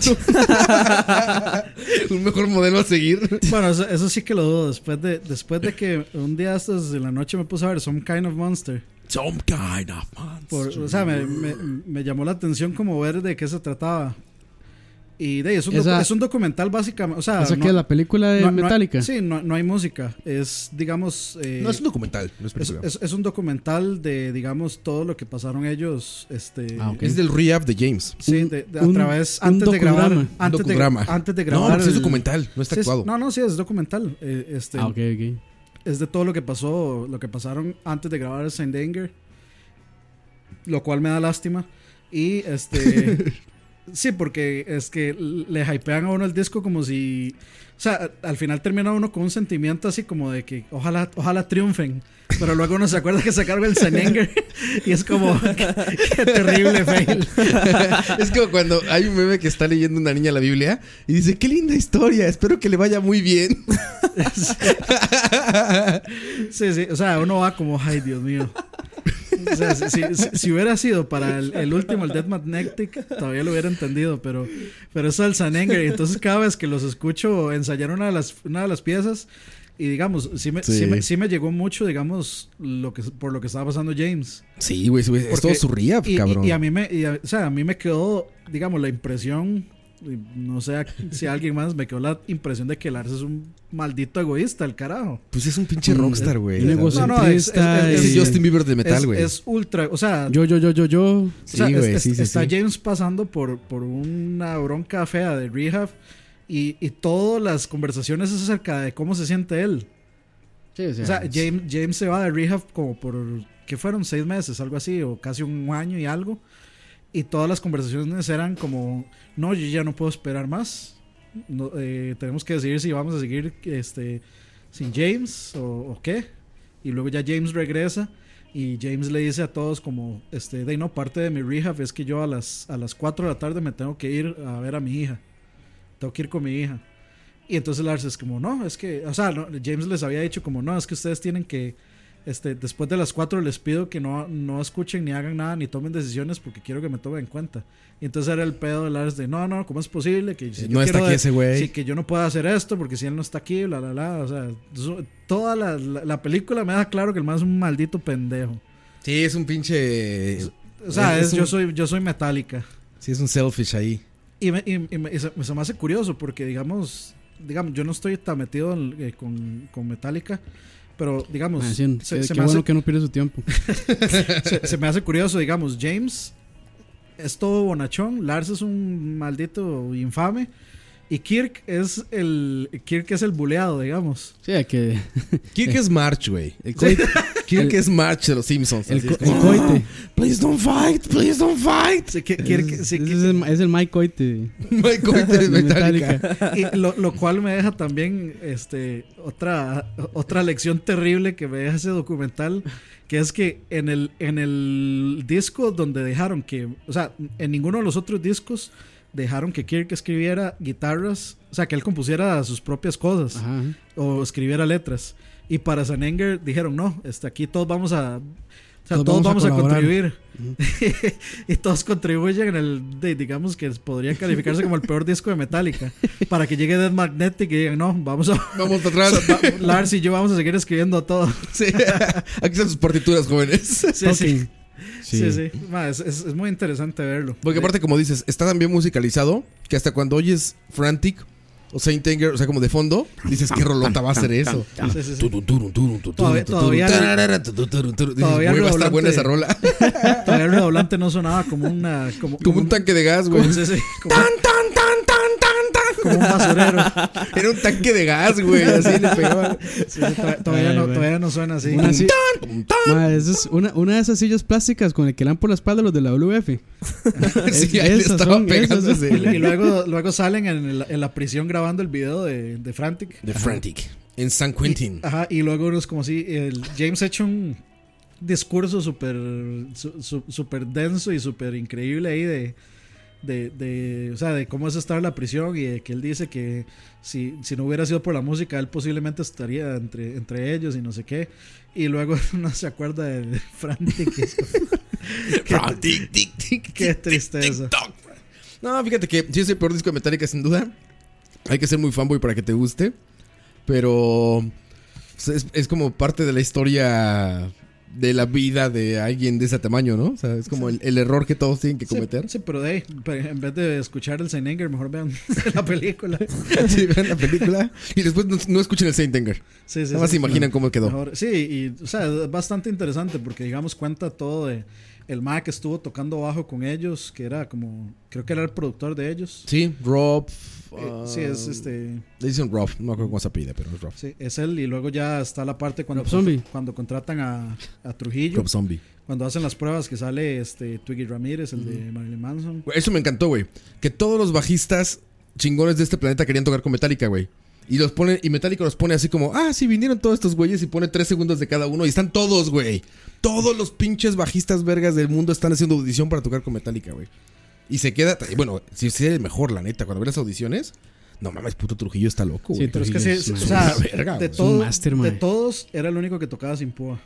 [SPEAKER 3] un mejor modelo a seguir.
[SPEAKER 5] Bueno, eso, eso sí que lo dudo. Después de, después de que un día hasta de la noche me puse a ver Some Kind of Monster.
[SPEAKER 3] Some kind of man.
[SPEAKER 5] Por, o sea, me, me- me llamó la atención como ver de qué se trataba. Y de ahí, es un, docu-
[SPEAKER 4] Esa-
[SPEAKER 5] es un documental básicamente. O
[SPEAKER 3] Ah,
[SPEAKER 5] sea,
[SPEAKER 4] ¿Eso
[SPEAKER 5] no-
[SPEAKER 4] qué? ¿La película de
[SPEAKER 5] no- no-
[SPEAKER 4] Metallica?
[SPEAKER 5] sí, no, no hay música. Es, digamos. eh,
[SPEAKER 3] No, es un documental, no es
[SPEAKER 5] es,
[SPEAKER 3] película. Es,
[SPEAKER 5] es- es un documental de, digamos, todo lo que pasaron ellos. Este,
[SPEAKER 4] Ah, ok.
[SPEAKER 3] del re-up de James.
[SPEAKER 5] Sí, de- de- a
[SPEAKER 4] Un-
[SPEAKER 5] través.
[SPEAKER 4] un
[SPEAKER 5] Antes de grabar.
[SPEAKER 4] docudrama.
[SPEAKER 3] Un
[SPEAKER 5] Antes de,
[SPEAKER 3] docudrama.
[SPEAKER 5] antes de
[SPEAKER 3] No,
[SPEAKER 5] grabar.
[SPEAKER 3] pues es
[SPEAKER 5] el-
[SPEAKER 3] documental, no está
[SPEAKER 5] Sí, es-
[SPEAKER 3] actuado.
[SPEAKER 5] No, no, sí, es documental. eh, este,
[SPEAKER 4] Ah, ok, ok.
[SPEAKER 5] es de todo lo que pasó, lo que pasaron antes de grabar Saint Anger, lo cual me da lástima. Y este. sí, porque es que le hypean a uno el disco como si. O sea, al final termina uno con un sentimiento así como de que ojalá, ojalá triunfen. Pero luego uno se acuerda que sacaron el Saint Anger y es como. Qué, qué terrible fail.
[SPEAKER 3] Es como cuando hay un meme que está leyendo una niña la Biblia y dice, qué linda historia, espero que le vaya muy bien.
[SPEAKER 5] Sí, sí, o sea, uno va como, ay, Dios mío. O sea, si, si- si- si hubiera sido para el, el último, el Death Magnetic, todavía lo hubiera entendido, pero, pero es el Sanenger. Y entonces, cada vez que los escucho ensayar una de las, una de las piezas, y digamos, sí me, sí.
[SPEAKER 3] Sí.
[SPEAKER 5] me, sí me llegó mucho, digamos, lo que, por lo que estaba pasando James.
[SPEAKER 3] Sí, güey, sí, güey, es
[SPEAKER 5] Porque-
[SPEAKER 3] todo su re-up,
[SPEAKER 5] y, y-
[SPEAKER 3] cabrón.
[SPEAKER 5] Y, a mí me, y a- o sea, a mí me quedó, digamos, la impresión, y no sé a- si a alguien más, me quedó la impresión de que Lars es un maldito egoísta, el carajo.
[SPEAKER 3] Pues es un pinche
[SPEAKER 5] Mm,
[SPEAKER 3] rockstar, güey.
[SPEAKER 4] un
[SPEAKER 3] la verdad.
[SPEAKER 5] No, no,
[SPEAKER 4] egocentrista.
[SPEAKER 5] es-
[SPEAKER 3] es el
[SPEAKER 4] y-
[SPEAKER 3] Justin Bieber de metal,
[SPEAKER 5] es,
[SPEAKER 3] güey.
[SPEAKER 5] es ultra, o sea,
[SPEAKER 4] Yo, yo, yo, yo, yo.
[SPEAKER 5] o sea,
[SPEAKER 3] Sí,
[SPEAKER 5] es-
[SPEAKER 3] güey,
[SPEAKER 5] es-
[SPEAKER 3] sí, sí,
[SPEAKER 5] está
[SPEAKER 3] sí.
[SPEAKER 5] James pasando por, por una bronca fea de rehab y, y todas las conversaciones es acerca de cómo se siente él.
[SPEAKER 4] Sí, o sea,
[SPEAKER 5] O sea, James, James se va de rehab como por, ¿qué fueron? Seis meses, algo así, o casi un año y algo. Y todas las conversaciones eran como, no, yo ya no puedo esperar más. No, eh, tenemos que decidir si vamos a seguir este, sin James o, o qué. Y luego ya James regresa y James le dice a todos como, este, de no, parte de mi rehab es que yo a las, a las 4 de la tarde me tengo que ir a ver a mi hija. Tengo que ir con mi hija. Y entonces Lars es como, no, es que, o sea, no, James les había dicho como, no, es que ustedes tienen que, este, después de las 4 les pido que no, no escuchen ni hagan nada, ni tomen decisiones porque quiero que me tomen en cuenta. Y entonces era el pedo de Lars de, no, no, ¿cómo es posible que
[SPEAKER 3] Sí,
[SPEAKER 5] si yo
[SPEAKER 3] Eh, no está
[SPEAKER 5] quiero
[SPEAKER 3] aquí
[SPEAKER 5] de-
[SPEAKER 3] ese güey.
[SPEAKER 5] Sí, que yo no pueda hacer esto porque si él no está aquí, bla, bla, bla. O sea, eso- toda la, la- la película me da claro que el más es un maldito pendejo.
[SPEAKER 3] Sí, es un pinche...
[SPEAKER 5] O sea,
[SPEAKER 3] Es-
[SPEAKER 5] es,
[SPEAKER 3] es
[SPEAKER 5] yo
[SPEAKER 3] un-
[SPEAKER 5] soy yo soy metálica.
[SPEAKER 3] Sí, es un selfish ahí.
[SPEAKER 5] Y, me- y- y me- y se, se me hace curioso porque, digamos, digamos yo no estoy tan metido en- eh, con, con Metallica, pero, digamos,
[SPEAKER 4] mae, Ah, sí,
[SPEAKER 5] se,
[SPEAKER 4] qué-
[SPEAKER 5] se
[SPEAKER 4] qué
[SPEAKER 5] me
[SPEAKER 4] bueno
[SPEAKER 5] hace,
[SPEAKER 4] que no pierde su tiempo.
[SPEAKER 5] se- se me hace curioso, digamos, James es todo bonachón, Lars es un maldito infame y Kirk es el Kirk es el buleado, digamos.
[SPEAKER 4] Sí, que.
[SPEAKER 3] Kirk es March, güey.
[SPEAKER 4] El coite.
[SPEAKER 3] Kirk
[SPEAKER 4] El-
[SPEAKER 3] es March de los Simpsons.
[SPEAKER 4] El,
[SPEAKER 3] así
[SPEAKER 4] co-
[SPEAKER 3] es como,
[SPEAKER 4] el coite.
[SPEAKER 3] Please don't fight, please don't fight.
[SPEAKER 5] Sí, que- Kirk-
[SPEAKER 4] es,
[SPEAKER 5] sí,
[SPEAKER 4] ese
[SPEAKER 5] que-
[SPEAKER 4] es, el, es el Mike Coite de-
[SPEAKER 3] My God,
[SPEAKER 4] de
[SPEAKER 3] es Metallica.
[SPEAKER 4] Metallica.
[SPEAKER 5] Y lo, lo cual me deja también este otra otra lección terrible que me deja ese documental que es que en el en el disco donde dejaron que o sea en ninguno de los otros discos dejaron que Kirk escribiera guitarras o sea que él compusiera sus propias cosas
[SPEAKER 4] Ajá.
[SPEAKER 5] o escribiera letras Y para Sanenger dijeron, no, este, aquí todos vamos a... O sea,
[SPEAKER 4] Todos
[SPEAKER 5] todos,
[SPEAKER 4] vamos
[SPEAKER 5] vamos,
[SPEAKER 4] a
[SPEAKER 5] a,
[SPEAKER 4] colaborar.
[SPEAKER 5] contribuir. y todos contribuyen en el... de- digamos que podría calificarse como el peor disco de Metallica. Para que llegue Dead Magnetic y digan, no, vamos a...
[SPEAKER 3] Vamos para atrás.
[SPEAKER 5] Lars y yo vamos a seguir escribiendo todo.
[SPEAKER 3] Sí. Aquí están sus partituras, jóvenes.
[SPEAKER 5] Sí, sí.
[SPEAKER 4] Token.
[SPEAKER 5] Sí, sí. Ma, es, es- es muy interesante verlo.
[SPEAKER 3] Porque aparte, como dices, está tan bien musicalizado que hasta cuando oyes Frantic o Saint Anger, o sea, como de fondo, dices, ¿qué rolota va a ser eso?
[SPEAKER 5] Sí, sí, sí.
[SPEAKER 6] Turun, turun, turun, turun,
[SPEAKER 5] Todavía-
[SPEAKER 6] turun,
[SPEAKER 5] todavía-
[SPEAKER 6] tarara, turun, turun, turun. Dices,
[SPEAKER 5] todavía
[SPEAKER 3] Güey, va a estar
[SPEAKER 5] redoblante.
[SPEAKER 3] buena esa rola.
[SPEAKER 5] Todavía el redoblante no sonaba como una... Como,
[SPEAKER 3] Como un tanque de gas, güey.
[SPEAKER 5] como- sí, sí, como-
[SPEAKER 3] Tan, tan, tan, tan, tan, tan.
[SPEAKER 5] como un basurero.
[SPEAKER 3] Era un tanque de gas, güey. Así le pegaba.
[SPEAKER 5] Sí, sí, to- todavía,
[SPEAKER 4] Ay,
[SPEAKER 5] no,
[SPEAKER 4] güey.
[SPEAKER 5] todavía no suena así.
[SPEAKER 4] Una, si-
[SPEAKER 3] Tum, tan.
[SPEAKER 4] ma, esa es una, una de esas sillas plásticas con el que le dan por la espalda los de la WF.
[SPEAKER 3] Sí, ahí le
[SPEAKER 4] Esas
[SPEAKER 3] estaba
[SPEAKER 4] son,
[SPEAKER 3] pegando
[SPEAKER 4] esas son.
[SPEAKER 5] Y, y
[SPEAKER 3] ese.
[SPEAKER 5] luego, luego salen en la, en la prisión grabando el video de, de Frantic.
[SPEAKER 6] De Frantic.
[SPEAKER 3] En San Quentin.
[SPEAKER 5] Ajá, y luego uno es como si el James ha hecho un discurso súper su- su- súper denso y súper increíble ahí de, de, de, o sea, de cómo es estar en la prisión y de que él dice que si, si no hubiera sido por la música, él posiblemente estaría entre, entre ellos y no sé qué. Y luego uno se acuerda de Frantic. que es como-
[SPEAKER 6] Frantic, tic, tic.
[SPEAKER 5] Qué tristeza.
[SPEAKER 3] No, fíjate que sí es el peor disco de Metallica, sin duda. Hay que ser muy fanboy para que te guste. Pero pues, es, es como parte de la historia de la vida de alguien de ese tamaño, ¿no? O sea, es como el, el error que todos tienen que
[SPEAKER 5] Sí,
[SPEAKER 3] cometer.
[SPEAKER 5] Sí, pero de ahí, pero en vez de escuchar el Seininger, mejor vean la película.
[SPEAKER 3] Sí, vean la película. Y después no, no escuchen el Saint Anger.
[SPEAKER 5] Sí, sí,
[SPEAKER 3] Nada más se
[SPEAKER 5] sí.
[SPEAKER 3] imaginan cómo quedó.
[SPEAKER 5] Mejor- Sí, y o sea, es bastante interesante porque digamos cuenta todo de el Mac que estuvo tocando bajo con ellos, que era como, creo que era el productor de ellos.
[SPEAKER 3] Sí, Rob. ah,
[SPEAKER 5] Eh, sí, es este,
[SPEAKER 3] Le dicen Rob, no creo cómo se pide, pero es Rob.
[SPEAKER 5] sí, es él y luego ya está la parte cuando,
[SPEAKER 4] Rob Zombie.
[SPEAKER 5] cuando contratan a, a Trujillo,
[SPEAKER 3] Rob Zombie.
[SPEAKER 5] cuando hacen las pruebas que sale este Twiggy Ramírez, el de Marilyn Manson.
[SPEAKER 3] Güey, Eso me encantó, güey. Que todos los bajistas chingones de este planeta querían tocar con Metallica, güey. Y los ponen, y Metallica los pone así como, ah, sí, vinieron todos estos güeyes y pone tres segundos de cada uno y están todos, güey. Todos los pinches bajistas vergas del mundo están haciendo audición para tocar con Metallica, güey. Y se queda, y bueno, si es el mejor, la neta, cuando ve las audiciones, no mames, puto Trujillo está loco,
[SPEAKER 4] Sí,
[SPEAKER 3] güey.
[SPEAKER 5] Pero es que sí,
[SPEAKER 4] Trujillo
[SPEAKER 5] sí, o
[SPEAKER 4] es
[SPEAKER 5] sea,
[SPEAKER 3] una verga, güey.
[SPEAKER 5] de,
[SPEAKER 3] Es un
[SPEAKER 5] todo-
[SPEAKER 4] máster,
[SPEAKER 5] de
[SPEAKER 4] mae.
[SPEAKER 5] todos era el único que tocaba sin púa.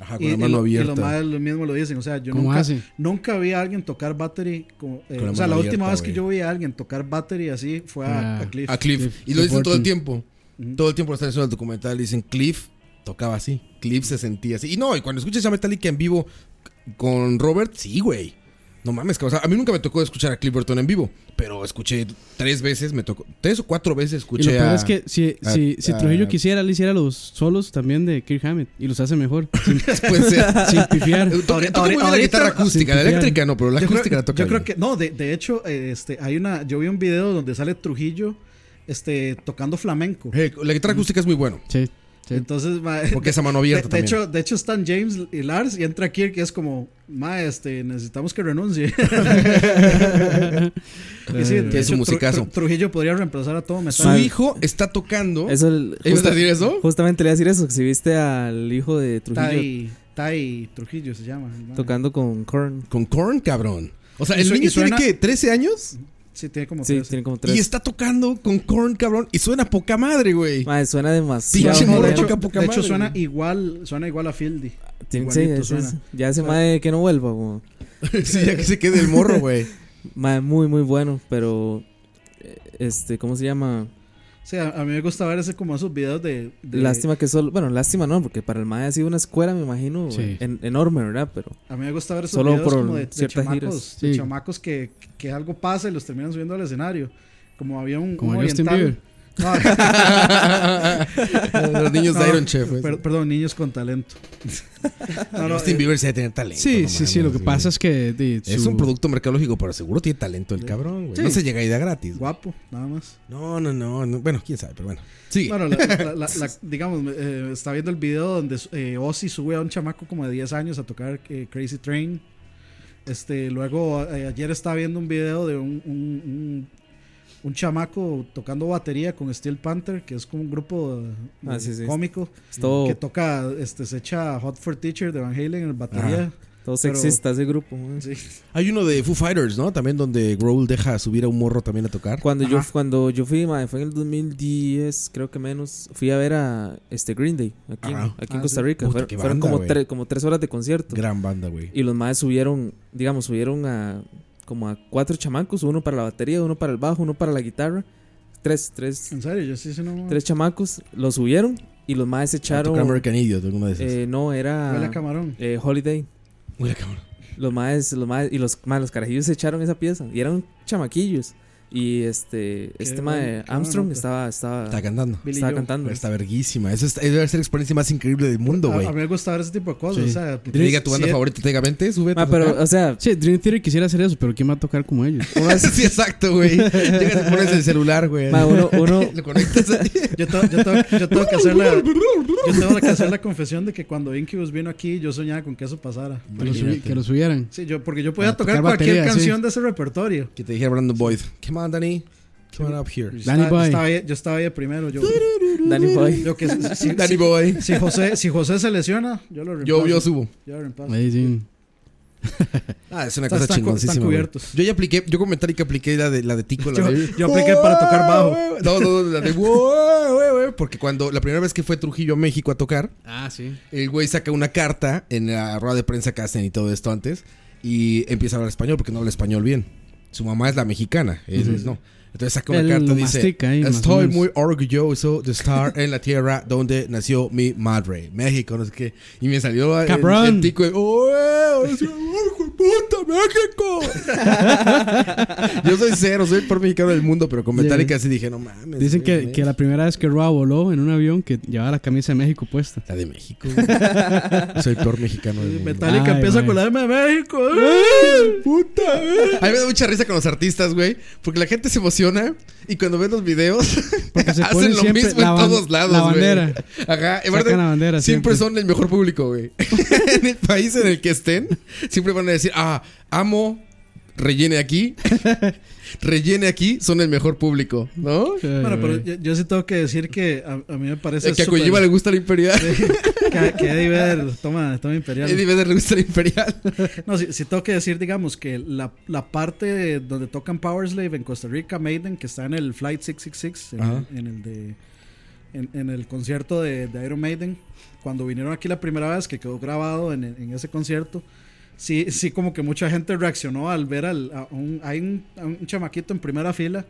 [SPEAKER 3] Ajá, con
[SPEAKER 5] Y,
[SPEAKER 3] la
[SPEAKER 5] y
[SPEAKER 3] mano
[SPEAKER 5] lo- y
[SPEAKER 3] abierta.
[SPEAKER 5] los madres lo mismo lo dicen. O sea, yo
[SPEAKER 4] ¿Cómo
[SPEAKER 5] nunca,
[SPEAKER 4] hace?
[SPEAKER 5] nunca vi a alguien tocar battery. como, eh,
[SPEAKER 3] Con la
[SPEAKER 5] o sea,
[SPEAKER 3] mano
[SPEAKER 5] la última
[SPEAKER 3] abierta,
[SPEAKER 5] vez
[SPEAKER 3] güey.
[SPEAKER 5] que yo vi a alguien tocar battery así fue a,
[SPEAKER 4] Ah.
[SPEAKER 5] a Cliff.
[SPEAKER 3] A Cliff.
[SPEAKER 4] Cliff,
[SPEAKER 3] y lo dicen
[SPEAKER 4] Cliff
[SPEAKER 3] todo el
[SPEAKER 4] Burton.
[SPEAKER 3] tiempo. Todo el tiempo lo están haciendo en el documental. Dicen Cliff tocaba así. Cliff se sentía así. Y no, y cuando escuchas a Metallica en vivo con Robert, sí, güey. No mames, cabrón. O sea, a mí nunca me tocó escuchar a Cliff Burton en vivo. Pero escuché tres veces, me tocó. Tres o cuatro veces
[SPEAKER 4] Y lo
[SPEAKER 3] escuché
[SPEAKER 4] peor
[SPEAKER 3] a.
[SPEAKER 4] es que si,
[SPEAKER 3] a-
[SPEAKER 4] si, si
[SPEAKER 3] a-
[SPEAKER 4] Trujillo quisiera, le hiciera los solos también de Kirk Hammett y los hace mejor. Sin,
[SPEAKER 3] Puede ser.
[SPEAKER 4] sin pifiar.
[SPEAKER 3] Toca- toca eh, muy bien la
[SPEAKER 5] ahorita-
[SPEAKER 3] guitarra acústica. La
[SPEAKER 4] Sin pifiar.
[SPEAKER 3] eléctrica no, pero la
[SPEAKER 5] yo
[SPEAKER 3] acústica
[SPEAKER 5] creo,
[SPEAKER 3] la toca.
[SPEAKER 5] yo creo
[SPEAKER 3] bien.
[SPEAKER 5] que, no, de, de hecho, eh, este, hay una, yo vi un video donde sale Trujillo este, tocando flamenco.
[SPEAKER 3] Eh, la guitarra acústica es muy bueno.
[SPEAKER 4] Sí, sí.
[SPEAKER 5] Entonces, ma,
[SPEAKER 3] Porque esa mano
[SPEAKER 5] de,
[SPEAKER 3] abierta
[SPEAKER 5] de
[SPEAKER 3] también.
[SPEAKER 5] hecho, de hecho están James y Lars y entra Kirk y es como, ma, este, necesitamos que renuncie. Y sí, de
[SPEAKER 3] Eh. Que es un
[SPEAKER 5] hecho, Tru-
[SPEAKER 3] musicazo.
[SPEAKER 5] Tru- Trujillo podría reemplazar a todo
[SPEAKER 3] su
[SPEAKER 5] metal.
[SPEAKER 3] hijo está tocando.
[SPEAKER 7] Eso el-
[SPEAKER 3] ¿Ibas a decir eso?
[SPEAKER 7] Justamente le iba a decir eso, que si viste al hijo de Trujillo
[SPEAKER 5] Tai, Tai Trujillo se llama. el mae.
[SPEAKER 7] tocando con Korn.
[SPEAKER 3] Con Korn, cabrón. O sea,
[SPEAKER 5] Y
[SPEAKER 3] el
[SPEAKER 5] su- y
[SPEAKER 3] niño tiene
[SPEAKER 5] suena-
[SPEAKER 3] que 13 años
[SPEAKER 5] Sí, tiene como
[SPEAKER 7] Sí,
[SPEAKER 5] tres.
[SPEAKER 7] tiene como
[SPEAKER 3] y
[SPEAKER 7] tres.
[SPEAKER 3] está tocando con Korn, cabrón. Y suena poca madre, güey.
[SPEAKER 7] Mae, suena demasiado.
[SPEAKER 3] Pinche
[SPEAKER 5] No,
[SPEAKER 3] morro
[SPEAKER 5] de
[SPEAKER 7] joder.
[SPEAKER 5] hecho,
[SPEAKER 3] toca poca
[SPEAKER 5] de hecho,
[SPEAKER 3] madre.
[SPEAKER 5] suena igual, suena igual a Fieldy.
[SPEAKER 7] Tiene- sí,
[SPEAKER 5] igualito
[SPEAKER 7] es- es-
[SPEAKER 5] suena.
[SPEAKER 7] ya ese mae que no vuelva, weón.
[SPEAKER 3] sí, ya que se quede el morro, güey.
[SPEAKER 7] Mae, muy, muy bueno, pero. eh, Este, ¿cómo se llama?
[SPEAKER 5] Sí, a, a mí me gusta ver ese como esos videos de, de-
[SPEAKER 7] Lástima que solo. Bueno, lástima no, porque para el mae ha sido una escuela, me imagino,
[SPEAKER 4] Sí.
[SPEAKER 7] en- enorme, ¿verdad? Pero.
[SPEAKER 5] A mí me gusta ver esos
[SPEAKER 7] Solo
[SPEAKER 5] videos
[SPEAKER 7] por
[SPEAKER 5] como de, de
[SPEAKER 7] ciertas
[SPEAKER 5] chamacos,
[SPEAKER 7] giras.
[SPEAKER 5] de
[SPEAKER 4] Sí.
[SPEAKER 5] chamacos que, que algo pasa y los terminan subiendo al escenario. Como había un,
[SPEAKER 4] Como
[SPEAKER 5] un
[SPEAKER 4] Justin
[SPEAKER 5] oriental. No,
[SPEAKER 3] Los niños de
[SPEAKER 5] no,
[SPEAKER 3] Iron Chef. güey.
[SPEAKER 5] per- perdón, niños con talento. No, no,
[SPEAKER 3] Justin
[SPEAKER 5] eh,
[SPEAKER 3] Bieber se debe tener talento.
[SPEAKER 4] Sí,
[SPEAKER 3] no
[SPEAKER 4] sí,
[SPEAKER 3] mames,
[SPEAKER 4] sí. Lo que
[SPEAKER 3] güey.
[SPEAKER 4] pasa es que. de-
[SPEAKER 3] Es
[SPEAKER 4] su-
[SPEAKER 3] un producto mercadológico, pero seguro tiene talento el cabrón, güey. No
[SPEAKER 5] Sí.
[SPEAKER 3] se llega a idea gratis. güey.
[SPEAKER 5] guapo, nada más.
[SPEAKER 3] No, no, no, no. Bueno, quién sabe, pero bueno. Sí.
[SPEAKER 5] Bueno, la- la- la- la- digamos, eh, estaba viendo el video donde eh, Ozzy sube a un chamaco como de 10 años a tocar eh, Crazy Train. Este, luego eh, ayer estaba viendo un video de un, un, un- un chamaco tocando batería con Steel Panther, que es como un grupo eh,
[SPEAKER 7] Ah, sí, sí.
[SPEAKER 5] cómico
[SPEAKER 7] Es todo.
[SPEAKER 5] que toca, este, se echa Hot for Teacher de Van Halen en batería. Pero-
[SPEAKER 7] Todo sexista ese grupo. mae.
[SPEAKER 5] Sí.
[SPEAKER 3] Hay uno de Foo Fighters, ¿no? También donde Growl deja subir a un morro también a tocar.
[SPEAKER 7] Cuando yo, cuando yo fui, mae, fue en el 2010, creo que menos, fui a ver a este Green Day aquí, en-
[SPEAKER 3] Ajá.
[SPEAKER 7] aquí
[SPEAKER 4] Ah,
[SPEAKER 7] en Costa
[SPEAKER 4] sí.
[SPEAKER 7] Rica.
[SPEAKER 3] Puta,
[SPEAKER 7] Fueron-
[SPEAKER 3] qué
[SPEAKER 7] fueron
[SPEAKER 3] banda,
[SPEAKER 7] como,
[SPEAKER 3] güey.
[SPEAKER 7] tres- como tres horas de concierto.
[SPEAKER 3] Gran banda, güey.
[SPEAKER 7] Y los maes subieron, digamos, subieron a como a cuatro chamacos, uno para la batería, uno para el bajo, uno para la guitarra. Tres, tres,
[SPEAKER 3] Mm.
[SPEAKER 5] En serio, yo sí, sí, no.
[SPEAKER 7] tres chamacos, los subieron y los maes
[SPEAKER 3] A tocar
[SPEAKER 7] echaron.
[SPEAKER 3] American Idiot, alguna de esas.
[SPEAKER 7] eh, no,
[SPEAKER 5] Huele
[SPEAKER 7] era
[SPEAKER 5] a camarón.
[SPEAKER 7] eh, Holiday.
[SPEAKER 3] Uy, la cámara.
[SPEAKER 7] Los maes, los maes, y los, mae, los carajillos se echaron esa pieza. Y eran chamaquillos. Y este, este mae
[SPEAKER 5] buena- qué pues.
[SPEAKER 7] Armstrong
[SPEAKER 5] buena
[SPEAKER 7] estaba, estaba,
[SPEAKER 3] Está cantando.
[SPEAKER 5] Billy
[SPEAKER 7] estaba
[SPEAKER 5] Joel.
[SPEAKER 7] cantando.
[SPEAKER 3] Está verguísima. Esa es- esa debe ser la experiencia más increíble del mundo,
[SPEAKER 4] Ah,
[SPEAKER 5] A,
[SPEAKER 3] güey.
[SPEAKER 5] a mí me gusta ver ese tipo de cosas.
[SPEAKER 3] Sí.
[SPEAKER 5] O sea,
[SPEAKER 3] Te Diga tu banda
[SPEAKER 5] sí,
[SPEAKER 3] favorita, te diga, vente, sube.
[SPEAKER 7] Mae, pero, o sea,
[SPEAKER 4] Sí, Dream Theater quisiera hacer eso, pero ¿quién va a tocar como ellos?
[SPEAKER 3] sí, exacto, güey. Llegas y pones el celular, güey.
[SPEAKER 7] mae, uno, uno,
[SPEAKER 3] Lo conectas.
[SPEAKER 5] Yo, tengo- yo tengo- yo tengo que hacer la, yo tengo que hacer la confesión de que cuando Incubus vino aquí, yo soñaba con que eso pasara.
[SPEAKER 4] Que lo, subi- que lo subieran.
[SPEAKER 5] Sí, yo, porque yo podía
[SPEAKER 4] Ah,
[SPEAKER 5] tocar,
[SPEAKER 4] tocar
[SPEAKER 5] cualquier
[SPEAKER 4] batería, sí.
[SPEAKER 5] canción de ese repertorio.
[SPEAKER 3] Que te dijera Brandon Boyd. Come on, Danny. Come on up here.
[SPEAKER 5] Yo
[SPEAKER 4] Danny
[SPEAKER 5] estaba-
[SPEAKER 4] Boy.
[SPEAKER 5] Yo estaba, ahí, yo estaba ahí de primero. Yo,
[SPEAKER 7] Danny Boy.
[SPEAKER 5] yo que, si, si-
[SPEAKER 3] Danny Boy.
[SPEAKER 5] si José, si José se lesiona, yo lo reemplazo.
[SPEAKER 3] Yo, yo subo.
[SPEAKER 5] Yo lo reemplazo.
[SPEAKER 4] Ahí sí.
[SPEAKER 3] Ah, es una
[SPEAKER 5] Están-
[SPEAKER 3] cosa
[SPEAKER 5] están cu-
[SPEAKER 3] chingoncísima.
[SPEAKER 5] están
[SPEAKER 3] güey.
[SPEAKER 5] cubiertos.
[SPEAKER 3] Yo ya apliqué, yo comenté que apliqué la de la de Tico, la
[SPEAKER 5] Yo-
[SPEAKER 3] de-
[SPEAKER 5] yo apliqué para tocar bajo.
[SPEAKER 3] No, no, no, la de "Wow, wow, wow", porque cuando la primera vez que fue Trujillo a México a tocar,
[SPEAKER 4] Ah, sí.
[SPEAKER 3] el güey saca una carta en la rueda de prensa que hacen y todo esto antes y empieza a hablar español porque no habla español bien. Su mamá es la mexicana, él es no. Entonces saca una
[SPEAKER 4] Él
[SPEAKER 3] carta
[SPEAKER 4] lo
[SPEAKER 3] y dice,
[SPEAKER 4] mastica ahí, más o
[SPEAKER 3] estoy
[SPEAKER 4] menos".
[SPEAKER 3] muy orgulloso de estar en la tierra donde nació mi madre, México, no sé qué. Y me salió el-
[SPEAKER 4] Cabrón.
[SPEAKER 3] el tico, ¡oh, eh! Así, "Oh, hijo de puta, México! Yo soy cero, soy el peor mexicano del mundo, pero con
[SPEAKER 4] Yeah.
[SPEAKER 3] Metallica así dije, no mames.
[SPEAKER 4] Dicen
[SPEAKER 3] güey,
[SPEAKER 4] que,
[SPEAKER 3] no
[SPEAKER 4] que la primera vez que Roa voló en un avión que llevaba la camisa de México puesta.
[SPEAKER 3] La de México. güey. Soy el peor mexicano del mundo.
[SPEAKER 5] Metallica
[SPEAKER 4] Ay,
[SPEAKER 5] empieza
[SPEAKER 4] mae.
[SPEAKER 5] con la M de México.
[SPEAKER 3] A mí me da mucha risa con los artistas, güey. Porque la gente se emociona y cuando ven los videos
[SPEAKER 4] Porque se pone
[SPEAKER 3] hacen lo
[SPEAKER 4] siempre
[SPEAKER 3] mismo
[SPEAKER 4] la
[SPEAKER 3] en
[SPEAKER 4] ban-
[SPEAKER 3] todos lados,
[SPEAKER 4] la
[SPEAKER 3] güey.
[SPEAKER 4] bandera.
[SPEAKER 3] Ajá. en
[SPEAKER 4] Sacan
[SPEAKER 3] verdad,
[SPEAKER 4] la bandera
[SPEAKER 3] siempre, son
[SPEAKER 4] siempre.
[SPEAKER 3] el mejor público, güey. en el país en el que estén, siempre van a decir, ah, amo, rellene aquí, rellene aquí, son el mejor público, ¿no?
[SPEAKER 5] Bueno, pero
[SPEAKER 4] Ay,
[SPEAKER 5] yo, yo sí tengo que decir que a, a mí me parece
[SPEAKER 3] Eh, que a
[SPEAKER 5] súper-
[SPEAKER 3] Kojima le gusta la imperial.
[SPEAKER 5] que, que Eddie Vedder toma, toma Imperial.
[SPEAKER 3] Eddie Vedder le gusta la imperial.
[SPEAKER 5] No, sí, sí tengo que decir, digamos, que la, la parte donde tocan Power Slave en Costa Rica, Maiden, que está en el Flight 666,
[SPEAKER 3] Ajá.
[SPEAKER 5] en, en el de... En, en el concierto de, de Iron Maiden, cuando vinieron aquí la primera vez, que quedó grabado en, en ese concierto, sí, sí como que mucha gente reaccionó al ver al, a un, hay un, a un chamaquito en primera fila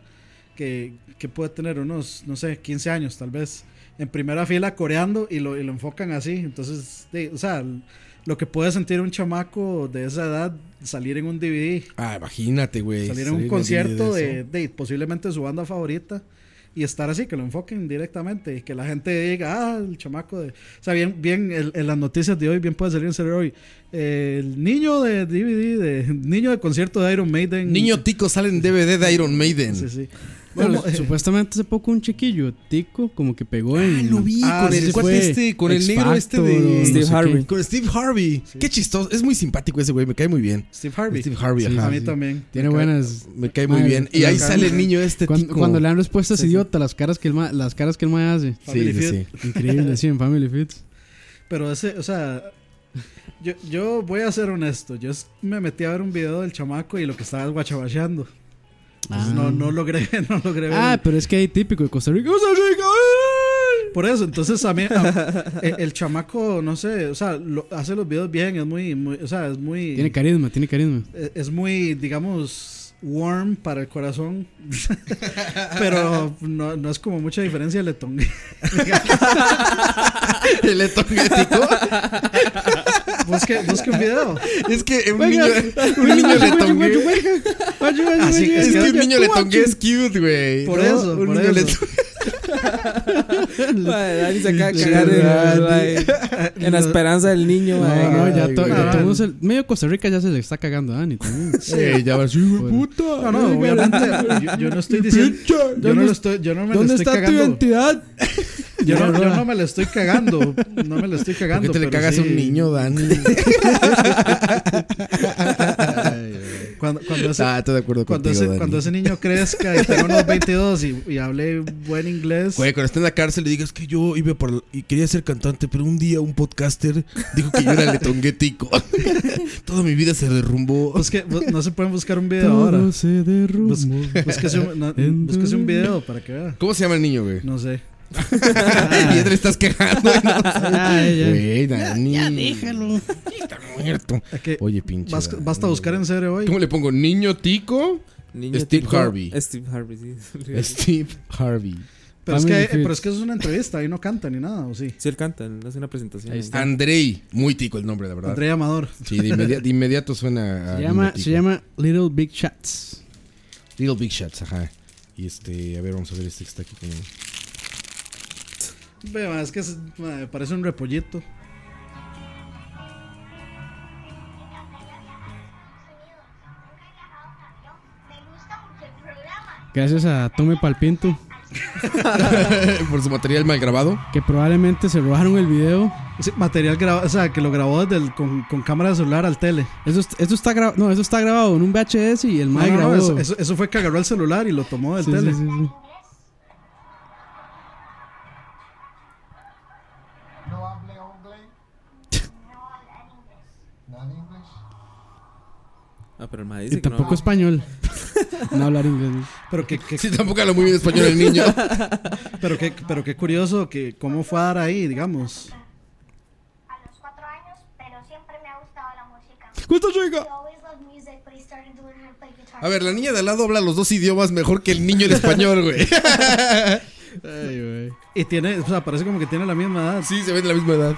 [SPEAKER 5] que, que puede tener unos, no sé, 15 años tal vez, en primera fila coreando y lo, y lo enfocan así. Entonces, de- o sea, lo que puede sentir un chamaco de esa edad salir en un DVD,
[SPEAKER 3] Ah, imagínate, güey.
[SPEAKER 5] salir en
[SPEAKER 3] salir
[SPEAKER 5] un
[SPEAKER 3] en
[SPEAKER 5] concierto
[SPEAKER 3] DVD eso.
[SPEAKER 5] de, de posiblemente su banda favorita. Y estar así, que lo enfoquen directamente y que la gente diga, ah, el chamaco de... O sea, bien, bien, el- en las noticias de hoy, bien puede salir en serio hoy. eh, el niño de DVD, de, niño de concierto de Iron Maiden.
[SPEAKER 3] Niño Tico sale en DVD de Iron Maiden.
[SPEAKER 5] Sí, eh, sí.
[SPEAKER 4] Bueno,
[SPEAKER 5] ¿Cómo?
[SPEAKER 4] supuestamente hace poco un chiquillo, Tico, como que pegó
[SPEAKER 3] Ah,
[SPEAKER 4] en.
[SPEAKER 3] lo vi
[SPEAKER 5] Ah,
[SPEAKER 3] con
[SPEAKER 5] sí,
[SPEAKER 3] el
[SPEAKER 5] sí,
[SPEAKER 3] cuate
[SPEAKER 4] fue
[SPEAKER 3] este, con el
[SPEAKER 4] X
[SPEAKER 3] negro este
[SPEAKER 4] Factor,
[SPEAKER 3] de
[SPEAKER 4] no
[SPEAKER 7] Steve
[SPEAKER 4] sé
[SPEAKER 7] Harvey.
[SPEAKER 3] Con Steve Harvey. Qué chistoso. Es muy simpático ese güey. Me cae muy bien.
[SPEAKER 5] Steve Harvey.
[SPEAKER 3] Steve Harvey,
[SPEAKER 5] a
[SPEAKER 3] ajá.
[SPEAKER 5] mí también.
[SPEAKER 4] Tiene buenas.
[SPEAKER 3] Me cae muy
[SPEAKER 4] Madre,
[SPEAKER 3] bien. Y
[SPEAKER 4] me
[SPEAKER 3] ahí
[SPEAKER 4] cae
[SPEAKER 3] sale
[SPEAKER 4] muy
[SPEAKER 3] el niño este
[SPEAKER 4] Cuando,
[SPEAKER 3] tico.
[SPEAKER 4] cuando le dan respuestas idiota, las caras que el ma, las caras que el mae hace.
[SPEAKER 3] Sí,
[SPEAKER 5] Family
[SPEAKER 3] sí,
[SPEAKER 5] Feud.
[SPEAKER 3] sí.
[SPEAKER 4] Increíble, sí, en Family Fits.
[SPEAKER 5] Pero ese, o sea, yo, yo voy a ser honesto. Yo es- me metí a ver un video del chamaco y lo que estaba es guachabacheando. Entonces,
[SPEAKER 4] Ah.
[SPEAKER 5] No, no logré, no logré ver.
[SPEAKER 4] Ah, pero es que hay típico de Costa Rica. ¡Costa Rica! ¡ay!
[SPEAKER 5] Por eso, entonces a mí, a- el, el chamaco, no sé, o sea, lo- hace los videos bien, es muy, muy- o sea, es muy,
[SPEAKER 4] Tiene carisma, tiene carisma.
[SPEAKER 5] es, es muy, digamos, warm para el corazón. pero no, no es como mucha diferencia el letón.
[SPEAKER 3] El letonguético.
[SPEAKER 5] Busque, busque un video.
[SPEAKER 3] es que un niño, un niño letongue.
[SPEAKER 5] Así
[SPEAKER 3] Es que un
[SPEAKER 5] que-
[SPEAKER 3] niño letongue es cute, güey.
[SPEAKER 5] Por
[SPEAKER 3] ¿no?
[SPEAKER 5] eso,
[SPEAKER 3] Un
[SPEAKER 5] por
[SPEAKER 3] niño
[SPEAKER 5] eso.
[SPEAKER 3] letongue.
[SPEAKER 7] Mae, Dani se acaba de
[SPEAKER 4] Sí,
[SPEAKER 7] cagar en,
[SPEAKER 4] Dani.
[SPEAKER 7] mae, en la esperanza del niño. mae.
[SPEAKER 4] No, no, ya,
[SPEAKER 3] Ay,
[SPEAKER 4] to-
[SPEAKER 3] güey.
[SPEAKER 4] ya todo el mundo se- medio Costa Rica ya se le está cagando a Dani también.
[SPEAKER 3] Sí, ya va así, güey, puta.
[SPEAKER 5] No, no, obviamente, yo, yo no estoy diciendo, yo no, lo estoy, yo no me lo estoy cagando.
[SPEAKER 4] identidad?
[SPEAKER 5] Yo no, yo no me lo estoy cagando. No me lo estoy
[SPEAKER 3] ¿Por
[SPEAKER 5] cagando.
[SPEAKER 3] qué te le
[SPEAKER 5] pero
[SPEAKER 3] cagas a
[SPEAKER 5] sí.
[SPEAKER 3] un niño, Dani?
[SPEAKER 5] Cuando, cuando ese,
[SPEAKER 3] Ah, estoy de acuerdo
[SPEAKER 5] cuando,
[SPEAKER 3] contigo,
[SPEAKER 5] ese,
[SPEAKER 3] Dani.
[SPEAKER 5] cuando ese niño crezca y tenga unos 22 y, y hable buen inglés.
[SPEAKER 6] Güey, cuando esté en la cárcel le digas que yo iba por y quería ser cantante, pero un día un podcaster dijo que yo era letonguético. Toda mi vida se derrumbó.
[SPEAKER 5] busque- bu- pues no se pueden buscar un video ahora.
[SPEAKER 4] Todo se derrumbó.
[SPEAKER 5] Bus- búsquese, un, no, búsquese un video para que vea.
[SPEAKER 3] ¿Cómo se llama el niño, güey?
[SPEAKER 5] No sé.
[SPEAKER 3] Y ya te le estás quejando.
[SPEAKER 4] Ay, ya.
[SPEAKER 3] Güey, Dani. Ya, déjalo. Está muerto.
[SPEAKER 5] ¿A qué?
[SPEAKER 3] Oye, pinche.
[SPEAKER 5] Basta,
[SPEAKER 3] Dani.
[SPEAKER 5] basta buscar en serio hoy.
[SPEAKER 3] ¿Cómo le pongo? ¿Niño tico?
[SPEAKER 7] Niño
[SPEAKER 3] Steve
[SPEAKER 7] tipo-
[SPEAKER 3] Harvey.
[SPEAKER 7] Steve Harvey, sí.
[SPEAKER 3] Steve Harvey.
[SPEAKER 5] Pero es, que,
[SPEAKER 4] Family
[SPEAKER 5] eh, pero
[SPEAKER 4] Feud.
[SPEAKER 5] es que eso es una entrevista, ahí no canta ni nada, ¿o sí?
[SPEAKER 7] Sí, él canta, él hace una presentación. Ah,
[SPEAKER 4] Ahí
[SPEAKER 7] ahí.
[SPEAKER 4] está.
[SPEAKER 3] Andrei. Muy tico el nombre, la verdad.
[SPEAKER 5] Andrea Amador.
[SPEAKER 3] Sí, de, inmedi- de inmediato suena a.
[SPEAKER 4] Se llama,
[SPEAKER 3] niño tico.
[SPEAKER 4] se llama Little Big Chats.
[SPEAKER 3] Little Big Shots, ajá. Y este, a ver, vamos a ver este que está aquí como.
[SPEAKER 5] Vea, es que es- ma, parece un repollito.
[SPEAKER 4] Gracias a Tome Palpinto,
[SPEAKER 3] Por su material mal grabado.
[SPEAKER 4] que probablemente se robaron el video.
[SPEAKER 5] Sí, material grabado, o sea, que lo grabó desde el- con, con cámara de celular al tele.
[SPEAKER 4] Eso, est- esto está grabado, no, eso está grabado en un VHS y el
[SPEAKER 5] No,
[SPEAKER 4] mae
[SPEAKER 5] no, no,
[SPEAKER 4] grabó.
[SPEAKER 5] eso, eso- eso fue que agarró el celular y lo tomó del
[SPEAKER 4] Sí,
[SPEAKER 5] tele.
[SPEAKER 4] sí, sí, sí.
[SPEAKER 9] No hable hombre. No habla inglés.
[SPEAKER 7] Ah, pero el maíz
[SPEAKER 4] Y
[SPEAKER 7] dice que no
[SPEAKER 4] tampoco español. no hablar inglés. ¿no?
[SPEAKER 5] Pero que, que-
[SPEAKER 3] Sí, tampoco habla muy bien español el niño.
[SPEAKER 5] pero que, pero qué curioso que cómo fue a dar ahí, digamos.
[SPEAKER 9] A los cuatro años, pero siempre me ha gustado la música.
[SPEAKER 3] Justo llega.
[SPEAKER 9] I always loved music, but I started to learn how to play guitar.
[SPEAKER 3] A ver, la niña de al lado habla los dos idiomas mejor que el niño en español, güey.
[SPEAKER 5] Y tiene, o sea, parece como que tiene la misma edad.
[SPEAKER 3] Sí, se ven de la misma edad.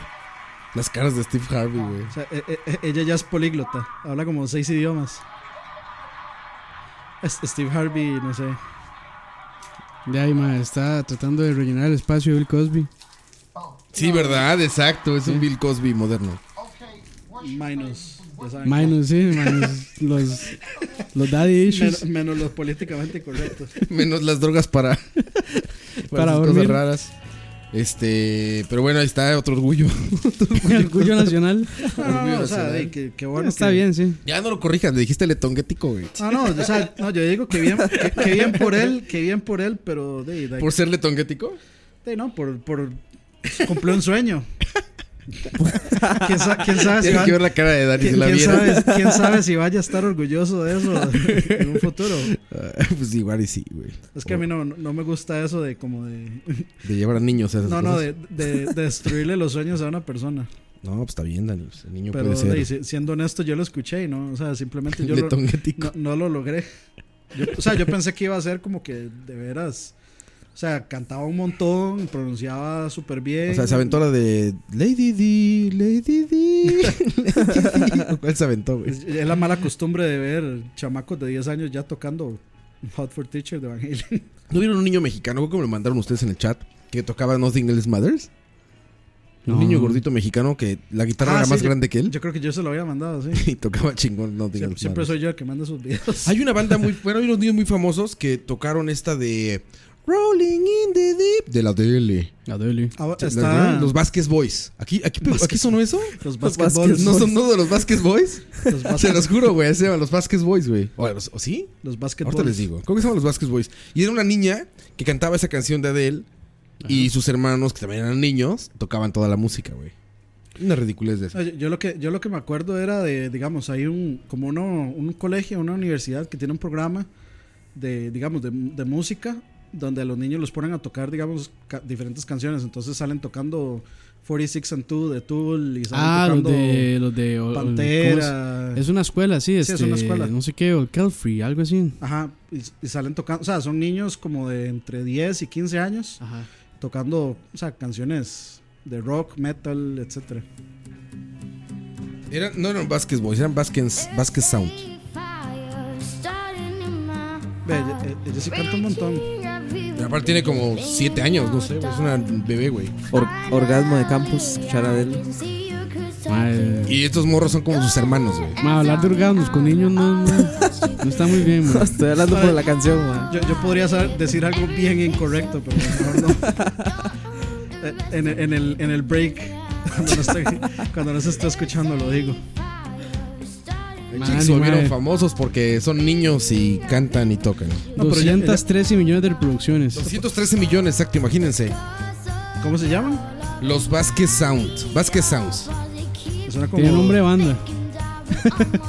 [SPEAKER 3] Las caras de Steve Harvey, güey.
[SPEAKER 5] O sea, e- e- e- ella ya es políglota, habla como seis idiomas. Es- Steve Harvey, no sé.
[SPEAKER 4] De ahí, mae, está tratando de rellenar el espacio de Bill Cosby.
[SPEAKER 3] Sí, ¿verdad? Exacto. Es un Bill Cosby moderno.
[SPEAKER 5] Minus. ya saben.
[SPEAKER 4] Minus, sí, minus los, los daddy
[SPEAKER 5] Men-
[SPEAKER 4] issues.
[SPEAKER 5] menos los políticamente correctos.
[SPEAKER 3] Menos las drogas para.
[SPEAKER 4] Para
[SPEAKER 3] esas cosas
[SPEAKER 4] dormir.
[SPEAKER 3] raras. Este. Pero bueno, ahí está otro orgullo.
[SPEAKER 4] Orgullo nacional.
[SPEAKER 5] No, no, no, o sea,
[SPEAKER 3] nacional.
[SPEAKER 5] de que, que bueno.
[SPEAKER 4] está
[SPEAKER 5] que-
[SPEAKER 4] bien, sí.
[SPEAKER 3] Ya no lo corrijas, le dijiste letonguético, güey.
[SPEAKER 5] Ah, no, o sea, no, yo digo que bien, que, que bien por él, que bien por él, pero de, de-
[SPEAKER 3] ¿Por ser letonguético?
[SPEAKER 5] de, no, por, por cumplió un sueño. ¿Quién, sa- quién sabe si
[SPEAKER 3] Tiene
[SPEAKER 5] va-
[SPEAKER 3] que ver la cara de Dani,
[SPEAKER 5] Ah, quién-
[SPEAKER 3] si la
[SPEAKER 5] quién
[SPEAKER 3] vieron.
[SPEAKER 5] sabe- quién sabe si vaya a estar orgulloso de eso en un futuro?
[SPEAKER 3] Ah, pues igual y sí, güey.
[SPEAKER 5] Es que a mí no, no me gusta eso de como de...
[SPEAKER 3] De llevar a niños a esas
[SPEAKER 5] No, no,
[SPEAKER 3] cosas.
[SPEAKER 5] de, de- de destruirle los sueños a una persona.
[SPEAKER 3] No, pues está bien, Dani. pues, el niño
[SPEAKER 5] Pero
[SPEAKER 3] puede ser
[SPEAKER 5] de- si- siendo honesto, yo lo escuché y no, o sea, simplemente yo lo,
[SPEAKER 3] letonguético.
[SPEAKER 5] no, no lo logré. Yo- o sea, yo pensé que iba a ser como que de veras. O sea, cantaba un montón, pronunciaba súper bien.
[SPEAKER 3] O sea, se aventó la de Lady D, Lady D. Lady D. ¿Cuál se aventó, güey?
[SPEAKER 5] Es, es la mala costumbre de ver chamacos de 10 años ya tocando Hot for Teacher de Van Halen.
[SPEAKER 3] ¿No vieron un niño mexicano? Creo que me lo mandaron ustedes en el chat. Que tocaba Nothing Else Matters.
[SPEAKER 4] No.
[SPEAKER 3] Un niño gordito mexicano que la guitarra
[SPEAKER 5] Ah,
[SPEAKER 3] era
[SPEAKER 5] sí,
[SPEAKER 3] más
[SPEAKER 5] yo-
[SPEAKER 3] grande que él.
[SPEAKER 5] Yo creo que yo se lo había mandado, sí.
[SPEAKER 3] y tocaba chingón Nothing
[SPEAKER 5] Sie-
[SPEAKER 3] Else
[SPEAKER 5] siempre
[SPEAKER 3] Matters.
[SPEAKER 5] soy yo el que manda sus videos.
[SPEAKER 3] Hay una banda muy. Bueno, hay unos niños muy famosos que tocaron esta de Rolling in the Deep. De la DL.
[SPEAKER 4] La doble.
[SPEAKER 5] Ah,
[SPEAKER 3] Sí,
[SPEAKER 5] está-
[SPEAKER 3] ¿verdad? Los Vázquez Boys. ¿Aquí, aquí, ¿aquí sonó eso?
[SPEAKER 5] Los
[SPEAKER 3] ¿No
[SPEAKER 5] basketballs.
[SPEAKER 7] Vázquez
[SPEAKER 3] son todos los Vázquez Boys?
[SPEAKER 5] Los
[SPEAKER 3] Se
[SPEAKER 5] basket-
[SPEAKER 3] los juro, güey. Se llaman los Vázquez Boys, güey. O, ¿O sí? Ahorita
[SPEAKER 5] los
[SPEAKER 3] les
[SPEAKER 5] basketballs.
[SPEAKER 3] digo. ¿Cómo que se llaman los Vázquez Boys? Y era una niña que cantaba esa canción de Adele. Y sus hermanos, que también eran niños, tocaban toda la música, güey. Una ridiculez de
[SPEAKER 5] No,
[SPEAKER 3] eso.
[SPEAKER 5] Yo, yo lo que yo lo que me acuerdo era de, digamos, hay un como uno, un colegio, una universidad que tiene un programa de, digamos, de, de música donde a los niños los ponen a tocar, digamos, ca- diferentes canciones. Entonces salen tocando 46 and 2 de Tool y salen
[SPEAKER 4] Ah, los
[SPEAKER 5] tocando
[SPEAKER 4] de, los de o- o- ¿cómo es?
[SPEAKER 5] Pantera.
[SPEAKER 4] Es una escuela, sí,
[SPEAKER 5] Sí,
[SPEAKER 4] este,
[SPEAKER 5] es una escuela.
[SPEAKER 4] No sé qué, o el Calfrey, algo así.
[SPEAKER 5] Ajá, y, y salen tocando, o sea, son niños como de entre 10 y 15 años
[SPEAKER 4] Ajá.
[SPEAKER 5] tocando, o sea, canciones de rock, metal, etcétera.
[SPEAKER 3] Eran- no eran Vázquez Boys, eran Vázquez, Vázquez Sound.
[SPEAKER 5] Ve, ella, ella sí canta un montón.
[SPEAKER 3] Pero aparte tiene como siete años, no sé, güey, Es una bebé, güey.
[SPEAKER 7] Or- orgasmo de campus, escuchar a Adele.
[SPEAKER 9] Ah,
[SPEAKER 4] Mae,
[SPEAKER 3] Y estos morros son como sus hermanos, güey.
[SPEAKER 4] mae, hablar de orgasmos con niños no, no, no está muy bien, mae.
[SPEAKER 7] Estoy hablando por la canción, man.
[SPEAKER 5] Yo, yo podría sa- decir algo bien incorrecto, pero mejor no. Eh, En, el- en el, en el break, cuando no, estoy- cuando no se está escuchando, lo digo.
[SPEAKER 4] Madre,
[SPEAKER 3] se volvieron
[SPEAKER 4] madre.
[SPEAKER 3] famosos porque son niños y cantan y tocan.
[SPEAKER 5] No, pero ya-
[SPEAKER 4] 213 millones de reproducciones.
[SPEAKER 3] 213 millones, exacto, imagínense.
[SPEAKER 5] ¿Cómo se llaman?
[SPEAKER 3] Los Vasquez Sound. Vasquez Sounds.
[SPEAKER 5] Suena como
[SPEAKER 4] Tiene nombre de banda.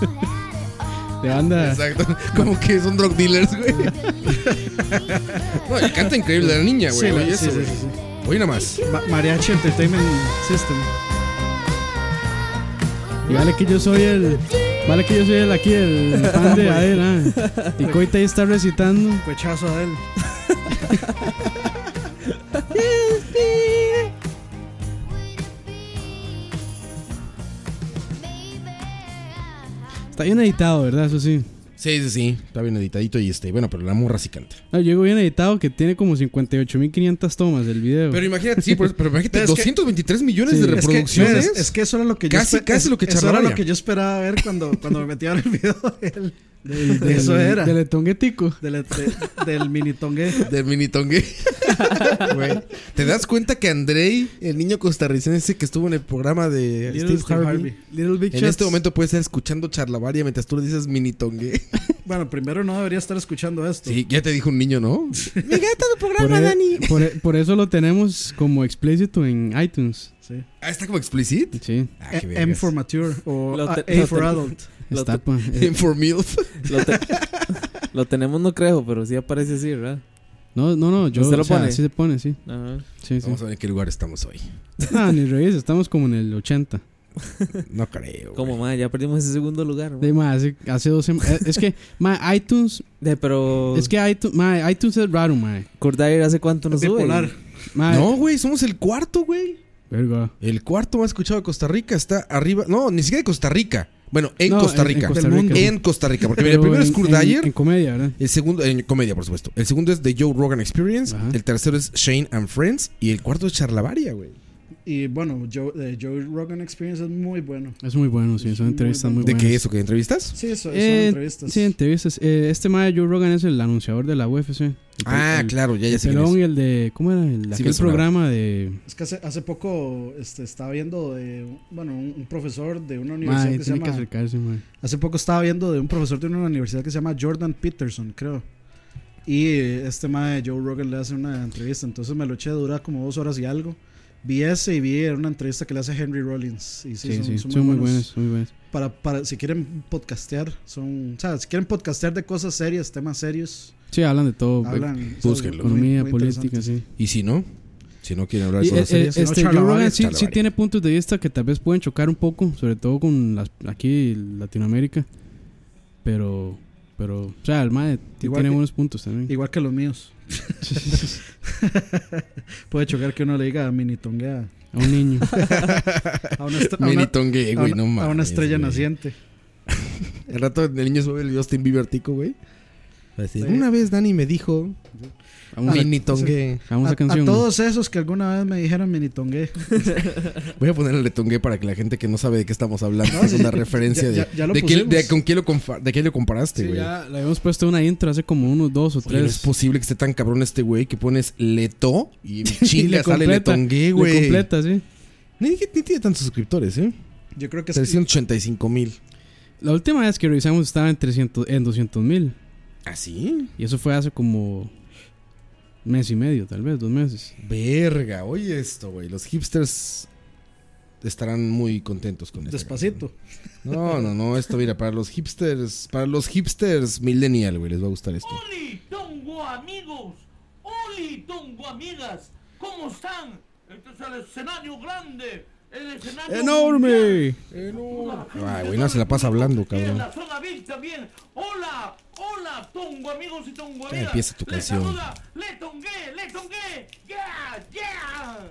[SPEAKER 4] de banda.
[SPEAKER 3] Exacto. Como que son drug dealers, güey. no, y canta increíble la niña, güey.
[SPEAKER 5] Sí, la-
[SPEAKER 3] Oye, eso,
[SPEAKER 5] sí, sí,
[SPEAKER 3] güey.
[SPEAKER 5] sí,
[SPEAKER 3] Oye, nada más.
[SPEAKER 5] Ma- Mariachi Entertainment System.
[SPEAKER 4] Y vale que yo soy el. Vale que yo soy el aquí, el fan de Adel. ah. Y Coita ahí está recitando.
[SPEAKER 5] Cuechazo a él.
[SPEAKER 4] Está bien editado, ¿verdad? Eso sí.
[SPEAKER 3] Sí, sí, sí. Está bien editadito y este. Bueno, pero la morra sí canta.
[SPEAKER 4] Ah, llegó bien editado que tiene como 58.500 tomas el video.
[SPEAKER 3] Pero imagínate, sí, por- pero imagínate,
[SPEAKER 5] Pero es que-
[SPEAKER 3] 223 millones
[SPEAKER 4] Sí.
[SPEAKER 3] de
[SPEAKER 4] Es que-
[SPEAKER 5] Es que,
[SPEAKER 3] reproducciones.
[SPEAKER 5] es, es que eso era lo que
[SPEAKER 3] Casi-
[SPEAKER 5] yo espe-
[SPEAKER 3] casi
[SPEAKER 5] es-
[SPEAKER 3] lo que
[SPEAKER 5] Eso era
[SPEAKER 3] charlaba
[SPEAKER 5] lo
[SPEAKER 3] ya.
[SPEAKER 5] que yo esperaba ver cuando, cuando me metía en el video de él.
[SPEAKER 4] Del- del-
[SPEAKER 5] Eso era.
[SPEAKER 4] Del etonguetico.
[SPEAKER 5] Del, de- del mini tongue.
[SPEAKER 3] De mini tongue. Güey. ¿Te das cuenta que Andrei, el niño costarricense que estuvo en el programa de Steve, Harvey,
[SPEAKER 4] Little Big
[SPEAKER 3] en
[SPEAKER 4] Shots.
[SPEAKER 3] este momento puede estar escuchando charlavaria mientras tú le dices mini tongue?
[SPEAKER 5] Bueno, primero no debería estar escuchando esto.
[SPEAKER 3] Sí, ya te dijo un niño, ¿no?
[SPEAKER 4] Por, e- por e- por eso lo tenemos como explícito en iTunes.
[SPEAKER 5] Sí.
[SPEAKER 3] Ah, está como explicit.
[SPEAKER 4] Sí,
[SPEAKER 3] Ah, qué
[SPEAKER 5] M
[SPEAKER 3] vergas.
[SPEAKER 5] for mature o
[SPEAKER 7] Lo
[SPEAKER 5] A,
[SPEAKER 7] te-
[SPEAKER 5] A
[SPEAKER 7] lo
[SPEAKER 5] for
[SPEAKER 7] te-
[SPEAKER 5] adult.
[SPEAKER 7] Lo,
[SPEAKER 4] está.
[SPEAKER 7] te-
[SPEAKER 4] pa- eh,
[SPEAKER 3] M for milf.
[SPEAKER 7] lo te- lo tenemos, no creo, pero sí aparece así, ¿verdad?
[SPEAKER 4] no, no, no, yo.
[SPEAKER 7] ¿Usted lo
[SPEAKER 4] o sea,
[SPEAKER 7] pone?
[SPEAKER 4] sí se pone, sí.
[SPEAKER 7] Ajá.
[SPEAKER 4] Sí, sí.
[SPEAKER 3] Vamos a ver en qué lugar estamos hoy.
[SPEAKER 4] Ah, ni reyes, estamos como en el 80.
[SPEAKER 3] No creo. güey.
[SPEAKER 7] Como, madre, ya perdimos ese segundo lugar. ma.
[SPEAKER 4] De, ma, hace, hace dos semanas. Es que, ma, iTunes.
[SPEAKER 7] De- pero.
[SPEAKER 4] Es que iTunes, ma, iTunes es raro, ma.
[SPEAKER 7] Cordair hace cuánto no sube.
[SPEAKER 5] Bipolar.
[SPEAKER 4] Ma,
[SPEAKER 3] No, güey, somos el cuarto, güey.
[SPEAKER 4] verga.
[SPEAKER 3] El cuarto más escuchado de Costa Rica está arriba. No, ni siquiera de Costa Rica. Bueno, en
[SPEAKER 4] No,
[SPEAKER 3] Costa
[SPEAKER 4] en- en
[SPEAKER 3] Rica.
[SPEAKER 4] Costa
[SPEAKER 3] Del mundo.
[SPEAKER 4] Rica.
[SPEAKER 3] En Costa Rica. Porque mira, el
[SPEAKER 4] Pero
[SPEAKER 3] primero es
[SPEAKER 4] en-
[SPEAKER 3] Kurt
[SPEAKER 4] en-
[SPEAKER 3] Dyer.
[SPEAKER 4] En comedia, ¿verdad?
[SPEAKER 3] El segundo, en comedia, por supuesto. El segundo es The Joe Rogan Experience.
[SPEAKER 4] Ajá.
[SPEAKER 3] El tercero es Shane and Friends. Y el cuarto es Charlavaria, güey.
[SPEAKER 5] Y bueno, Joe, eh, Joe Rogan Experience es muy bueno.
[SPEAKER 4] Es muy bueno, sí,
[SPEAKER 5] Es
[SPEAKER 4] son
[SPEAKER 5] muy
[SPEAKER 4] entrevistas muy
[SPEAKER 5] bueno.
[SPEAKER 3] ¿De
[SPEAKER 4] buenas.
[SPEAKER 3] qué eso? ¿Que entrevistas?
[SPEAKER 5] Sí, eso, son
[SPEAKER 4] Eh,
[SPEAKER 5] entrevistas.
[SPEAKER 4] Sí, entrevistas. Eh, este mae Joe Rogan es el anunciador de la UFC. El-
[SPEAKER 3] ah,
[SPEAKER 4] el-
[SPEAKER 3] claro, ya,
[SPEAKER 4] El
[SPEAKER 3] ya sé quién
[SPEAKER 4] pelón
[SPEAKER 3] es.
[SPEAKER 4] y el de. ¿Cómo era? El,
[SPEAKER 3] me
[SPEAKER 4] aquel
[SPEAKER 3] sonaba.
[SPEAKER 4] programa de.
[SPEAKER 5] Es que hace, hace poco este, estaba viendo de bueno, un, un profesor de una universidad
[SPEAKER 4] Mae,
[SPEAKER 5] que se
[SPEAKER 4] tiene que
[SPEAKER 5] llama
[SPEAKER 4] acercarse, mae.
[SPEAKER 5] Hace poco estaba viendo de un profesor de una universidad que se llama Jordan Peterson, creo. Y eh, este mae Joe Rogan le hace una entrevista, entonces me lo eché, dura como dos horas y algo. Vi ese y vi una entrevista que le hace Henry Rollins. Y sí,
[SPEAKER 4] Sí, sí,
[SPEAKER 5] son,
[SPEAKER 4] son,
[SPEAKER 5] son
[SPEAKER 4] muy buenos, muy buenos.
[SPEAKER 5] Para, para, si quieren podcastear, son, o sea, si quieren podcastear de cosas serias, temas serios,
[SPEAKER 4] Sí, hablan de todo. pues.
[SPEAKER 5] hablan.
[SPEAKER 3] búsquenlo.
[SPEAKER 5] son muy-
[SPEAKER 4] Economía,
[SPEAKER 5] muy
[SPEAKER 4] política,
[SPEAKER 5] interesantes.
[SPEAKER 4] sí.
[SPEAKER 3] Y si no, si no quieren hablar
[SPEAKER 4] Y,
[SPEAKER 3] de
[SPEAKER 4] eh,
[SPEAKER 3] cosas serias.
[SPEAKER 4] eh, este, Joe
[SPEAKER 5] charlavaria,
[SPEAKER 4] Rogan sí, sí
[SPEAKER 3] charlavaria.
[SPEAKER 4] tiene puntos de vista que tal vez pueden chocar un poco, sobre todo con las, aquí Latinoamérica. Pero, pero, o sea, el mae t-
[SPEAKER 5] Igual
[SPEAKER 4] tiene
[SPEAKER 5] que-
[SPEAKER 4] buenos puntos también.
[SPEAKER 5] Igual que los míos. Puede chocar que uno le diga mini tonguea
[SPEAKER 4] A un niño.
[SPEAKER 5] a una, est- a
[SPEAKER 3] Mini
[SPEAKER 5] una-
[SPEAKER 3] tongue,
[SPEAKER 5] a
[SPEAKER 3] eh, güey,
[SPEAKER 5] una-
[SPEAKER 3] no mames.
[SPEAKER 5] a una estrella
[SPEAKER 3] güey.
[SPEAKER 5] naciente.
[SPEAKER 3] El rato el niño sube el Justin Bieber tico, güey. Va a decir,
[SPEAKER 5] Sí.
[SPEAKER 3] Una vez Dani me dijo, "Ah, pues, eh,
[SPEAKER 4] Vamos,
[SPEAKER 3] mini tongue.
[SPEAKER 4] a, vamos a,
[SPEAKER 5] a,
[SPEAKER 4] canción.
[SPEAKER 5] a todos esos que alguna vez me dijeron minitongue.
[SPEAKER 3] Voy a ponerle tongue para que la gente que no sabe de qué estamos hablando
[SPEAKER 5] No,
[SPEAKER 3] haga
[SPEAKER 5] sí,
[SPEAKER 3] una
[SPEAKER 5] ya-
[SPEAKER 3] referencia
[SPEAKER 5] ya-
[SPEAKER 3] de,
[SPEAKER 5] ya lo
[SPEAKER 3] de quién- de
[SPEAKER 5] pusimos.
[SPEAKER 3] con quién lo, compa- de quién lo comparaste,
[SPEAKER 4] Sí,
[SPEAKER 3] güey.
[SPEAKER 4] ya le habíamos puesto una intro hace como unos dos o
[SPEAKER 3] Oye, no es
[SPEAKER 4] tres.
[SPEAKER 3] posible que esté tan cabrón este güey que pones leto y en chinga
[SPEAKER 4] le
[SPEAKER 3] sale
[SPEAKER 4] completa,
[SPEAKER 3] letongue,
[SPEAKER 4] le
[SPEAKER 3] güey.
[SPEAKER 4] completa, sí.
[SPEAKER 3] Ni, ni tiene tantos suscriptores, ¿eh?
[SPEAKER 5] Yo creo que es
[SPEAKER 3] 385 mil.
[SPEAKER 4] La última vez que revisamos estaba en 300, en 200 mil.
[SPEAKER 3] ¿Ah, sí?
[SPEAKER 4] Y eso fue hace como un mes y medio, tal vez, dos meses.
[SPEAKER 3] Verga, oye esto, güey. Los hipsters estarán muy contentos con esto.
[SPEAKER 5] despacito.
[SPEAKER 3] No, no, no, esto mira, para los hipsters, para los hipsters millennial, güey, les va a gustar esto.
[SPEAKER 10] Oli Tongo amigos, Oli Tongo amigas, ¿cómo están? Este es el escenario grande, el escenario mundial.
[SPEAKER 4] ¡Enorme!
[SPEAKER 3] Ay, güey, no se la pasa hablando,
[SPEAKER 10] Y en
[SPEAKER 3] cabrón.
[SPEAKER 10] la zona VIP también. Hola, hola, tongo amigos y tongo
[SPEAKER 3] Ya
[SPEAKER 10] amigas.
[SPEAKER 3] empieza tu
[SPEAKER 10] Les
[SPEAKER 3] canción.
[SPEAKER 10] saluda, le tongué, le tongué. Yeah, yeah.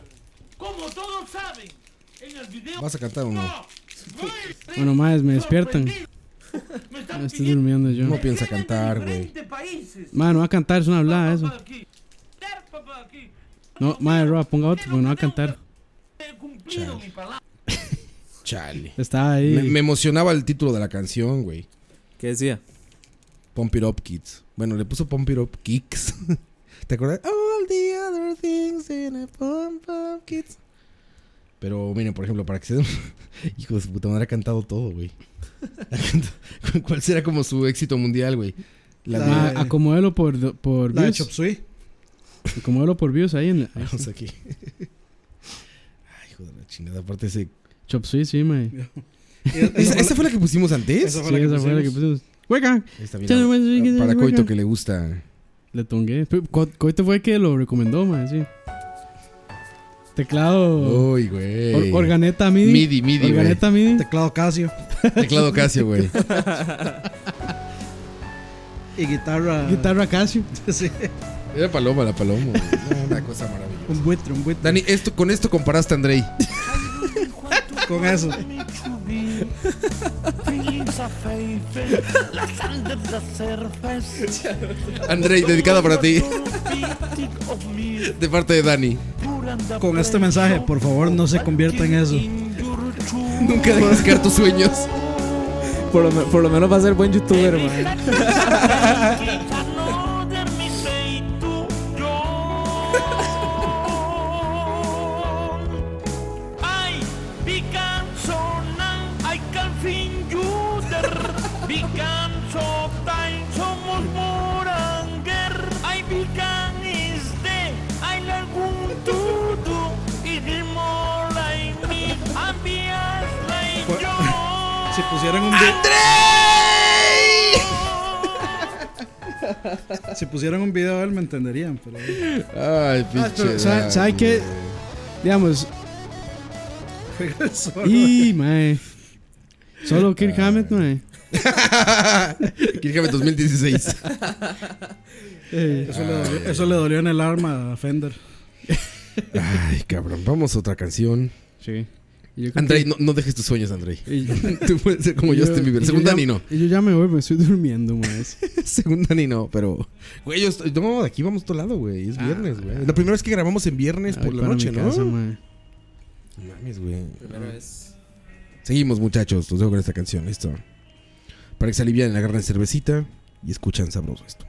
[SPEAKER 10] Como todos saben, en el video.
[SPEAKER 3] ¿Vas a cantar o no?
[SPEAKER 4] Bueno, maes, me despiertan.
[SPEAKER 10] Me
[SPEAKER 4] Ah,
[SPEAKER 10] están
[SPEAKER 4] Estoy
[SPEAKER 10] pidiendo
[SPEAKER 4] durmiendo yo.
[SPEAKER 3] No Este piensa
[SPEAKER 10] que vengan de
[SPEAKER 3] cantar, güey.
[SPEAKER 10] diferentes países.
[SPEAKER 4] Mano, no va a cantar, es una hablada eso. No, madre, Roa, ponga otro porque no va a cantar.
[SPEAKER 10] He cumplido mi palabra.
[SPEAKER 3] Chale.
[SPEAKER 4] Está ahí.
[SPEAKER 3] Me, me emocionaba el título de la canción, güey.
[SPEAKER 7] ¿Qué decía?
[SPEAKER 3] Pump It Up Kids. Bueno, le puso Pump It Up Kicks. ¿Te acuerdas? All the other things in a pump up kids. Pero miren, por ejemplo, para que se den. Hijo de su puta madre, ha cantado todo, güey. Ha cantado- ¿Cuál será como su éxito mundial, güey? La de-
[SPEAKER 4] Ah, acomódelo por, por
[SPEAKER 5] La de
[SPEAKER 4] views.
[SPEAKER 5] Chop Suey.
[SPEAKER 4] Acomódelo por views ahí en la.
[SPEAKER 3] Vamos aquí. Ay, hijo de la chingada. Aparte ese.
[SPEAKER 4] Chop Suey, sí, mae.
[SPEAKER 3] ¿Esa, esa fue la que pusimos antes?
[SPEAKER 5] Esa fue
[SPEAKER 4] Sí,
[SPEAKER 5] la que
[SPEAKER 4] esa fue la que pusimos. ¡Hueca!
[SPEAKER 3] Ahí está bien,
[SPEAKER 4] Ya,
[SPEAKER 3] la-
[SPEAKER 4] güey, sí, que-
[SPEAKER 3] para
[SPEAKER 4] sí,
[SPEAKER 3] Coito
[SPEAKER 4] hueca.
[SPEAKER 3] que le gusta.
[SPEAKER 4] Le tongué. Fue- Co- Coito fue el que lo recomendó, mae, sí. Teclado.
[SPEAKER 3] Uy, güey.
[SPEAKER 4] Oh. or- organeta MIDI.
[SPEAKER 3] Midi, midi, güey.
[SPEAKER 4] Organeta MIDI.
[SPEAKER 5] Teclado Casio.
[SPEAKER 3] Teclado Casio, güey.
[SPEAKER 5] Y guitarra.
[SPEAKER 4] Guitarra Casio.
[SPEAKER 5] Sí,
[SPEAKER 3] Era paloma, la paloma. güey. No, una cosa maravillosa.
[SPEAKER 5] un buitre, un buitre.
[SPEAKER 3] Dani, esto, con esto comparaste a Andrei.
[SPEAKER 5] Con eso.
[SPEAKER 3] Andrei, dedicada para ti. De parte de Dani.
[SPEAKER 5] Con este mensaje, por favor, no se convierta en eso.
[SPEAKER 3] Nunca dejes caer tus sueños.
[SPEAKER 7] Por lo, me- por lo menos va a ser buen youtuber, man.
[SPEAKER 8] I become so now I can find you there. Become so time somos moranger. I become is the I like want to do. It is more like me and be as like
[SPEAKER 5] Pues-
[SPEAKER 8] you.
[SPEAKER 5] Si pusieran un vi- Si pusieran un video de él, me entenderían. Pero...
[SPEAKER 3] Ay, pinche.
[SPEAKER 4] Ah, pero, ¿sabe- sabe
[SPEAKER 3] Dani,
[SPEAKER 4] qué?
[SPEAKER 3] güey.
[SPEAKER 4] Digamos.
[SPEAKER 5] Juega el solo.
[SPEAKER 4] Y, mae. Solo Kirk Hammett, mae.
[SPEAKER 3] Kirchhoff 2016.
[SPEAKER 4] Eh,
[SPEAKER 5] Eso, le dolió, eso le dolió en el arma a Fender.
[SPEAKER 3] Ay, cabrón. Vamos a otra canción.
[SPEAKER 4] sí. Y yo creo
[SPEAKER 3] Andrei,
[SPEAKER 4] que-
[SPEAKER 3] no, no dejes tus sueños, Andrei.
[SPEAKER 4] y-
[SPEAKER 3] Tú puedes ser como este
[SPEAKER 4] y
[SPEAKER 3] Justin
[SPEAKER 4] y
[SPEAKER 3] Bieber.
[SPEAKER 4] yo
[SPEAKER 3] Según
[SPEAKER 4] ya-
[SPEAKER 3] Dani, no.
[SPEAKER 4] Y yo ya me voy, me estoy durmiendo, mae.
[SPEAKER 3] Según Dani, no, pero. Güey, yo estoy- No, de aquí vamos a otro lado, güey. Es viernes, güey. La primera vez que grabamos en viernes
[SPEAKER 4] Ay,
[SPEAKER 3] por la
[SPEAKER 4] para
[SPEAKER 3] noche,
[SPEAKER 4] mi
[SPEAKER 3] ¿no?
[SPEAKER 4] casa, mae.
[SPEAKER 3] Mames, güey. Seguimos, muchachos. Los dejo con esta canción. Listo. Para que se alivian, agarren cervecita y escuchan sabroso esto.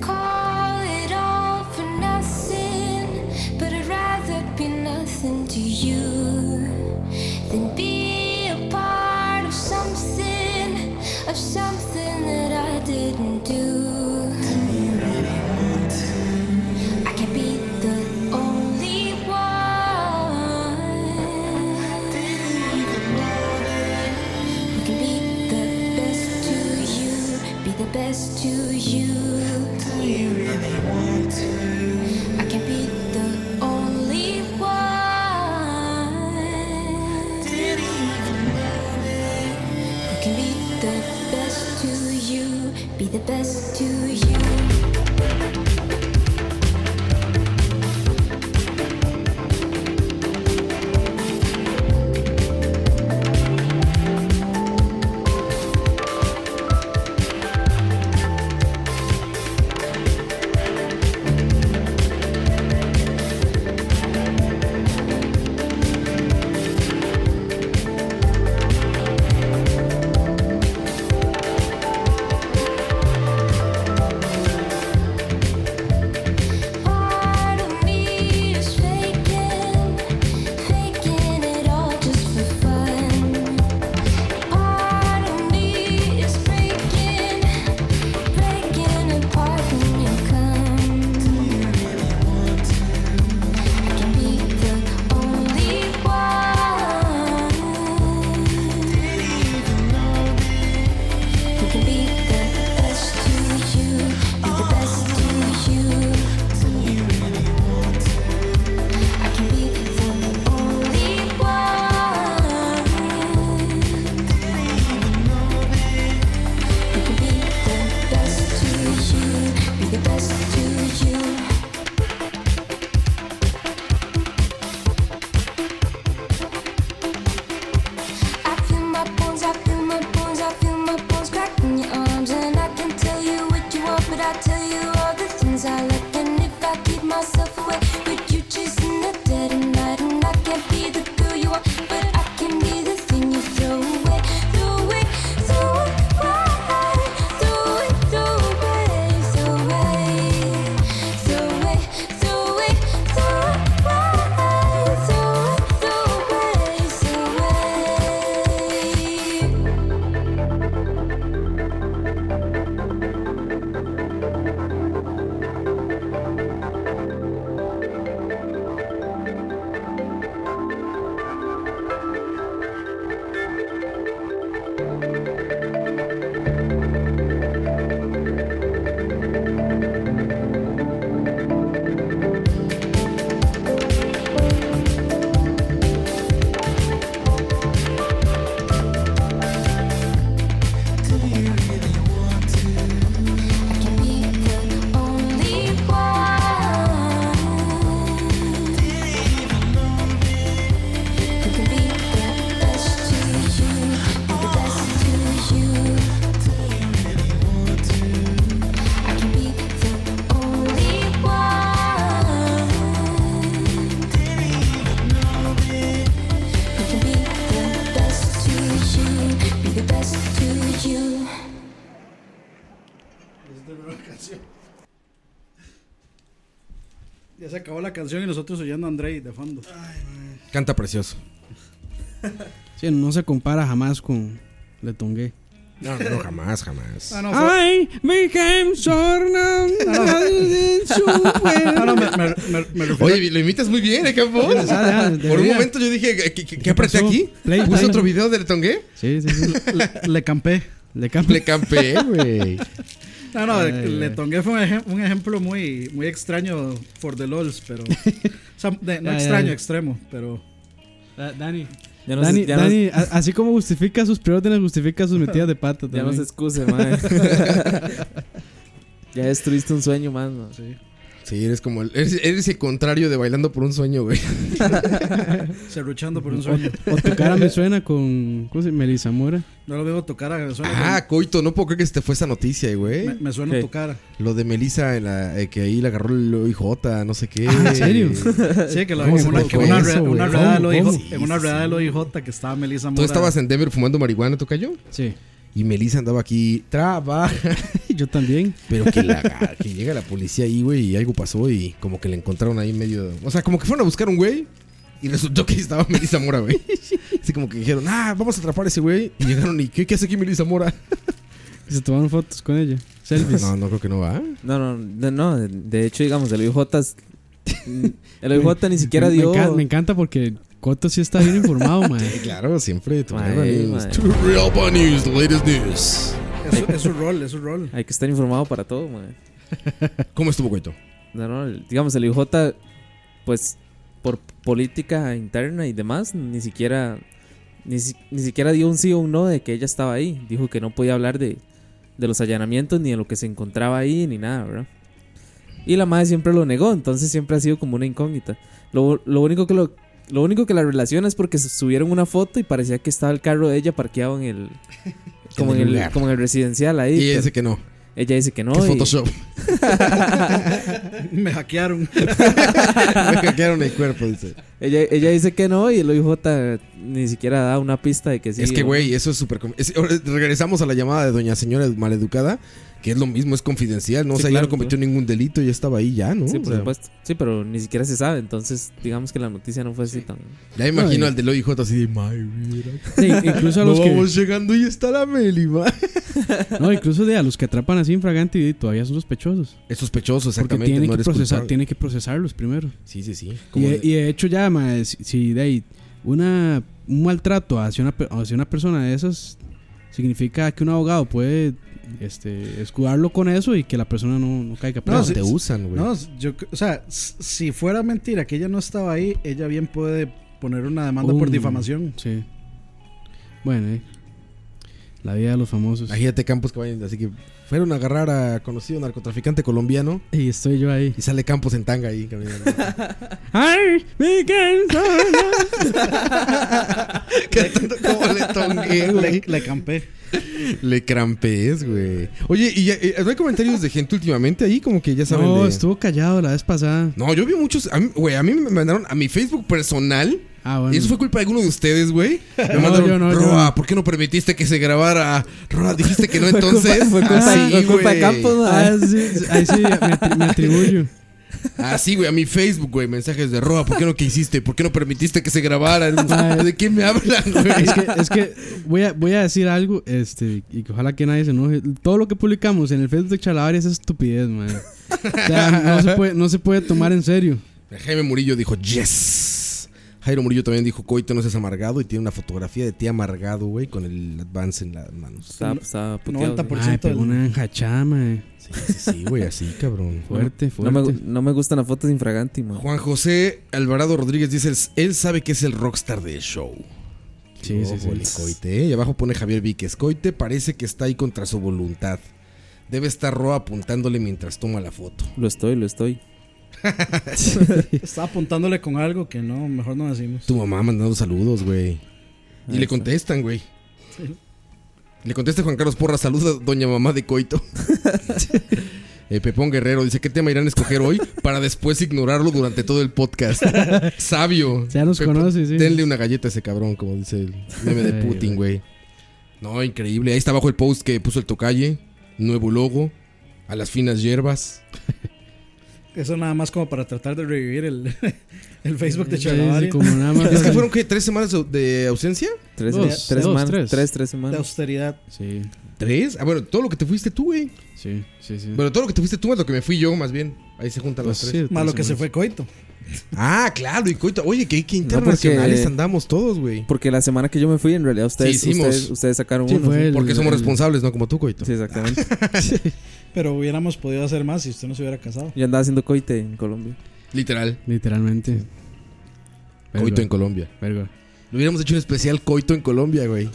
[SPEAKER 9] Call it all for nothing, but I'd rather be nothing to you than be a part of something, of something that I didn't do. I can't be the only one. You can be the best to you, be the best to you. Do you really want to? I can be the only one. Didn't even know it. You can be the best to
[SPEAKER 5] se acabó la canción y nosotros oyendo a Andrei de fondo.
[SPEAKER 3] Canta precioso.
[SPEAKER 4] Sí, no se compara jamás con Le Tongué.
[SPEAKER 3] No, no, jamás, jamás.
[SPEAKER 5] Ah, no, fue-
[SPEAKER 4] Ay, me caen sorna.
[SPEAKER 5] ah, no, me, me- me- me refiero
[SPEAKER 3] Oye, lo imitas muy bien, ¿eh, Campo?
[SPEAKER 4] ah,
[SPEAKER 3] Por un
[SPEAKER 4] debería.
[SPEAKER 3] momento yo dije, ¿qué, qué- qué apreté
[SPEAKER 4] pasó?
[SPEAKER 3] aquí?
[SPEAKER 4] Play,
[SPEAKER 3] ¿Puse
[SPEAKER 4] play.
[SPEAKER 3] otro video del tongué?
[SPEAKER 4] Sí, sí, sí.
[SPEAKER 5] a- le campé.
[SPEAKER 4] Le cambia.
[SPEAKER 3] Le campeé, güey.
[SPEAKER 5] No, no,
[SPEAKER 4] Ay,
[SPEAKER 5] le
[SPEAKER 4] ay.
[SPEAKER 5] tongué fue un, ejem- un ejemplo muy, muy extraño for the lols, pero. o sea, de- no
[SPEAKER 4] Ya, ya,
[SPEAKER 5] extraño,
[SPEAKER 4] ya.
[SPEAKER 5] extremo, pero.
[SPEAKER 4] Dani,
[SPEAKER 7] Ya no,
[SPEAKER 4] Dani,
[SPEAKER 7] se, ya no-
[SPEAKER 4] Dani, a- así como justifica sus preórdenes, justifica sus metidas de pata
[SPEAKER 7] ya
[SPEAKER 4] también.
[SPEAKER 7] no se excuse, mae. ya destruiste un sueño, más, mae.
[SPEAKER 3] Sí, eres como el, eres, eres el contrario de bailando por un sueño, güey.
[SPEAKER 5] Cerruchando por un sueño.
[SPEAKER 4] O tu cara me suena con. ¿Cómo se llama? Melissa Mora.
[SPEAKER 5] No lo veo tocar, me suena,
[SPEAKER 3] Ah, coito, no puedo creer que se te fue esa noticia,
[SPEAKER 5] me,
[SPEAKER 3] güey.
[SPEAKER 5] me suena
[SPEAKER 7] Ok.
[SPEAKER 5] tocar.
[SPEAKER 3] Lo de Melissa, en la, eh, que ahí le agarró el OIJ, no sé qué.
[SPEAKER 4] Ah, ¿en serio?
[SPEAKER 5] Sí, que lo
[SPEAKER 3] ¿Cómo
[SPEAKER 5] en una,
[SPEAKER 3] se
[SPEAKER 5] que
[SPEAKER 3] fue
[SPEAKER 5] una,
[SPEAKER 3] eso,
[SPEAKER 5] re-
[SPEAKER 3] güey?
[SPEAKER 5] una redada del
[SPEAKER 4] ¿Cómo,
[SPEAKER 5] OIJ,
[SPEAKER 3] cómo?
[SPEAKER 5] en una redada del OIJ que estaba Melissa Mora.
[SPEAKER 3] Tú estabas en Denver fumando marihuana, ¿tú cayó?
[SPEAKER 4] Sí.
[SPEAKER 3] Y Melissa andaba aquí, trabaja.
[SPEAKER 4] Yo también.
[SPEAKER 3] Pero que, la, que llega la policía ahí, güey, y algo pasó y como que le encontraron ahí en medio. O sea, como que fueron a buscar un güey y resultó que estaba Melissa Mora, güey. Así como que dijeron, ah, vamos a atrapar a ese güey. Y llegaron y, ¿qué, qué hace aquí Melissa Mora?
[SPEAKER 4] Y se tomaron fotos con ella. Selfies.
[SPEAKER 3] No, no creo que no va.
[SPEAKER 7] No, no, no, no, de- de hecho, digamos, el OIJ. es- El OIJ ni siquiera
[SPEAKER 4] me,
[SPEAKER 7] dio.
[SPEAKER 4] Me encanta, me encanta porque Coto sí está bien informado, man.
[SPEAKER 3] Claro, siempre tu
[SPEAKER 7] Mae,
[SPEAKER 3] nueva news.
[SPEAKER 7] mae.
[SPEAKER 3] Tu nueva news, the latest news.
[SPEAKER 5] Es, es su rol, es su rol.
[SPEAKER 7] Hay que estar informado para todo, mae.
[SPEAKER 3] ¿Cómo estuvo, Coito?
[SPEAKER 7] No, no, el- digamos, el IJ, pues por política interna y demás, ni siquiera ni, si- ni siquiera dio un sí o un no de que ella estaba ahí. Dijo que no podía hablar de, de los allanamientos, ni de lo que se encontraba ahí, ni nada, ¿verdad? Y la madre siempre lo negó, entonces siempre ha sido como una incógnita. Lo, lo único que lo, lo único que la relaciona es porque subieron una foto y parecía que estaba el carro de ella parqueado en el como
[SPEAKER 3] En
[SPEAKER 7] en
[SPEAKER 3] el
[SPEAKER 7] el,
[SPEAKER 3] lugar.
[SPEAKER 7] como en el residencial ahí.
[SPEAKER 3] Y ella
[SPEAKER 7] pero
[SPEAKER 3] dice que no.
[SPEAKER 7] ella dice que no.
[SPEAKER 3] Que es
[SPEAKER 7] y-
[SPEAKER 3] Photoshop.
[SPEAKER 5] Me hackearon.
[SPEAKER 3] Me hackearon el cuerpo, dice.
[SPEAKER 7] Ella, ella dice que no y el OIJ ni siquiera da una pista de que sí.
[SPEAKER 3] es que, güey, eso es súper. com- es- ahora Regresamos a la llamada de Doña Señora Maleducada, que es lo mismo, es confidencial, ¿no? o
[SPEAKER 7] Sí,
[SPEAKER 3] sea, ella
[SPEAKER 7] claro,
[SPEAKER 3] no cometió ningún delito, ya estaba ahí, ya, ¿no?
[SPEAKER 7] Sí,
[SPEAKER 3] O
[SPEAKER 7] por
[SPEAKER 3] sea,
[SPEAKER 7] supuesto. Sí, pero ni siquiera se sabe. Entonces, digamos que la noticia no fue así tan.
[SPEAKER 3] Ya imagino
[SPEAKER 4] No, y-
[SPEAKER 3] al del OIJ así de, "Mae, mira,
[SPEAKER 4] Sí, incluso a
[SPEAKER 3] no
[SPEAKER 4] los que.
[SPEAKER 3] vamos llegando y está la Meli, ma".
[SPEAKER 4] No, incluso de a los que atrapan así infragante y todavía son sospechosos.
[SPEAKER 3] Es sospechoso,
[SPEAKER 4] Porque
[SPEAKER 3] exactamente.
[SPEAKER 4] tienen,
[SPEAKER 3] no
[SPEAKER 4] que
[SPEAKER 3] eres
[SPEAKER 4] procesar,
[SPEAKER 3] culpable.
[SPEAKER 4] tienen que procesarlos primero.
[SPEAKER 3] Sí, sí, sí.
[SPEAKER 4] Y,
[SPEAKER 3] Como-
[SPEAKER 4] de- y de hecho ya, mae, si, si de ahí una, un maltrato hacia una, pe- hacia una persona de esas significa que un abogado puede este, escudarlo con eso y que la persona no, no caiga
[SPEAKER 3] No,
[SPEAKER 4] presa.
[SPEAKER 5] sí,
[SPEAKER 3] te
[SPEAKER 5] sí,
[SPEAKER 3] usan, güey.
[SPEAKER 5] No, yo, o sea, s- si fuera mentira que ella no estaba ahí, ella bien puede poner una demanda por
[SPEAKER 3] Oh.
[SPEAKER 4] Um.
[SPEAKER 5] difamación.
[SPEAKER 4] Sí. Bueno, eh. la vida de los famosos.
[SPEAKER 3] Imagínate Campos que vayan, así que fueron a agarrar a conocido narcotraficante colombiano
[SPEAKER 4] Y estoy yo ahí.
[SPEAKER 3] y sale Campos en tanga ahí caminando.
[SPEAKER 4] ¡Ay! ¡Me canso!
[SPEAKER 3] Cantando como le tongué,
[SPEAKER 5] Le,
[SPEAKER 3] güey.
[SPEAKER 5] le campé.
[SPEAKER 3] Le crampees, güey. Oye, ¿y ya- eh, no hay comentarios de gente últimamente ahí? Como que ya saben
[SPEAKER 4] No,
[SPEAKER 3] de-
[SPEAKER 4] estuvo callado la vez pasada.
[SPEAKER 3] No, yo vi muchos. a mí- Güey, a mí me mandaron a mi Facebook personal.
[SPEAKER 4] Ah, bueno.
[SPEAKER 3] Y eso fue culpa de alguno de ustedes, güey. Me
[SPEAKER 4] No,
[SPEAKER 3] mandaron,
[SPEAKER 4] yo no, yo
[SPEAKER 3] Roa,
[SPEAKER 4] no".
[SPEAKER 3] ¿por qué no permitiste que se grabara? Roa, dijiste que no entonces.
[SPEAKER 7] Fue culpa,
[SPEAKER 3] Así,
[SPEAKER 7] fue culpa
[SPEAKER 3] güey.
[SPEAKER 7] de Campos, ¿no?
[SPEAKER 3] ¿eh?
[SPEAKER 4] Ah, sí, ahí sí, me, atri- me atribuyo.
[SPEAKER 3] Así, Ah, güey, a mi Facebook, güey, mensajes de Roa, ¿por qué no que hiciste? ¿Por qué no permitiste que se grabara? ¿De qué me hablan, güey?
[SPEAKER 4] Es que, es que voy, a, voy a decir algo, este, y que ojalá que nadie se enoje. Todo lo que publicamos en el Facebook de Chalabaria es estupidez, man. O sea, no se, puede, no se puede tomar en serio.
[SPEAKER 3] Jaime Murillo dijo, yes. Jairo Murillo también dijo, coito, no seas amargado. Y tiene una fotografía de ti amargado, güey, con el advance en las manos.
[SPEAKER 7] Estaba, estaba puteado,
[SPEAKER 5] 90%.
[SPEAKER 7] sí.
[SPEAKER 5] Por
[SPEAKER 4] Ay,
[SPEAKER 5] cierto,
[SPEAKER 4] pegó
[SPEAKER 5] el-
[SPEAKER 4] una enjachada, man.
[SPEAKER 3] Sí, sí, sí, güey, así, cabrón.
[SPEAKER 4] Fuerte,
[SPEAKER 7] No me,
[SPEAKER 4] fuerte.
[SPEAKER 7] no me gustan las fotos de infraganti, man.
[SPEAKER 3] Juan José Alvarado Rodríguez dice, él sabe que es el rockstar del show.
[SPEAKER 4] Sí, sí, sí.
[SPEAKER 3] Ojo, el coite, ¿eh? Y abajo pone Javier Víquez. Coite parece que está ahí contra su voluntad. Debe estar Roa apuntándole mientras toma la foto.
[SPEAKER 7] Lo estoy, lo estoy.
[SPEAKER 5] Estaba apuntándole con algo que no, mejor no decimos.
[SPEAKER 3] Tu mamá mandando saludos, güey. Y le
[SPEAKER 7] Ahí está.
[SPEAKER 3] contestan, güey. Le contesta Juan Carlos Porra, saluda a doña mamá de Coito. Eh, Pepón Guerrero dice, ¿qué tema irán a escoger hoy para después ignorarlo durante todo el podcast? Sabio.
[SPEAKER 4] Ya nos
[SPEAKER 3] Pepón,
[SPEAKER 4] conoce, sí.
[SPEAKER 3] Denle una galleta a ese cabrón, como dice el meme de
[SPEAKER 4] Ay,
[SPEAKER 3] Putin, güey. No, increíble. Ahí está abajo el post que puso el tocalle. Nuevo logo. A las finas hierbas.
[SPEAKER 5] Eso nada más como para tratar de revivir el, el Facebook de
[SPEAKER 4] Sí, sí,
[SPEAKER 5] Charlavaria.
[SPEAKER 4] como nada más.
[SPEAKER 3] Es que fueron, ¿qué? ¿Tres semanas de- de ausencia?
[SPEAKER 7] Tres,
[SPEAKER 4] Dos,
[SPEAKER 7] tres,
[SPEAKER 4] dos,
[SPEAKER 7] man-
[SPEAKER 4] tres.
[SPEAKER 7] tres.
[SPEAKER 5] De
[SPEAKER 7] tres, semanas.
[SPEAKER 5] austeridad.
[SPEAKER 4] Sí,
[SPEAKER 3] ¿Tres? Ah, bueno, todo lo que te fuiste tú, güey.
[SPEAKER 4] sí, sí. sí.
[SPEAKER 3] Bueno, todo lo que te fuiste tú es lo que me fui yo, más bien. Ahí se juntan
[SPEAKER 4] Pues
[SPEAKER 3] los
[SPEAKER 4] sí,
[SPEAKER 3] tres.
[SPEAKER 5] Más lo
[SPEAKER 4] tres
[SPEAKER 5] que se
[SPEAKER 4] semanas.
[SPEAKER 5] fue coito.
[SPEAKER 3] Ah, claro, y coito. Oye, que que internacionales
[SPEAKER 7] porque-
[SPEAKER 3] andamos todos, güey.
[SPEAKER 7] Porque la semana que yo me fui, en realidad ustedes,
[SPEAKER 3] Sí, hicimos.
[SPEAKER 7] ustedes, ustedes sacaron
[SPEAKER 4] Sí,
[SPEAKER 7] uno.
[SPEAKER 4] fue el-
[SPEAKER 3] Porque somos
[SPEAKER 4] el-
[SPEAKER 3] responsables, ¿no? Como tú, coito.
[SPEAKER 7] Sí, exactamente.
[SPEAKER 5] Pero hubiéramos podido hacer más si usted no se hubiera casado.
[SPEAKER 7] Yo andaba haciendo coite en Colombia.
[SPEAKER 3] Literal.
[SPEAKER 4] pues, Literalmente. Verga,
[SPEAKER 3] Coito en Colombia.
[SPEAKER 4] verga.
[SPEAKER 3] Lo hubiéramos hecho un especial coito en Colombia, güey.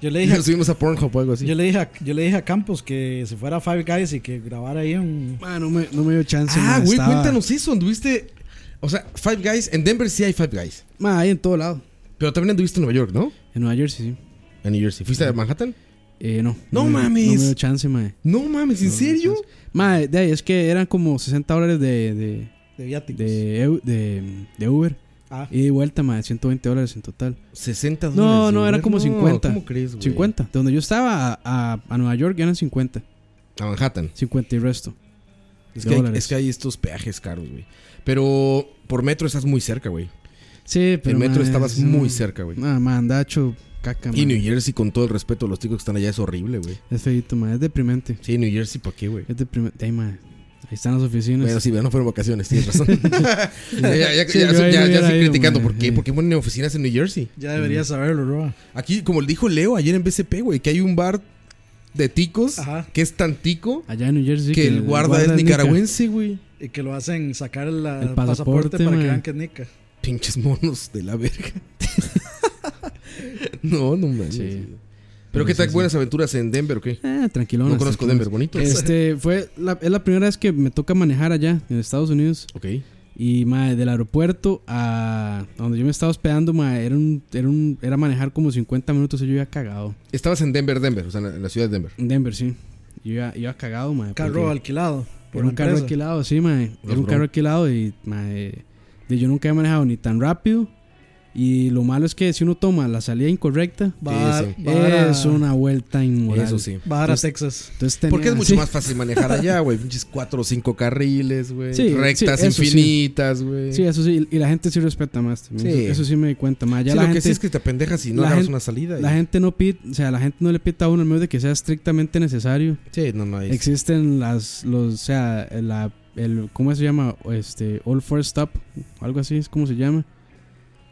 [SPEAKER 5] Yo le
[SPEAKER 3] Y
[SPEAKER 5] dije,
[SPEAKER 3] lo subimos a Pornhub o algo
[SPEAKER 5] yo
[SPEAKER 3] así.
[SPEAKER 5] le dije, a, yo le dije a Campos que se fuera a Five Guys y que grabara ahí un...
[SPEAKER 4] Ah, no me, no me dio chance.
[SPEAKER 3] Ah,
[SPEAKER 4] ma,
[SPEAKER 3] güey,
[SPEAKER 4] estaba-
[SPEAKER 3] cuéntanos eso. Anduviste. O sea, Five Guys. En Denver sí hay Five Guys.
[SPEAKER 4] Ma, hay en todo lado.
[SPEAKER 3] Pero también anduviste en Nueva York, ¿no?
[SPEAKER 4] En Nueva Jersey, sí.
[SPEAKER 3] En New Jersey. ¿Fuiste a Manhattan?
[SPEAKER 4] Eh, no.
[SPEAKER 3] No
[SPEAKER 4] me-
[SPEAKER 3] mames.
[SPEAKER 4] No me dio chance, mae.
[SPEAKER 3] No mames, ¿en serio?
[SPEAKER 4] Ma, de ahí es que eran como 60 dólares de, de,
[SPEAKER 5] De viáticos.
[SPEAKER 4] de, eu- de, de Uber.
[SPEAKER 5] Ah.
[SPEAKER 4] Y de vuelta, ma, 120 dólares en total.
[SPEAKER 3] 60
[SPEAKER 4] No,
[SPEAKER 3] dólares. de
[SPEAKER 4] no, era
[SPEAKER 3] Uber.
[SPEAKER 4] como 50.
[SPEAKER 3] ¿Cómo crees, güey?
[SPEAKER 4] 50. De donde yo estaba a, a- a Nueva York eran 50.
[SPEAKER 3] A Manhattan.
[SPEAKER 4] 50 y resto.
[SPEAKER 3] Es que, hay,
[SPEAKER 4] Dólares.
[SPEAKER 3] es que hay estos peajes caros, güey. Pero por metro estás muy cerca, güey.
[SPEAKER 4] Sí, pero.
[SPEAKER 3] En metro
[SPEAKER 4] ma,
[SPEAKER 3] estabas
[SPEAKER 4] es-
[SPEAKER 3] muy cerca, güey.
[SPEAKER 4] Ah, ma, anda hecho caca, ma.
[SPEAKER 3] Y New Jersey, con todo el respeto a los chicos que están allá, es horrible, güey.
[SPEAKER 4] Es feito, ma. Es deprimente.
[SPEAKER 3] Sí, New Jersey, ¿para qué, güey?
[SPEAKER 4] Es deprimente. Ahí, ma. Ahí están las oficinas.
[SPEAKER 3] Bueno, sí, pero no fueron vacaciones, tienes razón. ya ya, ya,
[SPEAKER 4] Sí,
[SPEAKER 3] ya-
[SPEAKER 4] yo ahí
[SPEAKER 3] ya- ya
[SPEAKER 4] hubiera
[SPEAKER 3] estoy
[SPEAKER 4] ido,
[SPEAKER 3] criticando.
[SPEAKER 4] man.
[SPEAKER 3] ¿Por qué?
[SPEAKER 4] Sí.
[SPEAKER 3] ¿Por qué ponen oficinas en New Jersey?
[SPEAKER 5] Ya
[SPEAKER 4] Mm.
[SPEAKER 5] deberías saberlo, Roa.
[SPEAKER 3] Aquí, como dijo Leo ayer en BCP, güey, que hay un bar de ticos
[SPEAKER 5] Ajá.
[SPEAKER 3] que es tan tico
[SPEAKER 4] Allá en New Jersey.
[SPEAKER 3] que el guarda, es
[SPEAKER 4] nica.
[SPEAKER 3] nicaragüense, güey.
[SPEAKER 5] Y que lo hacen sacar la-
[SPEAKER 4] El
[SPEAKER 5] el
[SPEAKER 4] pasaporte,
[SPEAKER 5] pasaporte, para
[SPEAKER 4] mae.
[SPEAKER 5] que vean que es nica.
[SPEAKER 3] Pinches monos de la verga. no, no manches.
[SPEAKER 4] Sí.
[SPEAKER 3] Pero qué
[SPEAKER 4] Sí,
[SPEAKER 3] tal
[SPEAKER 4] sí,
[SPEAKER 3] buenas aventuras en Denver, ¿o qué?
[SPEAKER 4] Eh, tranquilón.
[SPEAKER 3] No conozco Denver, bonito.
[SPEAKER 4] Este, fue la, es la primera vez que me toca manejar allá en Estados Unidos.
[SPEAKER 3] Ok.
[SPEAKER 4] Y, madre, del aeropuerto a a donde yo me estaba hospedando, madre, era, un, era, un, era manejar como 50 minutos y yo iba cagado.
[SPEAKER 3] Estabas en Denver, Denver, o sea, en la- en la ciudad de Denver.
[SPEAKER 4] En Denver, sí. Yo iba, iba cagado, madre.
[SPEAKER 5] Carro alquilado. Por
[SPEAKER 4] Era un carro
[SPEAKER 5] alquilado.
[SPEAKER 4] alquilado, sí, mae.
[SPEAKER 3] Los
[SPEAKER 4] Era un carro
[SPEAKER 3] Bronco.
[SPEAKER 4] alquilado y, mae, de- yo nunca he manejado ni tan rápido. Y lo malo es que si uno toma la salida incorrecta,
[SPEAKER 5] Va, a-
[SPEAKER 3] Sí, sí.
[SPEAKER 5] va a dar a-
[SPEAKER 4] es una vuelta inmoral.
[SPEAKER 3] Eso sí.
[SPEAKER 5] va a dar a
[SPEAKER 4] Entonces-
[SPEAKER 5] Texas.
[SPEAKER 4] Entonces tenía-
[SPEAKER 3] Porque es mucho
[SPEAKER 4] sí.
[SPEAKER 3] más fácil manejar allá, güey. Pinches cuatro o cinco carriles, güey.
[SPEAKER 4] Sí,
[SPEAKER 3] Rectas
[SPEAKER 4] sí, eso sí.
[SPEAKER 3] infinitas, güey.
[SPEAKER 4] Sí, eso sí. Y la gente sí respeta más. también.
[SPEAKER 3] Sí.
[SPEAKER 4] Eso, eso sí me di cuenta. Mae, ya
[SPEAKER 3] Sí,
[SPEAKER 4] la
[SPEAKER 3] lo
[SPEAKER 4] gente,
[SPEAKER 3] que sí es que te apendejas si no
[SPEAKER 4] la
[SPEAKER 3] agarras
[SPEAKER 4] gen-
[SPEAKER 3] una salida. y-
[SPEAKER 4] la gente no pide, o sea, la gente no le pita a uno al menos de que sea estrictamente necesario.
[SPEAKER 3] Sí, no, no hay.
[SPEAKER 4] Existen las, los, o sea, la, el, ¿cómo se llama? O Este, All Four Stop, algo así es como se llama,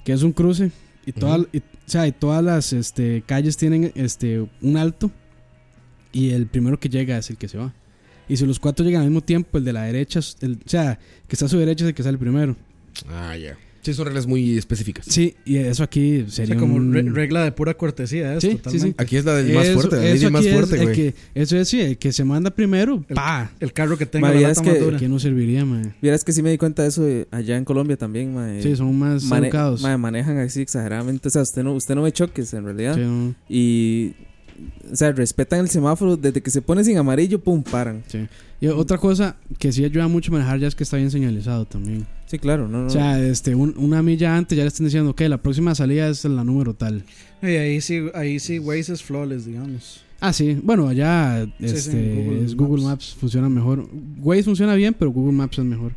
[SPEAKER 4] que es un cruce y todas, y- o sea, y todas las, este, calles tienen, este, un alto y el primero que llega es el que se va. Y si los cuatro llegan al mismo tiempo, el de la derecha, es- el, o sea, que está a su derecha es el que sale primero.
[SPEAKER 3] Ah, ya. Sí, son reglas muy específicas.
[SPEAKER 4] Sí, y eso aquí
[SPEAKER 5] O
[SPEAKER 4] sería
[SPEAKER 5] sea, como
[SPEAKER 4] un-
[SPEAKER 5] re- regla de pura cortesía, es
[SPEAKER 4] Sí, sí, sí.
[SPEAKER 5] totalmente.
[SPEAKER 3] Aquí es la del más
[SPEAKER 4] Eso-
[SPEAKER 3] fuerte, la ley
[SPEAKER 4] eso
[SPEAKER 3] del más
[SPEAKER 4] aquí es
[SPEAKER 3] fuerte,
[SPEAKER 4] el
[SPEAKER 3] güey.
[SPEAKER 4] que- Eso es, sí, el que se manda primero, pa.
[SPEAKER 5] El carro que tenga
[SPEAKER 7] Ma,
[SPEAKER 5] la
[SPEAKER 7] ya
[SPEAKER 5] lata
[SPEAKER 7] es que-
[SPEAKER 5] más dura.
[SPEAKER 4] Que no serviría, man.
[SPEAKER 7] Vieras que sí me di cuenta de eso eh, allá en Colombia también, mae.
[SPEAKER 4] Sí, son más
[SPEAKER 7] Eh, Mane-
[SPEAKER 4] educados.
[SPEAKER 7] mae, manejan así exageradamente. O sea, usted no, usted no ve choques en realidad.
[SPEAKER 4] Sí, no.
[SPEAKER 7] Y. O sea, respetan el semáforo. Desde que se pone sin amarillo, pum, paran.
[SPEAKER 4] Y otra cosa que sí ayuda mucho a manejar ya es que está bien señalizado también.
[SPEAKER 7] Sí, claro, no, no.
[SPEAKER 4] O sea, este, un- una milla antes ya le están diciendo que la próxima salida es la número tal.
[SPEAKER 5] Y ahí sí, ahí sí, Waze es flawless, digamos.
[SPEAKER 4] Ah, sí. Bueno, allá
[SPEAKER 5] sí,
[SPEAKER 4] este,
[SPEAKER 5] Google
[SPEAKER 4] es Google Maps.
[SPEAKER 5] Maps.
[SPEAKER 4] funciona mejor. Waze funciona bien, pero Google Maps es mejor.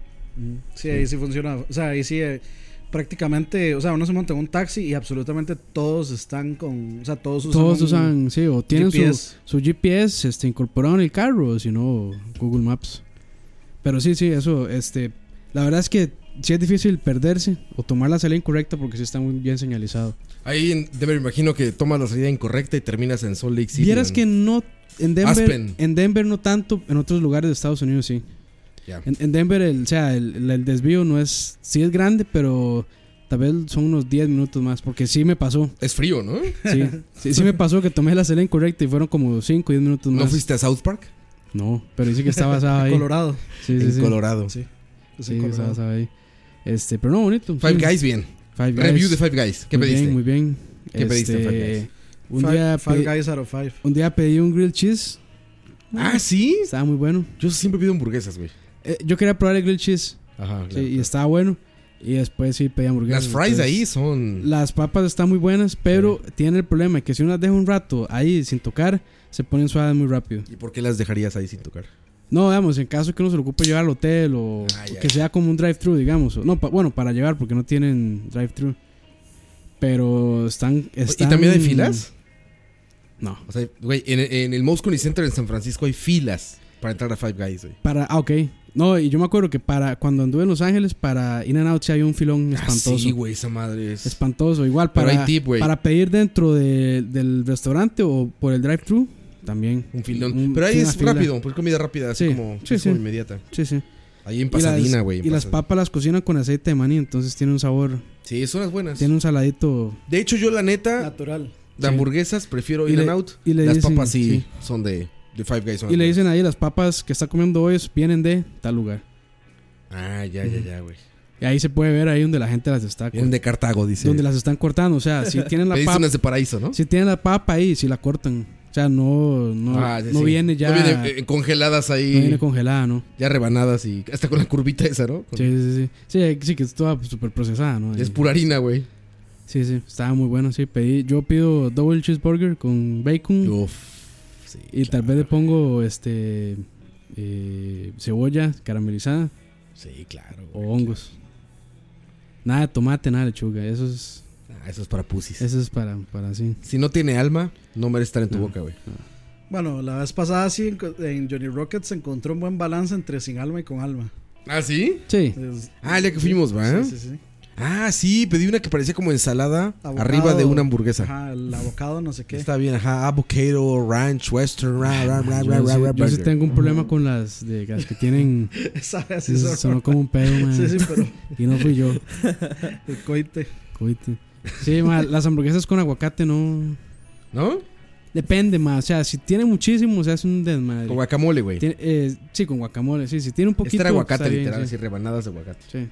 [SPEAKER 5] Sí, ahí sí funciona. O sea, ahí sí eh, prácticamente, o sea, uno se monta en un taxi y absolutamente todos están con, o sea, todos usan
[SPEAKER 4] Todos
[SPEAKER 5] un-
[SPEAKER 4] usan, sí, o tienen su,
[SPEAKER 5] GPS.
[SPEAKER 4] su GPS este, incorporado en el carro, o si no, Google Maps. Pero sí, sí, eso, este, la verdad es que sí es difícil perderse o tomar la salida incorrecta porque sí está muy bien señalizado.
[SPEAKER 3] Ahí en Denver me imagino que tomas la salida incorrecta y terminas en Salt Lake City.
[SPEAKER 4] Vieras
[SPEAKER 3] man.
[SPEAKER 4] que no. En Denver,
[SPEAKER 3] Aspen.
[SPEAKER 4] en Denver no tanto, en otros lugares de Estados Unidos sí.
[SPEAKER 3] Ya.
[SPEAKER 4] En, en Denver, el, o sea, el, el- el desvío no es. Sí es grande, pero tal vez son unos 10 minutos más, porque sí me pasó.
[SPEAKER 3] Es frío, ¿no?
[SPEAKER 4] Sí, sí, sí me pasó que tomé la salida incorrecta y fueron como 5 o 10 minutos más.
[SPEAKER 3] ¿No fuiste a South Park?
[SPEAKER 4] No, pero dice que está basado ahí.
[SPEAKER 5] Colorado.
[SPEAKER 4] Sí, sí,
[SPEAKER 3] en
[SPEAKER 4] sí.
[SPEAKER 3] Colorado.
[SPEAKER 5] Sí. Es
[SPEAKER 4] Sí,
[SPEAKER 5] en
[SPEAKER 4] está
[SPEAKER 5] Colorado.
[SPEAKER 4] basado ahí. Este, pero no, bonito.
[SPEAKER 3] Five
[SPEAKER 4] sí.
[SPEAKER 3] Guys, bien.
[SPEAKER 4] Five Guys.
[SPEAKER 3] Review de Five Guys. ¿Qué
[SPEAKER 4] muy
[SPEAKER 3] pediste?
[SPEAKER 4] Bien, muy bien.
[SPEAKER 3] ¿Qué pediste en
[SPEAKER 4] Este,
[SPEAKER 3] Five Guys?
[SPEAKER 4] Un,
[SPEAKER 5] Five-
[SPEAKER 4] día
[SPEAKER 5] five
[SPEAKER 4] pedí-
[SPEAKER 5] guys out of five.
[SPEAKER 4] un día pedí un grilled cheese.
[SPEAKER 3] Ah, sí.
[SPEAKER 4] Estaba muy bueno.
[SPEAKER 3] Yo siempre pido hamburguesas, güey.
[SPEAKER 4] Eh, yo quería probar el grilled cheese.
[SPEAKER 3] Ajá.
[SPEAKER 4] Sí, y estaba bueno. Y después sí pedí hamburguesas.
[SPEAKER 3] Las fries de
[SPEAKER 4] entonces-
[SPEAKER 3] ahí son.
[SPEAKER 4] Las papas están muy buenas, pero tienen el problema que si uno las deja un rato ahí sin tocar, se ponen suaves muy rápido.
[SPEAKER 3] ¿Y por qué las dejarías ahí sin tocar?
[SPEAKER 4] No, digamos, en caso que uno se lo ocupe llevar al hotel o,
[SPEAKER 3] Ah,
[SPEAKER 4] o
[SPEAKER 3] ya,
[SPEAKER 4] que sea como un drive-thru, digamos. o- No, pa- bueno, para llevar porque no tienen drive-thru. Pero están,
[SPEAKER 3] ¿Y
[SPEAKER 4] están-
[SPEAKER 3] también hay filas?
[SPEAKER 4] No.
[SPEAKER 3] O sea, güey, en, en el Mouse Coney Center en San Francisco hay filas para entrar a Five Guys, güey.
[SPEAKER 4] Para, ah, ok. No, y yo me acuerdo que para cuando anduve en Los Ángeles, para In and Out sí había un filón espantoso.
[SPEAKER 3] Ah, sí, güey, esa madre es.
[SPEAKER 4] Espantoso, igual
[SPEAKER 3] Pero
[SPEAKER 4] para,
[SPEAKER 3] hay tip, güey.
[SPEAKER 4] para pedir dentro de- del restaurante o por el drive-thru también.
[SPEAKER 3] Un filón.
[SPEAKER 4] Un-
[SPEAKER 3] Pero ahí
[SPEAKER 4] sí, una
[SPEAKER 3] es
[SPEAKER 4] fila.
[SPEAKER 3] rápido, pues comida rápida, así
[SPEAKER 4] Sí,
[SPEAKER 3] como,
[SPEAKER 4] sí,
[SPEAKER 3] es como
[SPEAKER 4] sí.
[SPEAKER 3] inmediata.
[SPEAKER 4] Sí, sí.
[SPEAKER 3] Ahí en
[SPEAKER 4] Y las-
[SPEAKER 3] Pasadena, güey. en
[SPEAKER 4] Y las
[SPEAKER 3] Pasadena.
[SPEAKER 4] papas las cocinan con aceite de maní, entonces tiene un sabor,
[SPEAKER 3] Sí, son las buenas.
[SPEAKER 4] tiene un saladito.
[SPEAKER 3] De hecho, yo la neta,
[SPEAKER 5] Natural.
[SPEAKER 3] de hamburguesas prefiero
[SPEAKER 4] Y
[SPEAKER 3] In
[SPEAKER 4] le-
[SPEAKER 3] and Out.
[SPEAKER 4] y le
[SPEAKER 3] las
[SPEAKER 4] dicen-
[SPEAKER 3] papas sí,
[SPEAKER 4] sí.
[SPEAKER 3] son de, de Five Guys. son
[SPEAKER 4] Y le
[SPEAKER 3] las
[SPEAKER 4] dicen ahí las papas que está comiendo hoy es- vienen de tal lugar.
[SPEAKER 3] buenas. Ah, ya, ya, ya, güey.
[SPEAKER 4] Y ahí se puede ver ahí donde la gente las está
[SPEAKER 3] Vienen
[SPEAKER 4] cort-
[SPEAKER 3] de Cartago, dice.
[SPEAKER 4] donde las están cortando, o sea, si tienen la
[SPEAKER 3] Pediste
[SPEAKER 4] papa,
[SPEAKER 3] unas de paraíso, ¿no?
[SPEAKER 4] si tienen la papa ahí, si la cortan. O sea, no no,
[SPEAKER 3] Ah, sí,
[SPEAKER 4] no
[SPEAKER 3] sí.
[SPEAKER 4] viene ya
[SPEAKER 3] No viene, eh, congeladas ahí.
[SPEAKER 4] no viene congelada, ¿no?
[SPEAKER 3] Ya rebanadas y hasta con la curvita esa, ¿no? Con-
[SPEAKER 4] Sí, sí, sí. Sí, eh, sí que es toda súper procesada, ¿no?
[SPEAKER 3] Es
[SPEAKER 4] Ahí.
[SPEAKER 3] pura harina, güey.
[SPEAKER 4] Sí, sí, estaba muy bueno, sí. Pedí, yo pido double cheeseburger con bacon
[SPEAKER 3] Uf. Sí,
[SPEAKER 4] Mm. y tal vez le pongo este eh, cebolla caramelizada
[SPEAKER 3] Sí, claro.
[SPEAKER 4] o
[SPEAKER 3] güey.
[SPEAKER 4] hongos. Nada de tomate, nada de lechuga, eso es
[SPEAKER 3] Ah, eso es para pusis.
[SPEAKER 4] eso es Ah. para para así.
[SPEAKER 3] Si no tiene alma, no merece estar en tu
[SPEAKER 4] No.
[SPEAKER 3] boca, güey.
[SPEAKER 5] Bueno, la vez pasada sí en, en Johnny Rocket se encontró un buen balance entre sin alma y con alma.
[SPEAKER 3] ¿Ah, sí?
[SPEAKER 4] Sí.
[SPEAKER 5] Es-
[SPEAKER 3] Ah, el día que fuimos, ¿va?
[SPEAKER 5] Sí, sí, sí.
[SPEAKER 3] Ah, sí, pedí una que parecía como ensalada
[SPEAKER 5] Abocado.
[SPEAKER 3] arriba de una hamburguesa.
[SPEAKER 5] Ajá, el abocado, no sé qué.
[SPEAKER 3] Está bien, ajá. Avocado, ranch, western, ra, ra, ra, ra,
[SPEAKER 4] Yo,
[SPEAKER 3] ra,
[SPEAKER 4] sí,
[SPEAKER 3] ra,
[SPEAKER 4] yo sí
[SPEAKER 3] burger.
[SPEAKER 4] tengo un problema con las de las que tienen
[SPEAKER 5] Sabe así
[SPEAKER 4] sí,
[SPEAKER 5] son-
[SPEAKER 4] sonó como un pedo, man.
[SPEAKER 5] Sí, sí, pero
[SPEAKER 4] Y no fui yo.
[SPEAKER 5] el coite.
[SPEAKER 4] Coite. Sí, man, las hamburguesas con aguacate no
[SPEAKER 3] ¿No?
[SPEAKER 4] depende más, o sea, si tiene muchísimo se hace un desmadre.
[SPEAKER 3] Con guacamole, güey.
[SPEAKER 4] Tiene- eh, sí, con guacamole, sí, sí, tiene un poquito.
[SPEAKER 3] Este era aguacate,
[SPEAKER 4] está bien,
[SPEAKER 3] literal,
[SPEAKER 4] sí.
[SPEAKER 3] así rebanadas de aguacate.
[SPEAKER 4] Sí.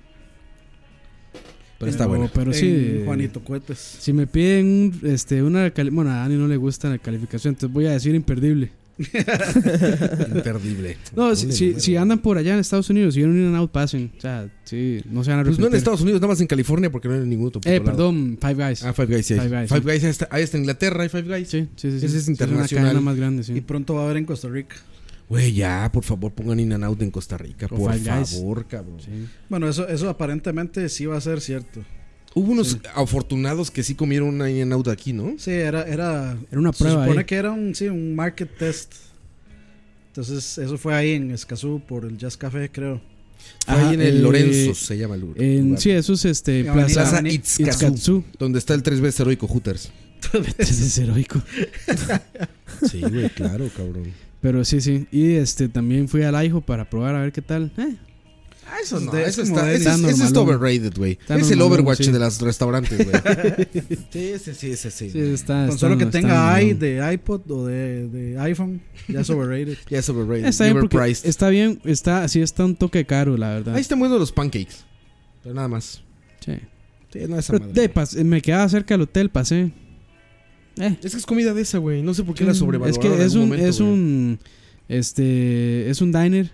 [SPEAKER 3] Pero está bueno.
[SPEAKER 4] Pero sí,
[SPEAKER 5] en
[SPEAKER 4] eh,
[SPEAKER 5] Juanito Cohetes.
[SPEAKER 4] si me piden un, este, una cali- bueno, a Dani no le gusta la calificación, entonces voy a decir imperdible.
[SPEAKER 3] Imperdible.
[SPEAKER 4] No, si,
[SPEAKER 3] Ponle
[SPEAKER 4] si,
[SPEAKER 3] número,
[SPEAKER 4] si
[SPEAKER 3] güey.
[SPEAKER 4] andan por allá en Estados Unidos y vienen un in out pasen, o sea, sí, no se van a
[SPEAKER 3] Pues
[SPEAKER 4] arrepentir.
[SPEAKER 3] no en Estados Unidos, nada más en California porque no hay en ningún otro puto
[SPEAKER 4] Eh,
[SPEAKER 3] lado.
[SPEAKER 4] perdón, Five Guys.
[SPEAKER 3] Ah, Five Guys, sí. hay.
[SPEAKER 4] Five Guys,
[SPEAKER 3] Five
[SPEAKER 4] sí.
[SPEAKER 3] Guys, ahí está, ahí está Inglaterra, hay Five Guys.
[SPEAKER 4] sí, sí, sí, sí.
[SPEAKER 3] ese es
[SPEAKER 4] Sí,
[SPEAKER 3] internacional.
[SPEAKER 4] una cadena más grande,
[SPEAKER 5] Y
[SPEAKER 4] sí.
[SPEAKER 5] pronto va a haber en Costa Rica.
[SPEAKER 3] Güey, ya, por favor, pongan In and Out en Costa Rica,
[SPEAKER 4] O
[SPEAKER 3] por
[SPEAKER 4] Five Guys.
[SPEAKER 3] favor, cabrón.
[SPEAKER 4] Sí.
[SPEAKER 5] Bueno, eso, eso aparentemente sí va a ser cierto.
[SPEAKER 3] Hubo unos afortunados que sí comieron una In and Out aquí, ¿no?
[SPEAKER 5] Sí, era, era
[SPEAKER 4] Era una
[SPEAKER 5] Se
[SPEAKER 4] prueba
[SPEAKER 5] supone
[SPEAKER 4] ahí.
[SPEAKER 5] que era un, sí, un market test. Entonces, eso fue ahí en Escazú por el Jazz Café, creo.
[SPEAKER 3] Fue
[SPEAKER 4] Ajá,
[SPEAKER 3] ahí en el
[SPEAKER 4] eh,
[SPEAKER 3] Lorenzo, se llama el lugar.
[SPEAKER 4] En, sí, eso es este,
[SPEAKER 5] Avenida-
[SPEAKER 4] Plaza
[SPEAKER 3] Plaza
[SPEAKER 5] Avenida-
[SPEAKER 3] Itzcazú,
[SPEAKER 4] Itzcazú.
[SPEAKER 3] donde está el tres veces heroico Hooters.
[SPEAKER 4] Ese es heroico.
[SPEAKER 3] Sí, güey, claro, cabrón.
[SPEAKER 4] Pero sí, sí. Y este, también fui al Aijo para probar a ver qué tal. Eh,
[SPEAKER 3] Ah, eso
[SPEAKER 5] no,
[SPEAKER 3] no, eso
[SPEAKER 5] es
[SPEAKER 3] está,
[SPEAKER 5] como de-
[SPEAKER 3] ese,
[SPEAKER 4] está
[SPEAKER 3] es- ese está
[SPEAKER 4] normalón.
[SPEAKER 3] overrated, güey.
[SPEAKER 4] Está
[SPEAKER 3] Es el
[SPEAKER 4] normalón,
[SPEAKER 3] Overwatch
[SPEAKER 4] sí.
[SPEAKER 3] de los restaurantes, güey. sí, sí, sí, sí, sí.
[SPEAKER 4] sí, está,
[SPEAKER 5] Con
[SPEAKER 4] está-
[SPEAKER 5] solo que
[SPEAKER 4] está
[SPEAKER 5] tenga
[SPEAKER 4] bien.
[SPEAKER 5] i de iPod o de, de iPhone, ya es overrated.
[SPEAKER 3] Ya es overrated.
[SPEAKER 4] Está bien, porque
[SPEAKER 3] overpriced.
[SPEAKER 4] está bien, está, sí está un toque caro, la verdad.
[SPEAKER 3] Ahí están buenos los pancakes. Pero nada más.
[SPEAKER 4] Sí.
[SPEAKER 3] Sí, no esa
[SPEAKER 4] Pero
[SPEAKER 3] madre.
[SPEAKER 4] de pas- me quedaba cerca del hotel, pasé. Eh,
[SPEAKER 3] Es que es comida de esa, güey. No sé por qué la
[SPEAKER 4] sí,
[SPEAKER 3] sobrevaloraron.
[SPEAKER 4] Mm, Es que
[SPEAKER 3] en
[SPEAKER 4] es un,
[SPEAKER 3] algún momento,
[SPEAKER 4] es
[SPEAKER 3] güey.
[SPEAKER 4] un, este, es un diner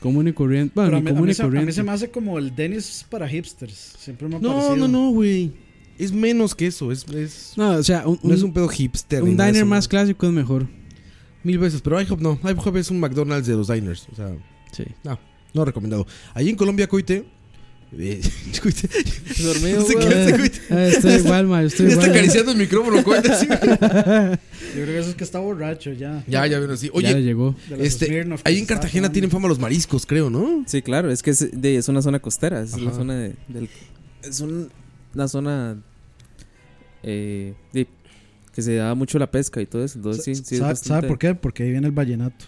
[SPEAKER 4] común y corriente. Bueno,
[SPEAKER 5] Pero a
[SPEAKER 4] ni
[SPEAKER 5] mí, a
[SPEAKER 4] común
[SPEAKER 5] mí
[SPEAKER 4] y
[SPEAKER 5] se, a mí
[SPEAKER 4] corriente.
[SPEAKER 5] se me hace como el Dennis para hipsters. Siempre me ha
[SPEAKER 3] No,
[SPEAKER 5] parecido.
[SPEAKER 3] no, no, güey. Es menos que eso. Es, es-
[SPEAKER 4] No, o sea, un,
[SPEAKER 3] No es
[SPEAKER 4] un-
[SPEAKER 3] un pedo hipster.
[SPEAKER 4] un
[SPEAKER 3] ni nada de
[SPEAKER 4] diner
[SPEAKER 3] eso,
[SPEAKER 4] más
[SPEAKER 3] güey.
[SPEAKER 4] clásico es mejor.
[SPEAKER 3] Mil veces. Pero IHOP no. IHOP es un McDonald's de los diners. O sea,
[SPEAKER 4] Sí.
[SPEAKER 3] no recomendado. Ahí en Colombia, coite. eh, coite.
[SPEAKER 7] Pues Dormido,
[SPEAKER 3] No sé qué
[SPEAKER 7] güey.
[SPEAKER 3] hace, coite.
[SPEAKER 4] Eh,
[SPEAKER 3] Este
[SPEAKER 4] estoy igual, ma, estoy
[SPEAKER 3] Ya está
[SPEAKER 4] igual.
[SPEAKER 3] acariciando el micrófono, coite. así.
[SPEAKER 5] Yo creo que eso es que está borracho ya.
[SPEAKER 3] Ya, ya vieron así.
[SPEAKER 4] Oye, ya le
[SPEAKER 3] Oye,
[SPEAKER 4] llegó.
[SPEAKER 5] de los
[SPEAKER 3] este,
[SPEAKER 5] Smirnoff que
[SPEAKER 3] ahí
[SPEAKER 5] se
[SPEAKER 3] en
[SPEAKER 5] estaba
[SPEAKER 3] Cartagena
[SPEAKER 5] tomando.
[SPEAKER 3] tienen fama los mariscos, creo, ¿no?
[SPEAKER 7] Sí, claro, es que es, de, es una zona costera, es la
[SPEAKER 3] Ajá.
[SPEAKER 7] zona de- del... Es un- una zona eh, de- que se da mucho la pesca y todo eso. Entonces, sí, sí, es
[SPEAKER 5] ¿Sabe, sabe
[SPEAKER 7] bastante-
[SPEAKER 5] por qué? Porque ahí viene el vallenato.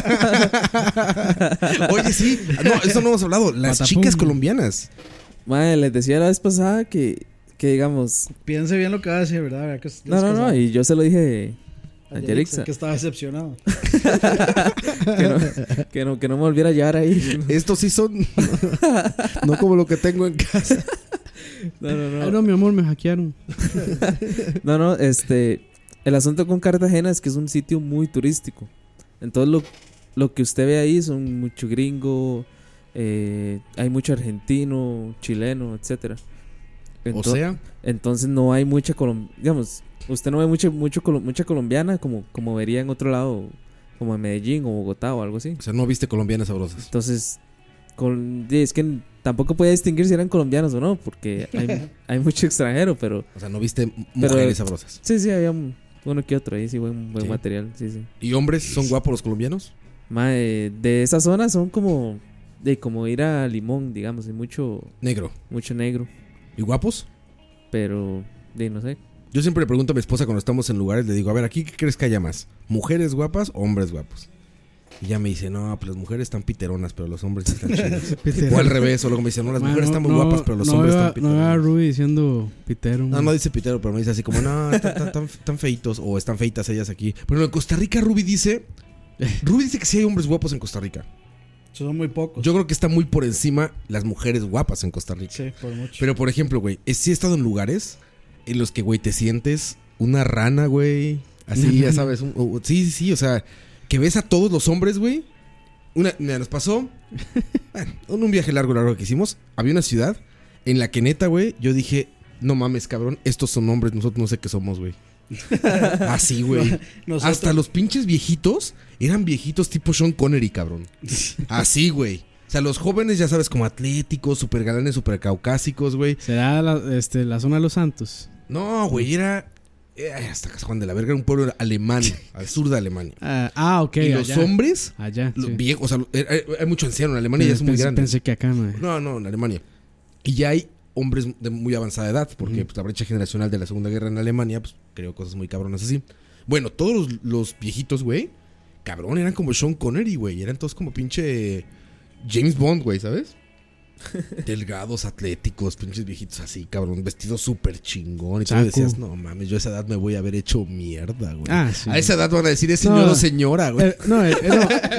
[SPEAKER 3] Oye, sí. No, eso no hemos hablado. Las
[SPEAKER 4] Patapum.
[SPEAKER 3] chicas colombianas.
[SPEAKER 7] Mae, les decía la vez pasada que, que digamos...
[SPEAKER 5] Piense bien lo que va a decir, ¿verdad? ¿Verdad que es-
[SPEAKER 7] No,
[SPEAKER 5] es
[SPEAKER 7] no,
[SPEAKER 5] casado?
[SPEAKER 7] no, y yo se lo dije
[SPEAKER 5] Angelixa,
[SPEAKER 7] a Angelixa,
[SPEAKER 5] Que estaba decepcionado.
[SPEAKER 7] que no, que, no, que no me volviera a llevar ahí.
[SPEAKER 3] Estos sí son. no como lo que tengo en casa.
[SPEAKER 7] No, no, no.
[SPEAKER 4] Ay, Ah, no, mi amor, me hackearon.
[SPEAKER 7] No, no, este. El asunto con Cartagena es que es un sitio muy turístico. Entonces, lo, lo que usted ve ahí son mucho gringo, eh, hay mucho argentino, chileno, etcétera
[SPEAKER 3] O
[SPEAKER 7] Ento-
[SPEAKER 3] sea,
[SPEAKER 7] Entonces, no hay mucha colombiana. Digamos, usted no ve mucha, mucho, colo- mucha colombiana como, como vería en otro lado, como en Medellín o Bogotá o algo así.
[SPEAKER 3] O sea, no viste colombianas sabrosas.
[SPEAKER 7] Entonces, col- di, es que tampoco podía distinguir si eran colombianos o no, porque hay, hay mucho extranjero, pero
[SPEAKER 3] O sea, no viste m- mujeres sabrosas.
[SPEAKER 7] sí, sí, había un- uno que otro ahí, sí, buen, buen
[SPEAKER 3] Sí.
[SPEAKER 7] material, sí, sí.
[SPEAKER 3] ¿Y hombres son guapos los colombianos?
[SPEAKER 7] Mae, de esa zona son como de como ir a Limón, digamos, hay mucho,
[SPEAKER 3] Negro.
[SPEAKER 7] mucho negro,
[SPEAKER 3] ¿Y guapos?
[SPEAKER 7] pero de no sé.
[SPEAKER 3] Yo siempre le pregunto a mi esposa cuando estamos en lugares, le digo, a ver, ¿aquí qué crees que haya más? ¿Mujeres guapas o hombres guapos? Y ya me dice, no, pues las mujeres están piteronas, pero los hombres están chidos. o al revés, o luego me dice, no, las
[SPEAKER 4] Mae,
[SPEAKER 3] mujeres
[SPEAKER 4] Ah, no-
[SPEAKER 3] están muy
[SPEAKER 4] no-
[SPEAKER 3] guapas, pero los
[SPEAKER 4] no
[SPEAKER 3] hombres
[SPEAKER 4] veo a-
[SPEAKER 3] están
[SPEAKER 4] No veo a
[SPEAKER 3] piteronas.
[SPEAKER 4] Ruby diciendo pitero.
[SPEAKER 3] No,
[SPEAKER 4] mae.
[SPEAKER 3] no dice pitero, pero me dice así como, no, están tan, tan- tan feitos o están feitas ellas aquí. Pero en Costa Rica, Ruby dice, Ruby dice que sí hay hombres guapos en Costa Rica.
[SPEAKER 5] Son muy pocos.
[SPEAKER 3] Yo creo que está muy por encima las mujeres guapas en Costa Rica.
[SPEAKER 5] sí, por mucho.
[SPEAKER 3] Pero por ejemplo, güey, eh, sí he estado en lugares en los que, güey, te sientes una rana, güey. Así, ya sabes. un- o- sí, sí, sí, o sea, que ves a todos los hombres, güey. Una, mira, nos pasó bueno, en un viaje largo, largo que hicimos. Había una ciudad en la que neta, güey, yo dije, no mames, cabrón, estos son hombres, nosotros no sé qué somos, güey. Así, güey.
[SPEAKER 5] Nosotros-
[SPEAKER 3] Hasta los pinches viejitos eran viejitos tipo Sean Connery, cabrón. Así, güey. O sea, los jóvenes, ya sabes, como atléticos, super galanes, super caucásicos, güey.
[SPEAKER 4] Será la, este, la zona de los santos.
[SPEAKER 3] No, güey, era. eh, Hasta Juan de la Verga era un pueblo alemán, al sur de Alemania.
[SPEAKER 4] Ah, ah, ok.
[SPEAKER 3] Y los
[SPEAKER 4] allá.
[SPEAKER 3] hombres,
[SPEAKER 4] Allá.
[SPEAKER 3] los
[SPEAKER 4] sí.
[SPEAKER 3] viejos, o sea, eh, eh, hay mucho anciano en Alemania, ya es muy
[SPEAKER 4] Pensé-
[SPEAKER 3] grande.
[SPEAKER 4] Pensé que acá, mae.
[SPEAKER 3] pues, No, no, en Alemania. Y ya hay hombres de muy avanzada edad, porque pues, la brecha generacional de la Segunda Guerra en Alemania, pues creó cosas muy cabronas así. Bueno, todos los, los viejitos, güey, cabrón, eran como Sean Connery, güey. Eran todos como pinche James Bond, güey, ¿sabes? Delgados, atléticos, pinches viejitos así, cabrón, vestidos súper chingón. Y tú
[SPEAKER 4] Chaco.
[SPEAKER 3] decías, no mames, yo a esa edad me voy a haber hecho mierda, güey.
[SPEAKER 4] Ah, sí.
[SPEAKER 3] A esa edad van a decir, es
[SPEAKER 4] No.
[SPEAKER 3] señor o señora, güey.
[SPEAKER 4] Eh, no, eh, eh,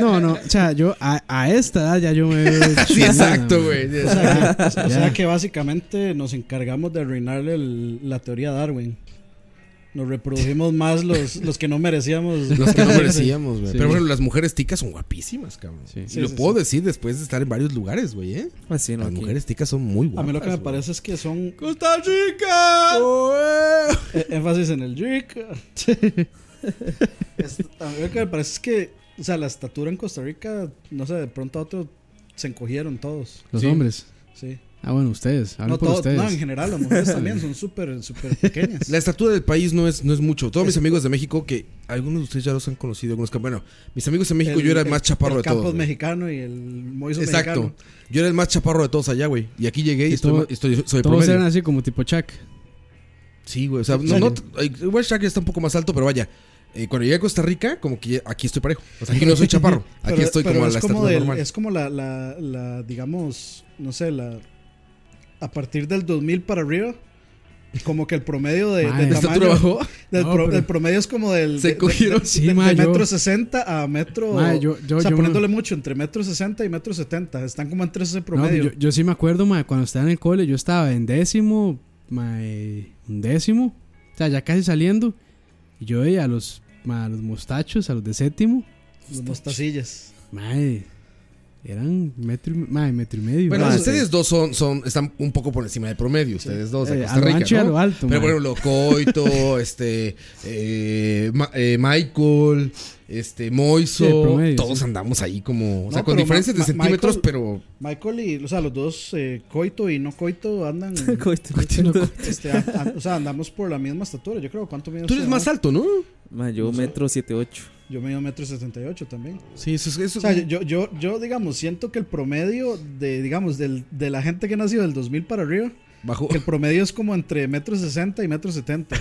[SPEAKER 4] no, no, no, o sea, yo a, a esta edad ya yo me veo
[SPEAKER 3] Sí,
[SPEAKER 4] chingona,
[SPEAKER 3] exacto,
[SPEAKER 4] mae.
[SPEAKER 3] güey. sí,
[SPEAKER 5] O
[SPEAKER 3] exacto.
[SPEAKER 5] sea, que- o sea
[SPEAKER 4] Ya.
[SPEAKER 5] que básicamente nos encargamos de arruinarle el- la teoría de Darwin. Nos reproducimos más los, los que no merecíamos.
[SPEAKER 3] Los que no merecíamos, güey.
[SPEAKER 4] Sí.
[SPEAKER 3] Pero bueno, las mujeres ticas son guapísimas, cabrón.
[SPEAKER 4] Sí.
[SPEAKER 3] y
[SPEAKER 5] Sí,
[SPEAKER 3] lo
[SPEAKER 5] sí,
[SPEAKER 3] puedo decir después de estar en varios lugares, güey, ¿eh?
[SPEAKER 7] Así no,
[SPEAKER 3] Las
[SPEAKER 7] aquí.
[SPEAKER 3] mujeres ticas son muy
[SPEAKER 5] A
[SPEAKER 3] guapas.
[SPEAKER 5] mí lo que me
[SPEAKER 3] güey.
[SPEAKER 5] parece es que son
[SPEAKER 3] ¡Costa Rica!
[SPEAKER 5] eh, énfasis en el Rick. Este, A mí lo que me parece es que, o sea, la estatura en Costa Rica, no sé, de pronto a otro se encogieron todos.
[SPEAKER 4] Los hombres.
[SPEAKER 5] Sí.
[SPEAKER 4] Ah, bueno, ustedes, hablen
[SPEAKER 5] No
[SPEAKER 4] por
[SPEAKER 5] todos,
[SPEAKER 4] ustedes.
[SPEAKER 5] no, en general, las mujeres también son súper, súper pequeñas.
[SPEAKER 3] La estatura del país no es, no es mucho. Todos mis amigos de México, que algunos de ustedes ya los han conocido, algunos que- bueno, mis amigos de México,
[SPEAKER 5] El-
[SPEAKER 3] yo era
[SPEAKER 5] el-
[SPEAKER 3] el más chaparro de
[SPEAKER 5] el
[SPEAKER 3] todos.
[SPEAKER 5] Campos
[SPEAKER 3] güey.
[SPEAKER 5] mexicano y el Moiso
[SPEAKER 3] Exacto.
[SPEAKER 5] mexicano.
[SPEAKER 3] Yo era el más chaparro de todos allá, güey. Y aquí llegué y,
[SPEAKER 4] Y
[SPEAKER 3] estoy,
[SPEAKER 4] todo-
[SPEAKER 3] ma- estoy- soy
[SPEAKER 4] Todos
[SPEAKER 3] promedio.
[SPEAKER 4] eran así como tipo Chuck.
[SPEAKER 3] Sí, güey. O sea, no, no, ay, igual Shaq está un poco más alto, pero vaya. eh, cuando llegué a Costa Rica, como que ya- aquí estoy parejo. O sea, aquí no soy chaparro. Aquí
[SPEAKER 5] Pero-
[SPEAKER 3] estoy
[SPEAKER 5] pero
[SPEAKER 3] como a
[SPEAKER 5] es
[SPEAKER 3] la estatura
[SPEAKER 5] del-
[SPEAKER 3] normal.
[SPEAKER 5] Es como la, la, la, digamos, no sé, la a partir del 2000 para arriba, como que el promedio de,
[SPEAKER 4] Mae,
[SPEAKER 5] de
[SPEAKER 4] ¿la
[SPEAKER 5] tamaño...
[SPEAKER 3] ¿Estatura bajó?
[SPEAKER 5] Del
[SPEAKER 4] No,
[SPEAKER 5] pro-
[SPEAKER 4] pero-
[SPEAKER 5] El promedio es como del...
[SPEAKER 3] Se
[SPEAKER 5] de- de-
[SPEAKER 3] cogieron.
[SPEAKER 5] de-
[SPEAKER 4] Sí,
[SPEAKER 5] de,
[SPEAKER 4] mae,
[SPEAKER 5] de
[SPEAKER 4] yo-
[SPEAKER 5] metro 60 a metro...
[SPEAKER 4] Mae, yo- yo-
[SPEAKER 5] o sea,
[SPEAKER 4] yo me-
[SPEAKER 5] poniéndole mucho, entre metro 60 y metro 70. Están como entre ese
[SPEAKER 4] No, pues
[SPEAKER 5] promedio.
[SPEAKER 4] yo, yo sí me acuerdo, mae, cuando estaba en el cole, yo estaba en décimo, mae, un décimo, o sea, ya casi saliendo, y yo veía a los, mae, a los mostachos, a los de séptimo,
[SPEAKER 5] Las mostacillas.
[SPEAKER 4] mae, eran metro y, mae, metro y medio.
[SPEAKER 3] Bueno,
[SPEAKER 4] mae.
[SPEAKER 3] ustedes dos son, son, están un poco por encima del promedio, ustedes dos de
[SPEAKER 4] Eh,
[SPEAKER 3] Costa
[SPEAKER 4] a lo
[SPEAKER 3] Rica,
[SPEAKER 4] ancho y
[SPEAKER 3] ¿no?
[SPEAKER 4] a lo alto,
[SPEAKER 3] Pero
[SPEAKER 4] man.
[SPEAKER 3] bueno, Locoito, este, eh, Ma- eh, Michael, este, Moiso,
[SPEAKER 4] Sí, el promedio,
[SPEAKER 3] todos
[SPEAKER 4] sí.
[SPEAKER 3] andamos ahí como, o sea,
[SPEAKER 5] No,
[SPEAKER 3] con
[SPEAKER 5] pero
[SPEAKER 3] diferencias de
[SPEAKER 5] Ma- Ma-
[SPEAKER 3] centímetros,
[SPEAKER 5] Michael-
[SPEAKER 3] pero
[SPEAKER 5] Michael y... O sea, los dos, eh, coito y no coito, andan...
[SPEAKER 7] Coito.
[SPEAKER 5] este, a- a- o sea, andamos por la misma estatura. Yo creo, ¿cuánto mide
[SPEAKER 3] tú
[SPEAKER 5] usted,
[SPEAKER 3] eres más
[SPEAKER 5] no?
[SPEAKER 3] alto, ¿no?
[SPEAKER 7] Mae, yo metro 78.
[SPEAKER 5] Yo mido metro 78 también.
[SPEAKER 3] Sí, eso es, eso
[SPEAKER 5] O sea, yo, yo, yo, digamos, siento que el promedio de, digamos, del, de la gente que nació del 2000 para arriba,
[SPEAKER 3] bajo.
[SPEAKER 5] que el promedio es como entre metro 60 y metro 70.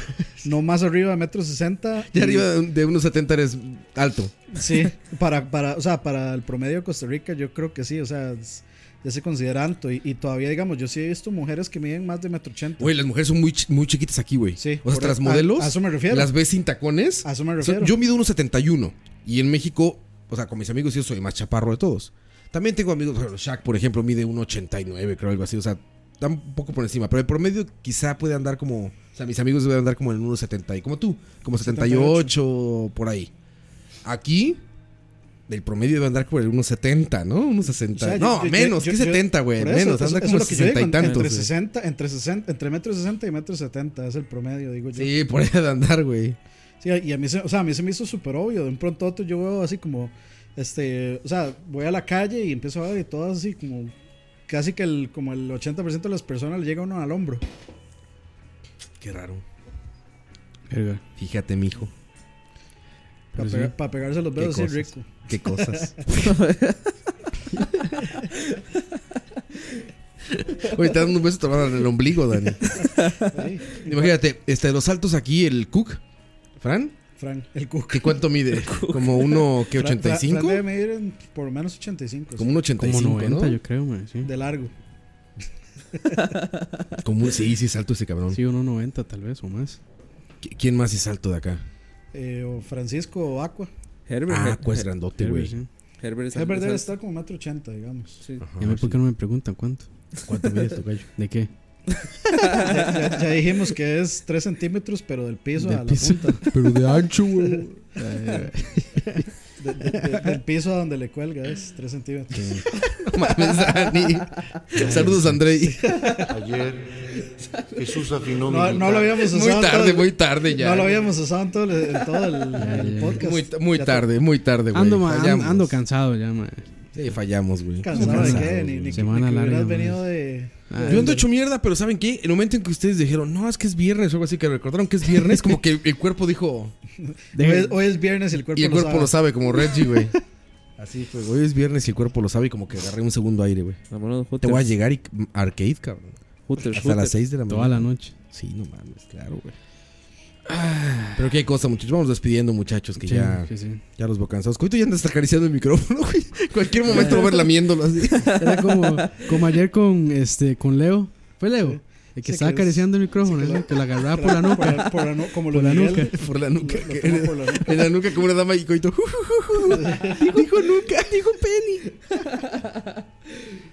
[SPEAKER 5] No más arriba de metro 60.
[SPEAKER 3] Ya arriba de, un- de unos 70 eres alto.
[SPEAKER 5] Sí, para, para, o sea, para el promedio de Costa Rica yo creo que sí, o sea, es- ya se considera alto. Y, y todavía, digamos, yo sí he visto mujeres que miden más de metro 80.
[SPEAKER 3] Güey, las mujeres son muy, chi- muy chiquitas aquí, güey.
[SPEAKER 5] Sí,
[SPEAKER 3] o sea, hasta
[SPEAKER 5] por-
[SPEAKER 3] las
[SPEAKER 5] a-
[SPEAKER 3] modelos.
[SPEAKER 5] a eso me refiero.
[SPEAKER 3] Las ves sin tacones.
[SPEAKER 5] A eso me
[SPEAKER 3] O sea,
[SPEAKER 5] refiero.
[SPEAKER 3] yo mido 1,71 y en México, o sea, con mis amigos yo soy más chaparro de todos. También tengo amigos, bueno, Shaq, por ejemplo, mide 1,89, creo, algo así, o sea, está un poco por encima, pero el promedio quizá puede andar como, o sea, mis amigos deben andar como en 1,70 y como tú, como 78, por ahí. Aquí el promedio debe andar por el 1.70, ¿no? 1.60.
[SPEAKER 5] O sea, yo-
[SPEAKER 3] no,
[SPEAKER 5] yo-
[SPEAKER 3] menos,
[SPEAKER 5] yo-
[SPEAKER 3] que
[SPEAKER 5] yo-
[SPEAKER 3] 70, güey.
[SPEAKER 5] por eso,
[SPEAKER 3] Menos,
[SPEAKER 5] eso-
[SPEAKER 3] anda
[SPEAKER 5] eso
[SPEAKER 3] como
[SPEAKER 5] es lo que yo
[SPEAKER 3] 60 y
[SPEAKER 5] digo,
[SPEAKER 3] tantos.
[SPEAKER 5] Entre,
[SPEAKER 3] güey.
[SPEAKER 5] 60, entre, 60, entre metro 60 y metro 70 es el promedio, digo yo.
[SPEAKER 3] Sí, por ahí de andar, güey.
[SPEAKER 5] Sí, y a mí, se, o sea, a mí se me hizo súper obvio. De un pronto a otro yo veo así como, este, o sea, voy a la calle y empiezo a ver y todas así como, casi que el, como el 80% de las personas le llega uno al hombro.
[SPEAKER 3] Qué raro.
[SPEAKER 4] Verga.
[SPEAKER 3] Fíjate, mijo.
[SPEAKER 5] Para,
[SPEAKER 4] Pero sí.
[SPEAKER 5] pegarse los
[SPEAKER 3] Qué
[SPEAKER 5] dedos así
[SPEAKER 3] cosas.
[SPEAKER 5] rico.
[SPEAKER 3] Qué cosas. Oye, te dan un beso te van a dar el ombligo, Dani.
[SPEAKER 5] Ahí,
[SPEAKER 3] Imagínate, este, los saltos aquí, el Cook, Fran,
[SPEAKER 5] Fran, el cuco.
[SPEAKER 3] ¿qué cuánto mide? Como uno, ¿qué?
[SPEAKER 5] Fran- Fran, Fran debe
[SPEAKER 3] ¿85?
[SPEAKER 5] medir en por lo menos 85.
[SPEAKER 3] Como un
[SPEAKER 4] Como
[SPEAKER 3] 85,
[SPEAKER 4] 90,
[SPEAKER 3] ¿no?
[SPEAKER 4] yo creo, man. Sí,
[SPEAKER 5] sí, de largo.
[SPEAKER 3] Como un- sí, sí, salto ese cabrón.
[SPEAKER 4] sí 1.90 tal vez o más.
[SPEAKER 3] ¿Qui- ¿Quién más es salto de acá?
[SPEAKER 5] Eh, o Francisco o Aqua.
[SPEAKER 7] Herbert.
[SPEAKER 3] Ah,
[SPEAKER 7] Her-
[SPEAKER 3] pues
[SPEAKER 7] Her-
[SPEAKER 3] grandote,
[SPEAKER 4] Tal vez,
[SPEAKER 3] güey.
[SPEAKER 4] sí.
[SPEAKER 7] Herbert es
[SPEAKER 5] Es
[SPEAKER 7] alto,
[SPEAKER 5] verdad,
[SPEAKER 7] es alto.
[SPEAKER 5] está como metro 80, digamos.
[SPEAKER 7] Sí.
[SPEAKER 3] Ajá,
[SPEAKER 4] ¿Y a mí
[SPEAKER 3] sí.
[SPEAKER 4] por qué no me preguntan cuánto?
[SPEAKER 3] ¿Cuánto mide tu gallo?
[SPEAKER 4] ¿De qué?
[SPEAKER 5] Ya, ya- ya dijimos que es 3 centímetros, pero del piso
[SPEAKER 4] Del
[SPEAKER 5] a la
[SPEAKER 4] piso.
[SPEAKER 5] punta.
[SPEAKER 4] Pero de ancho, güey.
[SPEAKER 5] De- de- de- del piso a donde le cuelga es 3 centímetros.
[SPEAKER 3] No mames, Dani. Saludos, Andrei.
[SPEAKER 1] Ayer Jesús afinó
[SPEAKER 5] No, no lo habíamos usado.
[SPEAKER 3] Muy
[SPEAKER 5] en todo
[SPEAKER 3] tarde,
[SPEAKER 5] el-
[SPEAKER 3] muy tarde ya.
[SPEAKER 5] No lo habíamos usado en todo el, en todo el- el
[SPEAKER 4] ya.
[SPEAKER 5] podcast.
[SPEAKER 3] Muy, muy
[SPEAKER 5] Ya te-
[SPEAKER 3] tarde, muy tarde, güey.
[SPEAKER 4] Ando, ma- an-
[SPEAKER 3] Fallamos.
[SPEAKER 4] ando cansado ya, man.
[SPEAKER 3] Sí, fallamos, güey.
[SPEAKER 5] Cansado de
[SPEAKER 4] Cansado,
[SPEAKER 5] qué, ni, ni, que-
[SPEAKER 4] Semana
[SPEAKER 5] ni que
[SPEAKER 4] larga, man.
[SPEAKER 5] hubieras venido de.
[SPEAKER 3] Yo ando hecho mierda, pero ¿saben qué? El momento en que ustedes dijeron, no, es que es viernes o algo así, que recordaron que es viernes, como que el cuerpo dijo,
[SPEAKER 5] Hoy es, hoy es viernes y el cuerpo,
[SPEAKER 3] y el cuerpo
[SPEAKER 5] lo
[SPEAKER 3] lo
[SPEAKER 5] sabe.
[SPEAKER 3] sabe, como Reggie, güey. Así fue, güey. Hoy es viernes y el cuerpo lo sabe, y como que agarré un segundo aire, güey.
[SPEAKER 7] Vámonos,
[SPEAKER 3] Te voy a
[SPEAKER 7] Hooters.
[SPEAKER 3] llegar y mm, arcade, cabrón.
[SPEAKER 7] Hooters,
[SPEAKER 3] Hasta las
[SPEAKER 7] Hooters.
[SPEAKER 3] 6 de la mañana.
[SPEAKER 4] Toda la noche.
[SPEAKER 3] Sí, no mames, claro, güey. Pero qué cosa, muchachos. Vamos despidiendo, muchachos, que
[SPEAKER 4] Sí,
[SPEAKER 3] ya,
[SPEAKER 4] sí, sí.
[SPEAKER 3] ya los veo cansados. Coito ya anda hasta acariciando el micrófono, güey. Cualquier momento va a ver lamiéndolo así.
[SPEAKER 4] Era como, como ayer con, este, con Leo. ¿Fue Leo? El que
[SPEAKER 5] Sí,
[SPEAKER 4] estaba
[SPEAKER 5] que es-
[SPEAKER 4] acariciando el micrófono,
[SPEAKER 5] sí, que
[SPEAKER 4] ¿no?
[SPEAKER 5] lo-
[SPEAKER 4] que la agarraba por la nuca.
[SPEAKER 5] Por la nuca. Como
[SPEAKER 4] Por
[SPEAKER 5] lo
[SPEAKER 4] la
[SPEAKER 5] de
[SPEAKER 4] nuca.
[SPEAKER 5] Miguel.
[SPEAKER 3] Por la nuca.
[SPEAKER 5] Lo-
[SPEAKER 3] que-
[SPEAKER 5] lo toma por la nuca.
[SPEAKER 3] en la nuca como una dama y coito. dijo nuca, dijo penny.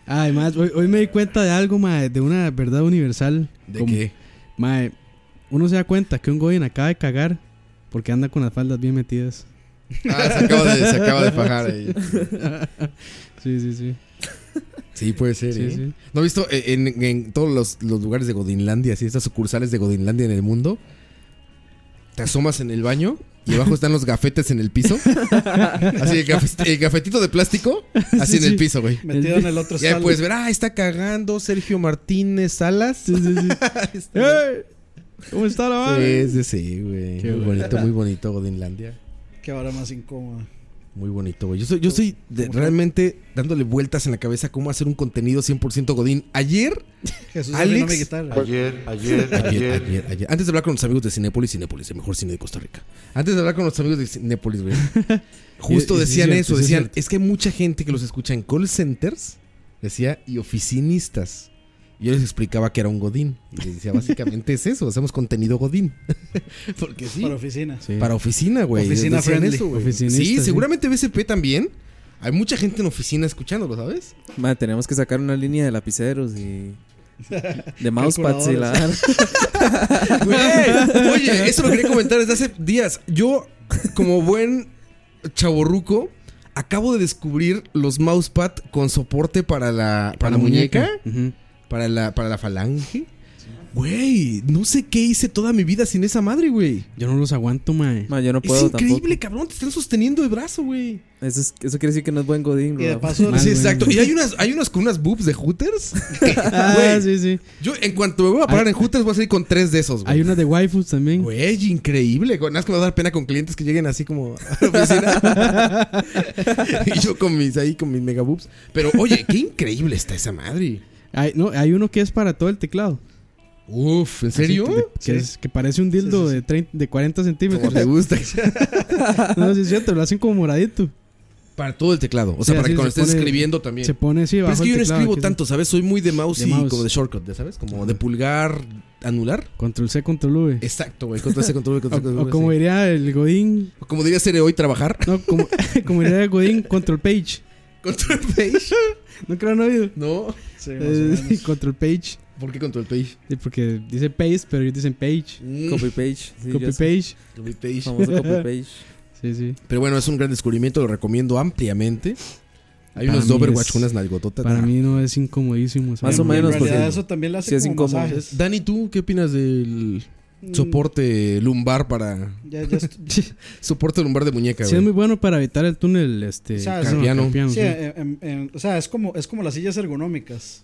[SPEAKER 4] Ay, más, hoy, hoy me di cuenta de algo, mae, de una verdad universal.
[SPEAKER 3] ¿De
[SPEAKER 4] Como-
[SPEAKER 3] qué?
[SPEAKER 4] Mae, uno se da cuenta que un Godin acaba de cagar porque anda con las faldas bien metidas.
[SPEAKER 3] Ah, se acaba de, se acaba de fajar ahí.
[SPEAKER 4] Sí, sí, sí.
[SPEAKER 3] Sí, puede ser,
[SPEAKER 4] Sí,
[SPEAKER 3] ¿eh?
[SPEAKER 4] sí.
[SPEAKER 3] ¿No has visto eh, en, en todos los, los lugares de Godinlandia, así, estas sucursales de Godinlandia en el mundo? Te asomas en el baño y abajo están los gafetes en el piso. Así, el, gafe- el gafetito de plástico, así
[SPEAKER 4] Sí,
[SPEAKER 3] en el
[SPEAKER 4] sí.
[SPEAKER 3] piso, güey.
[SPEAKER 5] Metido en el otro
[SPEAKER 3] Y ahí
[SPEAKER 5] sal.
[SPEAKER 3] puedes ver, ah, está cagando Sergio Martínez Salas. Sí, sí, sí. Este,
[SPEAKER 4] ¡Ey! ¿Cómo está la madre?
[SPEAKER 3] sí, güey.
[SPEAKER 4] Qué
[SPEAKER 3] Muy
[SPEAKER 4] bueno.
[SPEAKER 3] bonito, muy bonito Godinlandia.
[SPEAKER 5] Que ahora más incómoda.
[SPEAKER 3] Muy bonito, güey. Yo soy, yo soy de- realmente dándole vueltas en la cabeza cómo hacer un contenido 100% Godín. Ayer
[SPEAKER 5] Jesús
[SPEAKER 3] Alex-
[SPEAKER 5] afinó mi guitarra.
[SPEAKER 8] Pues,
[SPEAKER 1] Ayer, ayer,
[SPEAKER 3] Ayer, ayer, ayer. Antes de hablar con los amigos de Cinépolis, Cinépolis, el mejor cine de Costa Rica. Antes de hablar con los amigos de Cinépolis, güey. Justo
[SPEAKER 4] Y- y sí es
[SPEAKER 3] decían
[SPEAKER 4] cierto,
[SPEAKER 3] eso,
[SPEAKER 4] sí es
[SPEAKER 3] decían,
[SPEAKER 4] cierto.
[SPEAKER 3] es que hay mucha gente que los escucha en call centers, decía, y oficinistas. Yo les explicaba que era un Godín. Y les decía, básicamente es eso, hacemos contenido Godín. Porque sí.
[SPEAKER 5] Para
[SPEAKER 3] Para,
[SPEAKER 5] oficinas.
[SPEAKER 4] Sí.
[SPEAKER 3] oficina, güey.
[SPEAKER 5] Oficina
[SPEAKER 3] Decían
[SPEAKER 5] friendly.
[SPEAKER 3] eso, güey.
[SPEAKER 4] Oficinista,
[SPEAKER 3] Sí,
[SPEAKER 4] sí.
[SPEAKER 3] seguramente BCP también. Hay mucha gente en oficina escuchándolo, ¿sabes?
[SPEAKER 7] Madre, tenemos que sacar una línea de lapiceros y. De mousepads y la.
[SPEAKER 3] Güey, Oye, eso lo quería comentar desde hace días. Yo, como buen chaborruco, acabo de descubrir los mousepad con soporte para la, para la muñeca,
[SPEAKER 4] Ujú.
[SPEAKER 3] para, la, para la falange. Güey, no sé qué hice toda mi vida sin esa madre, güey.
[SPEAKER 4] Yo no los aguanto, mae.
[SPEAKER 7] Ma, yo no
[SPEAKER 3] Es
[SPEAKER 7] puedo
[SPEAKER 3] increíble,
[SPEAKER 7] tampoco.
[SPEAKER 3] cabrón. Te están sosteniendo de brazo, güey.
[SPEAKER 7] Eso, es- eso quiere decir que no es buen Godín,
[SPEAKER 5] Y de
[SPEAKER 7] Rob.
[SPEAKER 5] paso,
[SPEAKER 4] Mal,
[SPEAKER 3] Sí,
[SPEAKER 4] güey.
[SPEAKER 3] exacto. Y hay unas, hay unas con unas boobs de hooters.
[SPEAKER 4] Ah,
[SPEAKER 3] Güey.
[SPEAKER 4] sí, sí.
[SPEAKER 3] Yo, en cuanto me voy a parar en hooters, voy a salir con tres de esos, güey.
[SPEAKER 4] Hay una de waifus también.
[SPEAKER 3] Güey, increíble. Con- Nada más que me va a dar pena con clientes que lleguen así como a la oficina. y yo con mis ahí, con mis megaboobs. Pero oye, qué increíble está esa madre.
[SPEAKER 4] Hay, no, hay uno que es para todo el teclado.
[SPEAKER 3] Uf, ¿en
[SPEAKER 4] Así que-
[SPEAKER 3] serio?
[SPEAKER 4] Que, es- que parece un dildo
[SPEAKER 5] Sí, sí, sí.
[SPEAKER 4] De, 30 de 40 centímetros.
[SPEAKER 3] Como te gusta.
[SPEAKER 4] No, sí es cierto, lo hacen como moradito.
[SPEAKER 3] Para todo el teclado. O sea,
[SPEAKER 4] Sí,
[SPEAKER 3] para
[SPEAKER 4] así
[SPEAKER 3] que cuando
[SPEAKER 4] se
[SPEAKER 3] estés
[SPEAKER 4] pone-
[SPEAKER 3] escribiendo también.
[SPEAKER 4] Se pone así
[SPEAKER 3] Pero
[SPEAKER 4] bajo
[SPEAKER 3] es que
[SPEAKER 4] el
[SPEAKER 3] yo no
[SPEAKER 4] teclado,
[SPEAKER 3] escribo
[SPEAKER 4] que es
[SPEAKER 3] tanto, ¿sabes? Soy muy de mouse
[SPEAKER 4] De
[SPEAKER 3] y
[SPEAKER 4] mouse.
[SPEAKER 3] como de shortcut, ¿ya ¿sabes? Como de pulgar anular.
[SPEAKER 4] Control C, control V.
[SPEAKER 3] Exacto, güey. Control C, control V,
[SPEAKER 4] O,
[SPEAKER 3] control C,
[SPEAKER 4] o
[SPEAKER 3] control V,
[SPEAKER 4] como
[SPEAKER 3] sí.
[SPEAKER 4] diría el Godín.
[SPEAKER 3] O como diría ser hoy trabajar.
[SPEAKER 4] No, como, como diría el Godín, control page.
[SPEAKER 3] Control page.
[SPEAKER 4] No creo no oído.
[SPEAKER 3] No,
[SPEAKER 5] Sí, más o
[SPEAKER 4] Eh,
[SPEAKER 5] menos.
[SPEAKER 4] control page.
[SPEAKER 3] ¿por qué control page?
[SPEAKER 4] Sí, porque dice paste, pero ellos dicen page.
[SPEAKER 3] Mm,
[SPEAKER 7] Copy page. Sí, yo
[SPEAKER 4] Copy
[SPEAKER 7] soy
[SPEAKER 4] page.
[SPEAKER 3] Control page.
[SPEAKER 7] Famoso copy page.
[SPEAKER 4] Sí, sí.
[SPEAKER 3] Pero bueno, es un gran descubrimiento, lo recomiendo ampliamente. Hay
[SPEAKER 4] Para
[SPEAKER 3] unos
[SPEAKER 4] mí
[SPEAKER 3] Doberwatch
[SPEAKER 4] es-
[SPEAKER 3] con unas nalgototas.
[SPEAKER 4] Para
[SPEAKER 3] Ah.
[SPEAKER 4] mí no es incomodísimo. esa
[SPEAKER 7] Más o
[SPEAKER 4] mierda.
[SPEAKER 7] menos,
[SPEAKER 5] en
[SPEAKER 7] porque
[SPEAKER 5] realidad eso también le hace
[SPEAKER 7] sí es
[SPEAKER 5] como
[SPEAKER 7] incómodo.
[SPEAKER 5] masajes. Mm,
[SPEAKER 3] Dani, ¿tú qué opinas del
[SPEAKER 4] Mm.
[SPEAKER 3] soporte lumbar para.
[SPEAKER 5] Ya, ya estu-
[SPEAKER 3] Soporte lumbar de muñeca,
[SPEAKER 4] Sí,
[SPEAKER 3] güey?
[SPEAKER 4] es muy bueno para evitar el túnel este,
[SPEAKER 5] O sea,
[SPEAKER 4] carpiano,
[SPEAKER 3] sí.
[SPEAKER 4] carpiano,
[SPEAKER 5] Sí, eh,
[SPEAKER 4] sí.
[SPEAKER 5] en- en- en- o sea, es como, es como las sillas ergonómicas.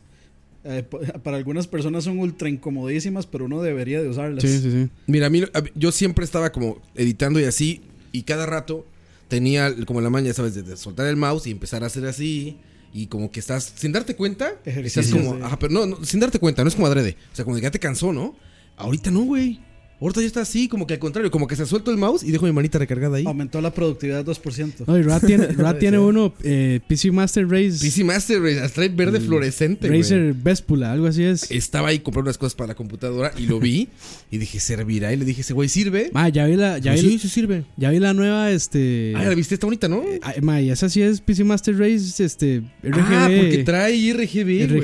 [SPEAKER 5] Eh, po- para algunas personas son ultra incomodísimas, pero uno debería de usarlas.
[SPEAKER 4] Sí, sí, sí.
[SPEAKER 3] Mira, a mí- a- yo siempre estaba como editando y así, y cada rato tenía como la maña, ¿sabes? De, de soltar el mouse y empezar a hacer así, y como que estás, sin darte cuenta,
[SPEAKER 5] Ejercicios
[SPEAKER 3] estás como,
[SPEAKER 5] de-
[SPEAKER 3] ajá, pero no, no, sin darte cuenta, no es como adrede. O sea, como que ya te cansó, ¿no? Ahorita no, güey. Ahorita ya está así, como que al contrario, como que se suelto el mouse y dejo mi manita recargada ahí.
[SPEAKER 5] Aumentó la productividad 2%.
[SPEAKER 4] No, y Ra tiene, Ra tiene uno, eh, PC Master Race,
[SPEAKER 3] PC Master, güey, hasta trae verde
[SPEAKER 4] Mm.
[SPEAKER 3] fluorescente, güey.
[SPEAKER 4] Razer Vespula, algo así es.
[SPEAKER 3] Estaba ahí comprando unas cosas para la computadora y lo vi y dije, ¿servirá? Y le dije, ese güey sirve.
[SPEAKER 4] Ma, ya vi la, ya
[SPEAKER 3] Pues
[SPEAKER 4] vi,
[SPEAKER 3] sí, sí sirve.
[SPEAKER 4] ya vi la nueva, este...
[SPEAKER 3] Ah, la viste, está bonita, ¿no?
[SPEAKER 4] Ay, ma, y esa sí es PC Master Race, este, RGB.
[SPEAKER 3] Ah, porque trae RGB. güey.